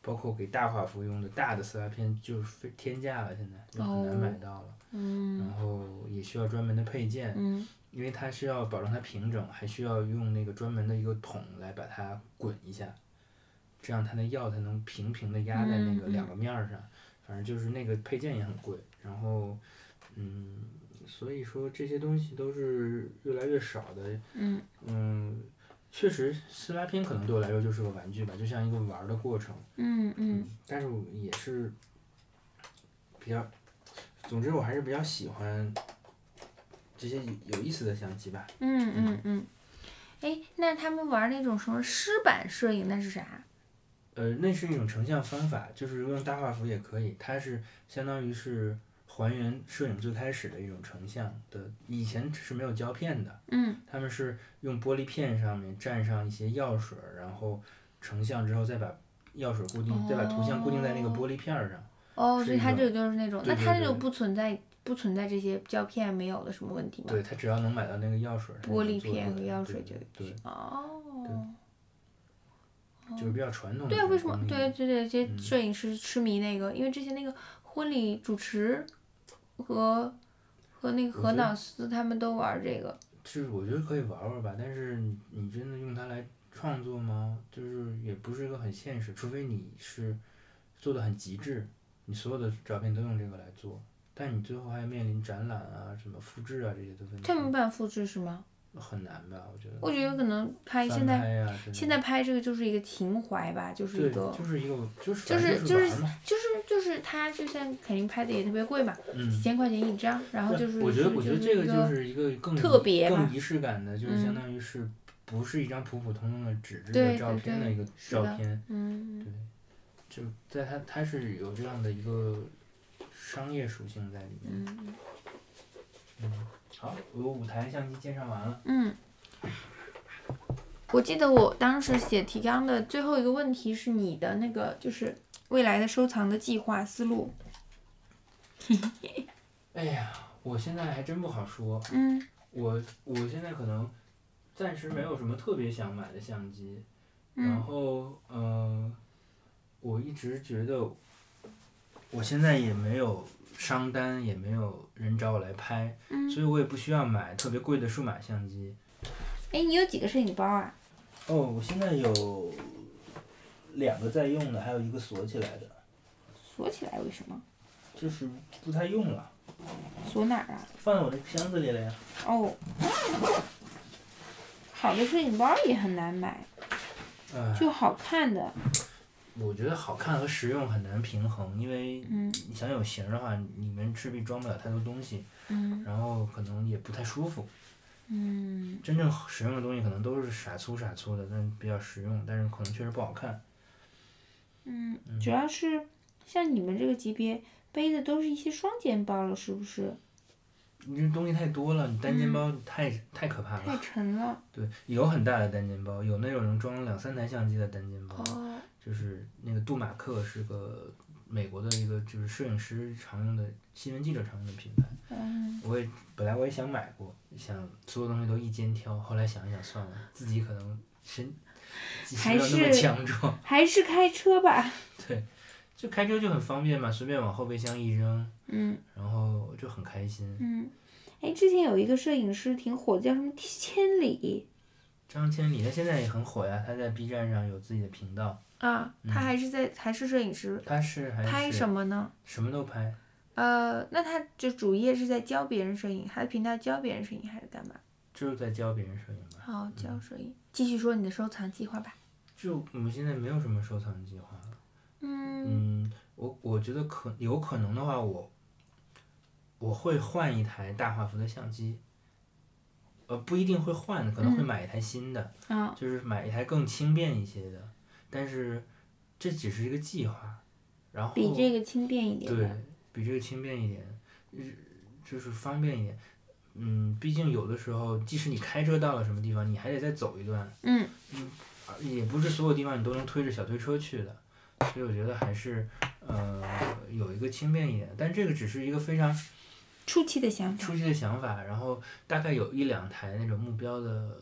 S1: 包括给大画幅用的大的撕拉片就是非天价了，现在就很难买
S2: 哦
S1: 到了。
S2: 嗯
S1: 然后也需要专门的配件，
S2: 嗯
S1: 因为它需要保证它平整，还需要用那个专门的一个桶来把它滚一下，这样它的药才能平平的压在那个
S2: 嗯嗯
S1: 两个面儿上。反正就是那个配件也很贵，然后，嗯，所以说这些东西都是越来越少的，
S2: 嗯
S1: 嗯。确实，撕拉片可能对我来说就是个玩具吧，就像一个玩儿的过程。
S2: 嗯嗯，
S1: 但是我也是比较，总之我还是比较喜欢这些有意思的相机吧。
S2: 嗯嗯嗯。哎，那他们玩那种什么湿版摄影，那是啥？
S1: 呃，那是一种成像方法，就是用大画幅也可以，它是相当于是还原摄影最开始的一种成像的。以前是没有胶片的，
S2: 嗯
S1: 他们是用玻璃片上面蘸上一些药水儿，然后成像之后再把药水固定，再把图像固定在那个玻璃片儿上。
S2: 哦，
S1: 是
S2: 所以
S1: 一
S2: 它
S1: 种
S2: 这个就是那种，那
S1: 对对
S2: 它这
S1: 对
S2: 种不存在不存在这些胶片没有的什么问题吗？
S1: 对，它只要能买到那个药水儿，它就
S2: 玻璃
S1: 做
S2: 片
S1: 出
S2: 和
S1: 来
S2: 药
S1: 对
S2: 水就
S1: 对。
S2: 哦，
S1: 就是比较传统的
S2: 对
S1: 这种工
S2: 啊，
S1: 艺。
S2: 为什么？对对对，这些
S1: 嗯
S2: 摄影师痴迷那个，因为之前那个婚礼主持和和那个
S1: 我
S2: 何
S1: 觉得嗯
S2: 老师他们都玩这个，
S1: 就是我觉得可以玩玩吧，但是你你真的用它来创作吗？就是也不是一个很现实，除非你是做的很极致，你所有的照片都用这个来做，但你最后还面临展览啊、什么复制啊这些的问
S2: 这没
S1: 题，
S2: 办法复制是吗？
S1: 很难吧？我觉得。
S2: 我觉得可能拍现
S1: 翻
S2: 在
S1: 拍呀之类的
S2: 现在拍这个就是一个情怀吧，就是
S1: 对，
S2: 一个
S1: 就是一个就是
S2: 就
S1: 反
S2: 是
S1: 正
S2: 就是
S1: 玩嘛，
S2: 就是就是它就像肯定拍的也特别贵嘛，几
S1: 嗯。
S2: 千块钱一张，然后
S1: 对
S2: 就是
S1: 我觉得，我觉得这个
S2: 一
S1: 就是一个更
S2: 特
S1: 仪
S2: 别吧
S1: 更仪式感的，就是
S2: 嗯
S1: 相当于是不是一张普普通通的纸质
S2: 对
S1: 的照
S2: 对
S1: 片
S2: 对
S1: 的一个
S2: 是
S1: 照
S2: 的
S1: 片，
S2: 嗯
S1: 对，就在它它是有这样的一个商业属性在里面。
S2: 嗯
S1: 好，我舞台相机介绍完了。
S2: 嗯。我记得我当时写提纲的最后一个问题是你的那个，就是未来的收藏的计划思路。
S1: 哎呀，我现在还真不好说，
S2: 嗯
S1: 我我现在可能暂时没有什么特别想买的相机，然
S2: 嗯
S1: 后呃，我一直觉得我现在也没有商单，也没有人找我来拍，
S2: 嗯，
S1: 所以我也不需要买特别贵的数码相机。
S2: 哎，你有几个摄影包啊？
S1: 哦，我现在有两个在用的，还有一个锁起来的，
S2: 锁起来为什么？
S1: 就是不太用了，
S2: 锁哪儿啊？
S1: 放在我这箱子里了呀。
S2: 哦，好的摄影包也很难买，
S1: 哎，
S2: 就好看的，
S1: 我觉得好看和实用很难平衡，因为
S2: 嗯
S1: 你想有型儿的话，里面势必装不了太多东西，
S2: 嗯
S1: 然后可能也不太舒服。
S2: 嗯
S1: 真正实用的东西可能都是傻粗傻粗的，但比较实用，但是可能确实不好看。
S2: 嗯，
S1: 嗯
S2: 主要是像你们这个级别背的都是一些双肩包了，是不是？
S1: 你这东西太多了，你单肩
S2: 嗯
S1: 包太、太可怕
S2: 太
S1: 了。
S2: 沉了。
S1: 对，有很大的单肩包，有那种能装两三台相机的单肩包。
S2: 哦，
S1: 就是那个杜马克是个美国的一个就是摄影师常用的新闻记者常用的品牌，
S2: 嗯，
S1: 我也本来我也想买过，想所有东西都一肩挑，后来想一想算了，自己可能身技术没有那么
S2: 还是
S1: 强壮，
S2: 还是开车吧。
S1: 对，就开车就很方便嘛，随便往后备箱一扔，
S2: 嗯
S1: 然后就很开心。
S2: 嗯，哎，之前有一个摄影师挺火的，叫什么千里
S1: 张千里他现在也很火呀，他在 B 站上有自己的频道，
S2: 啊，
S1: 嗯
S2: 他还是在还是摄影师，
S1: 他是嗯还是
S2: 拍什么呢？
S1: 什么都拍，
S2: 呃，那他就主业是在教别人摄影，他的频道教别人摄影还是干嘛？
S1: 就是在教别人摄影吧。
S2: 哦，教摄影。继续说你的收藏计划吧。
S1: 就我们现在没有什么收藏计划了。
S2: 嗯
S1: 嗯，我我觉得可有可能的话，我我会换一台大画幅的相机，呃，不一定会换，可能会
S2: 嗯
S1: 买一台新的，
S2: 啊、
S1: 就是买一台更轻便一些的。但是这只是一个计划，然后
S2: 比这个轻便一点
S1: 对
S2: 吧。
S1: 比这个轻便一点，呃就是方便一点。嗯，毕竟有的时候，即使你开车到了什么地方，你还得再走一段，
S2: 嗯
S1: 而也不是所有地方你都能推着小推车去的，所以我觉得还是呃有一个轻便一点，但这个只是一个非常
S2: 初期的想法。
S1: 初期的想法，然后大概有一两台那种目标的，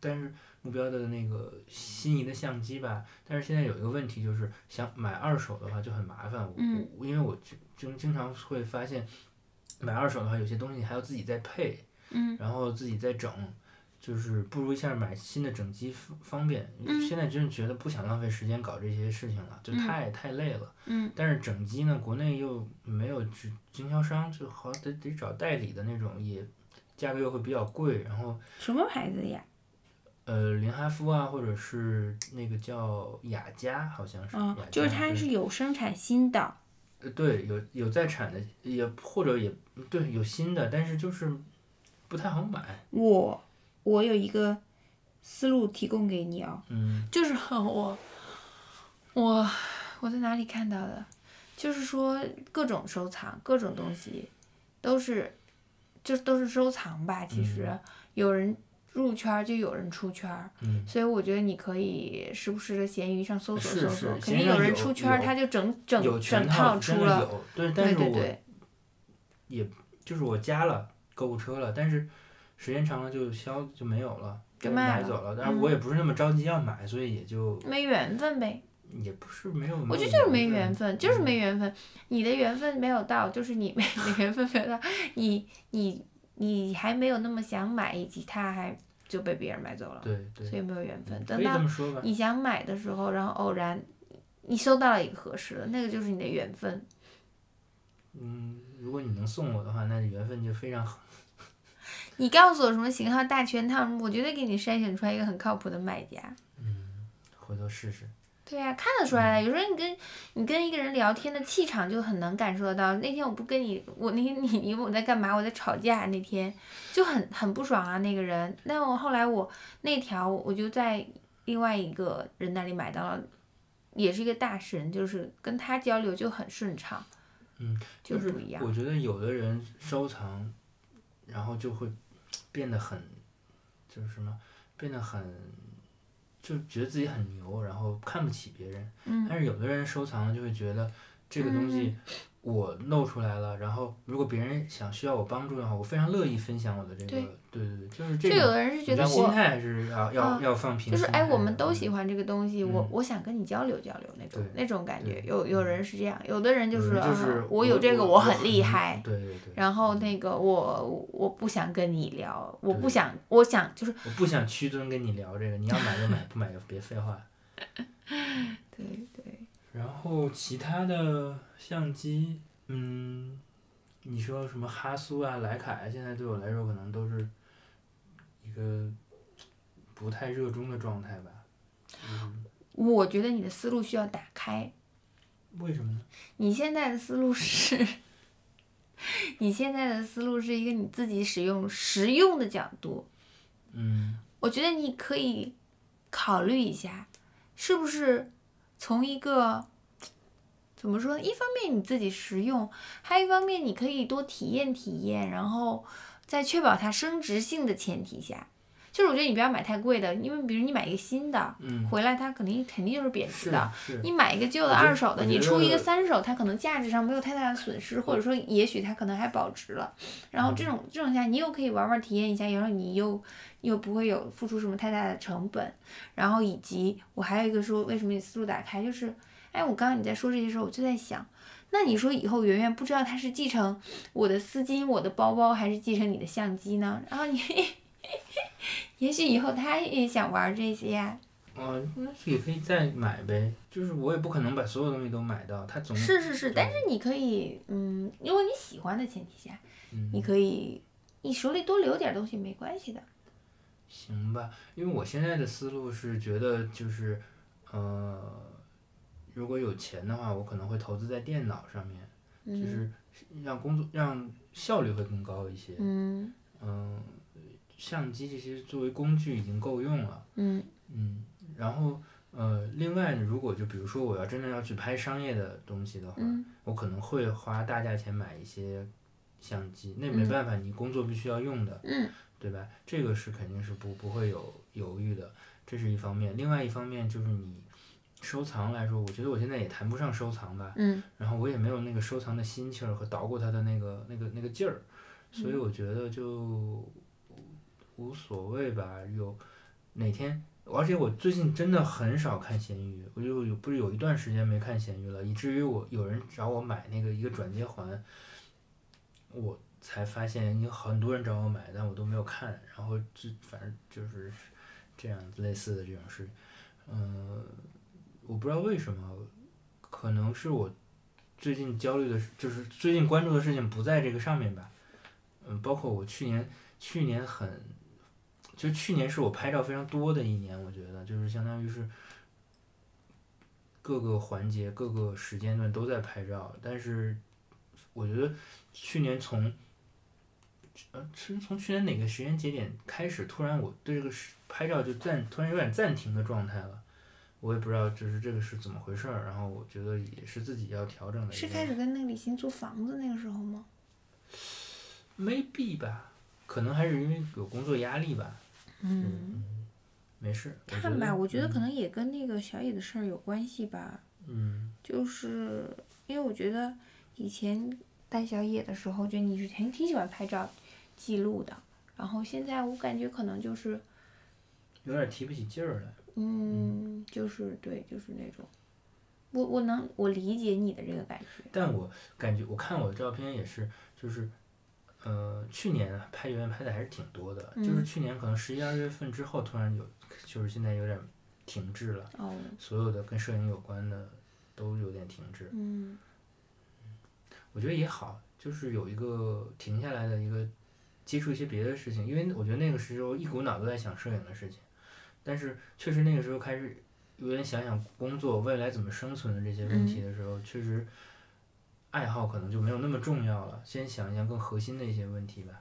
S1: 但是目标的那个心仪的相机吧，但是现在有一个问题就是想买二手的话就很麻烦，我、
S2: 嗯
S1: 我因为我经经经常会发现买二手的话有些东西还要自己再配，
S2: 嗯
S1: 然后自己再整，就是不如一下买新的整机方方便。
S2: 嗯
S1: 现在真是觉得不想浪费时间搞这些事情了，就
S2: 嗯
S1: 太、太累了。
S2: 嗯
S1: 但是整机呢，国内又没有直经销商，就好得得找代理的那种，也价格又会比较贵。然后
S2: 什么牌子呀？
S1: 呃，林哈夫啊，或者是那个叫雅佳，好像是。
S2: 啊、
S1: 雅
S2: 就是
S1: 佳
S2: 它
S1: 对
S2: 是有生产新的。
S1: 呃，对，有有在产的，也或者也对有新的，但是就是不太好买。
S2: 我我有一个思路提供给你啊、
S1: 嗯
S2: 就是我我我在哪里看到的？就是说各种收藏，各种东西都是，就都是收藏吧。其实、
S1: 嗯
S2: 有人入圈儿就有人出圈儿，
S1: 嗯。
S2: 所以我觉得你可以时不时的闲鱼上搜索
S1: 是
S2: 搜
S1: 是
S2: 索，肯
S1: 闲
S2: 定
S1: 鱼上
S2: 人
S1: 有
S2: 出圈儿，
S1: 有
S2: 他就整整
S1: 有全
S2: 整套
S1: 真
S2: 出
S1: 的
S2: 了。
S1: 有，对，但
S2: 对
S1: 是我
S2: 对对，
S1: 就是我加了购物车了，但是时间长了就消就没有了，
S2: 就
S1: 被
S2: 卖
S1: 买
S2: 了嗯
S1: 走了。但是我也不是那么着急要买，所以也就
S2: 没缘分呗。
S1: 也不是没有。
S2: 我觉得就是没缘
S1: 缘嗯
S2: 分，就是没缘分。你的缘分没有到，就是你没你缘分没有到，你你你还没有那么想买，以及他还就被别人买走了，
S1: 分。对
S2: 所
S1: 对，
S2: 以没有缘分。
S1: 可
S2: 等
S1: 以这
S2: 到
S1: 么说吧。
S2: 你想买的时候，然后偶然你收到了一个合适的，那个就是你的缘分。
S1: 嗯，如果你能送我的话，那缘分就非常好。
S2: 你告诉我什么型号大全套，我绝对给你筛选出来一个很靠谱的买家。
S1: 嗯，回头试试。
S2: 对呀、看得出来
S1: 嗯
S2: 的。有时候你跟你跟一个人聊天的气场就很能感受得到。那天我不跟你，我那天 你你问我在干嘛，我在吵架，那天就很很不爽啊那个人。但我后来我那条我就在另外一个人那里买到了，也是一个大神，就是跟他交流就很顺畅，
S1: 嗯，
S2: 就是不一样。
S1: 我觉得有的人收藏，然后就会变得很，就是什么，变得很，就觉得自己很牛，然后看不起别人。
S2: 嗯
S1: 但是有的人收藏了就会觉得这个东西我露出来了，然后如果别人想需要我帮助的话，我非常乐意分享我的这个，
S2: 对
S1: 对对对，就是
S2: 就
S1: 这
S2: 有
S1: 种。
S2: 的人是觉
S1: 你
S2: 得
S1: 的心
S2: 我
S1: 态还是要要、
S2: 啊
S1: 要放平，
S2: 就是哎，我们都
S1: 欢。
S2: 喜欢这个东西，我
S1: 嗯
S2: 我想跟你交流交流那种那种感觉
S1: 对。嗯
S2: 有有人是这样，有的人
S1: 有
S2: 是
S1: 人嗯就
S2: 啊
S1: 是
S2: 我有这个
S1: 我
S2: 很厉害，
S1: 对对对，
S2: 然后那个我我不想跟你聊，我不
S1: 对
S2: 想我想就是
S1: 我不想屈尊跟你聊这个，你要买就买，不买就别废话。
S2: 对对，
S1: 然后其他的相机，嗯，你说什么哈苏啊、徕卡啊，现在对我来说可能都是一个不太热衷的状态吧。嗯，
S2: 我觉得你的思路需要打开。
S1: 为什么呢？
S2: 你现在的思路是， 你现在的思路是一个你自己使用实用的角度。
S1: 嗯，
S2: 我觉得你可以考虑一下，是不是从一个怎么说？一方面你自己实用，还有一方面你可以多体验体验，然后在确保它升值性的前提下，就是我觉得你不要买太贵的，因为比如你买一个新的，
S1: 嗯，
S2: 回来它肯定肯定就是贬值
S1: 是
S2: 的。
S1: 是，
S2: 你买一个旧的
S1: 我觉得
S2: 二手的，
S1: 我觉
S2: 你出一个
S1: 得
S2: 三手，它可能价值上没有太大的损失，或者说也许它可能还保值了。然后
S1: 嗯
S2: 这种这种下，你又可以玩玩体验一下，然后你又又不会有付出什么太大的成本。然后以及我还有一个说，为什么你思路打开，就是，哎，我刚刚你在说这些时候，我就在想。那你说以后圆圆不知道她是继承我的丝巾、我的包包，还是继承你的相机呢？然后你， 也许以后她也想玩这些呀、
S1: 嗯，那也可以再买呗。就是我也不可能把所有东西都买到，它总
S2: 是是是，但是
S1: 对
S2: 你可以，嗯，如果你喜欢的前提下，
S1: 嗯
S2: 你可以，你手里多留点东西没关系的。
S1: 行吧，因为我现在的思路是觉得就是，呃，如果有钱的话，我可能会投资在电脑上面，就
S2: 嗯
S1: 是让工作让效率会更高一些。
S2: 嗯
S1: 嗯、相机这些作为工具已经够用了。
S2: 嗯
S1: 嗯，然后呃，另外如果就比如说我要真的要去拍商业的东西的话，
S2: 嗯
S1: 我可能会花大价钱买一些相机，那没
S2: 嗯
S1: 办法，你工作必须要用的。
S2: 嗯
S1: 对吧？这个是肯定是不不会有犹豫的，这是一方面。另外一方面就是你收藏来说，我觉得我现在也谈不上收藏吧，
S2: 嗯
S1: 然后我也没有那个收藏的心气儿和捣鼓它的那个那个那个劲儿，所以我觉得就无所谓吧。有哪天，而且我最近真的很少看闲鱼，我就有不是有一段时间没看闲鱼了，以至于我有人找我买那个一个转接环，我才发现有很多人找我买，但我都没有看。然后这反正就是这样类似的这种事，嗯、我不知道为什么，可能是我最近焦虑的事，就是最近关注的事情不在这个上面吧。嗯，包括我去年，去年很，就去年是我拍照非常多的一年，我觉得就是相当于是各个环节、各个时间段都在拍照，但是我觉得去年从。呃，是从去年哪个时间节点开始，突然我对这个时拍照就暂突然有点暂停的状态了，我也不知道就是这个是怎么回事儿，然后我觉得也是自己要调整的一个。
S2: 是开始跟那个李欣租房子那个时候吗？
S1: maybe 吧，可能还是因为有工作压力吧。
S2: 嗯，
S1: 没事，我
S2: 看吧，我觉得可
S1: 嗯
S2: 能也跟那个小野的事儿有关系吧，
S1: 嗯
S2: 就是因为我觉得以前带小野的时候，就你是挺挺喜欢拍照记录的，然后现在我感觉可能就是，
S1: 有点提不起劲儿来。
S2: 嗯，就是对，就是那种，我我能我理解你的这个感觉。
S1: 但我感觉，我看我的照片也是，就是，呃，去年拍圆圆拍的还是挺多的，就是
S2: 嗯
S1: 去年可能十一二月份之后，突然有，就是现在有点停滞了，
S2: 哦，
S1: 所有的跟摄影有关的都有点停滞。
S2: 嗯
S1: 我觉得也好，就是有一个停下来的一个接触一些别的事情，因为我觉得那个时候一股脑都在想摄影的事情，但是确实那个时候开始有点想想工作未来怎么生存的这些问题的时候，确实爱好可能就没有那么重要了，先想一想更核心的一些问题吧。，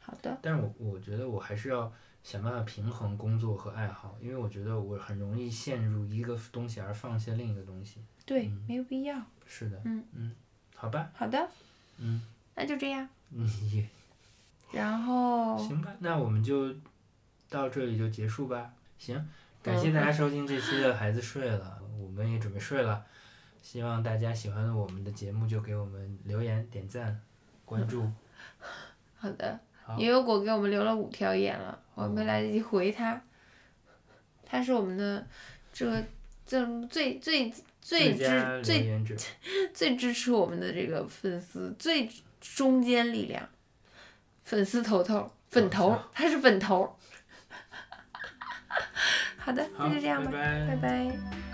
S2: 好的，
S1: 但是我我觉得我还是要想办法平衡工作和爱好，因为我觉得我很容易陷入一个东西而放下另一个东西。
S2: 对，
S1: 嗯
S2: 没有必要。
S1: 是的，
S2: 嗯
S1: 嗯，好吧，
S2: 好的，
S1: 嗯，
S2: 那就这样。
S1: 你也
S2: 然后，
S1: 行吧，那我们就到这里就结束吧。行，感谢大家收听这期的《孩子睡了》，我们也准备睡了。希望大家喜欢我们的节目，就给我们留言、点赞、关注。
S2: 好的，
S1: 好哦
S2: 也有果给我们留了五条言了，我还没来得及回他。他是我们的这个这最最最
S1: 佳
S2: 支
S1: 留
S2: 最
S1: 言者，
S2: 最支持我们的这个粉丝，最中坚力量，粉丝头头粉头
S1: 好，
S2: 他是 粉头。好的，
S1: 好，
S2: 那就这样吧，
S1: 拜
S2: 拜拜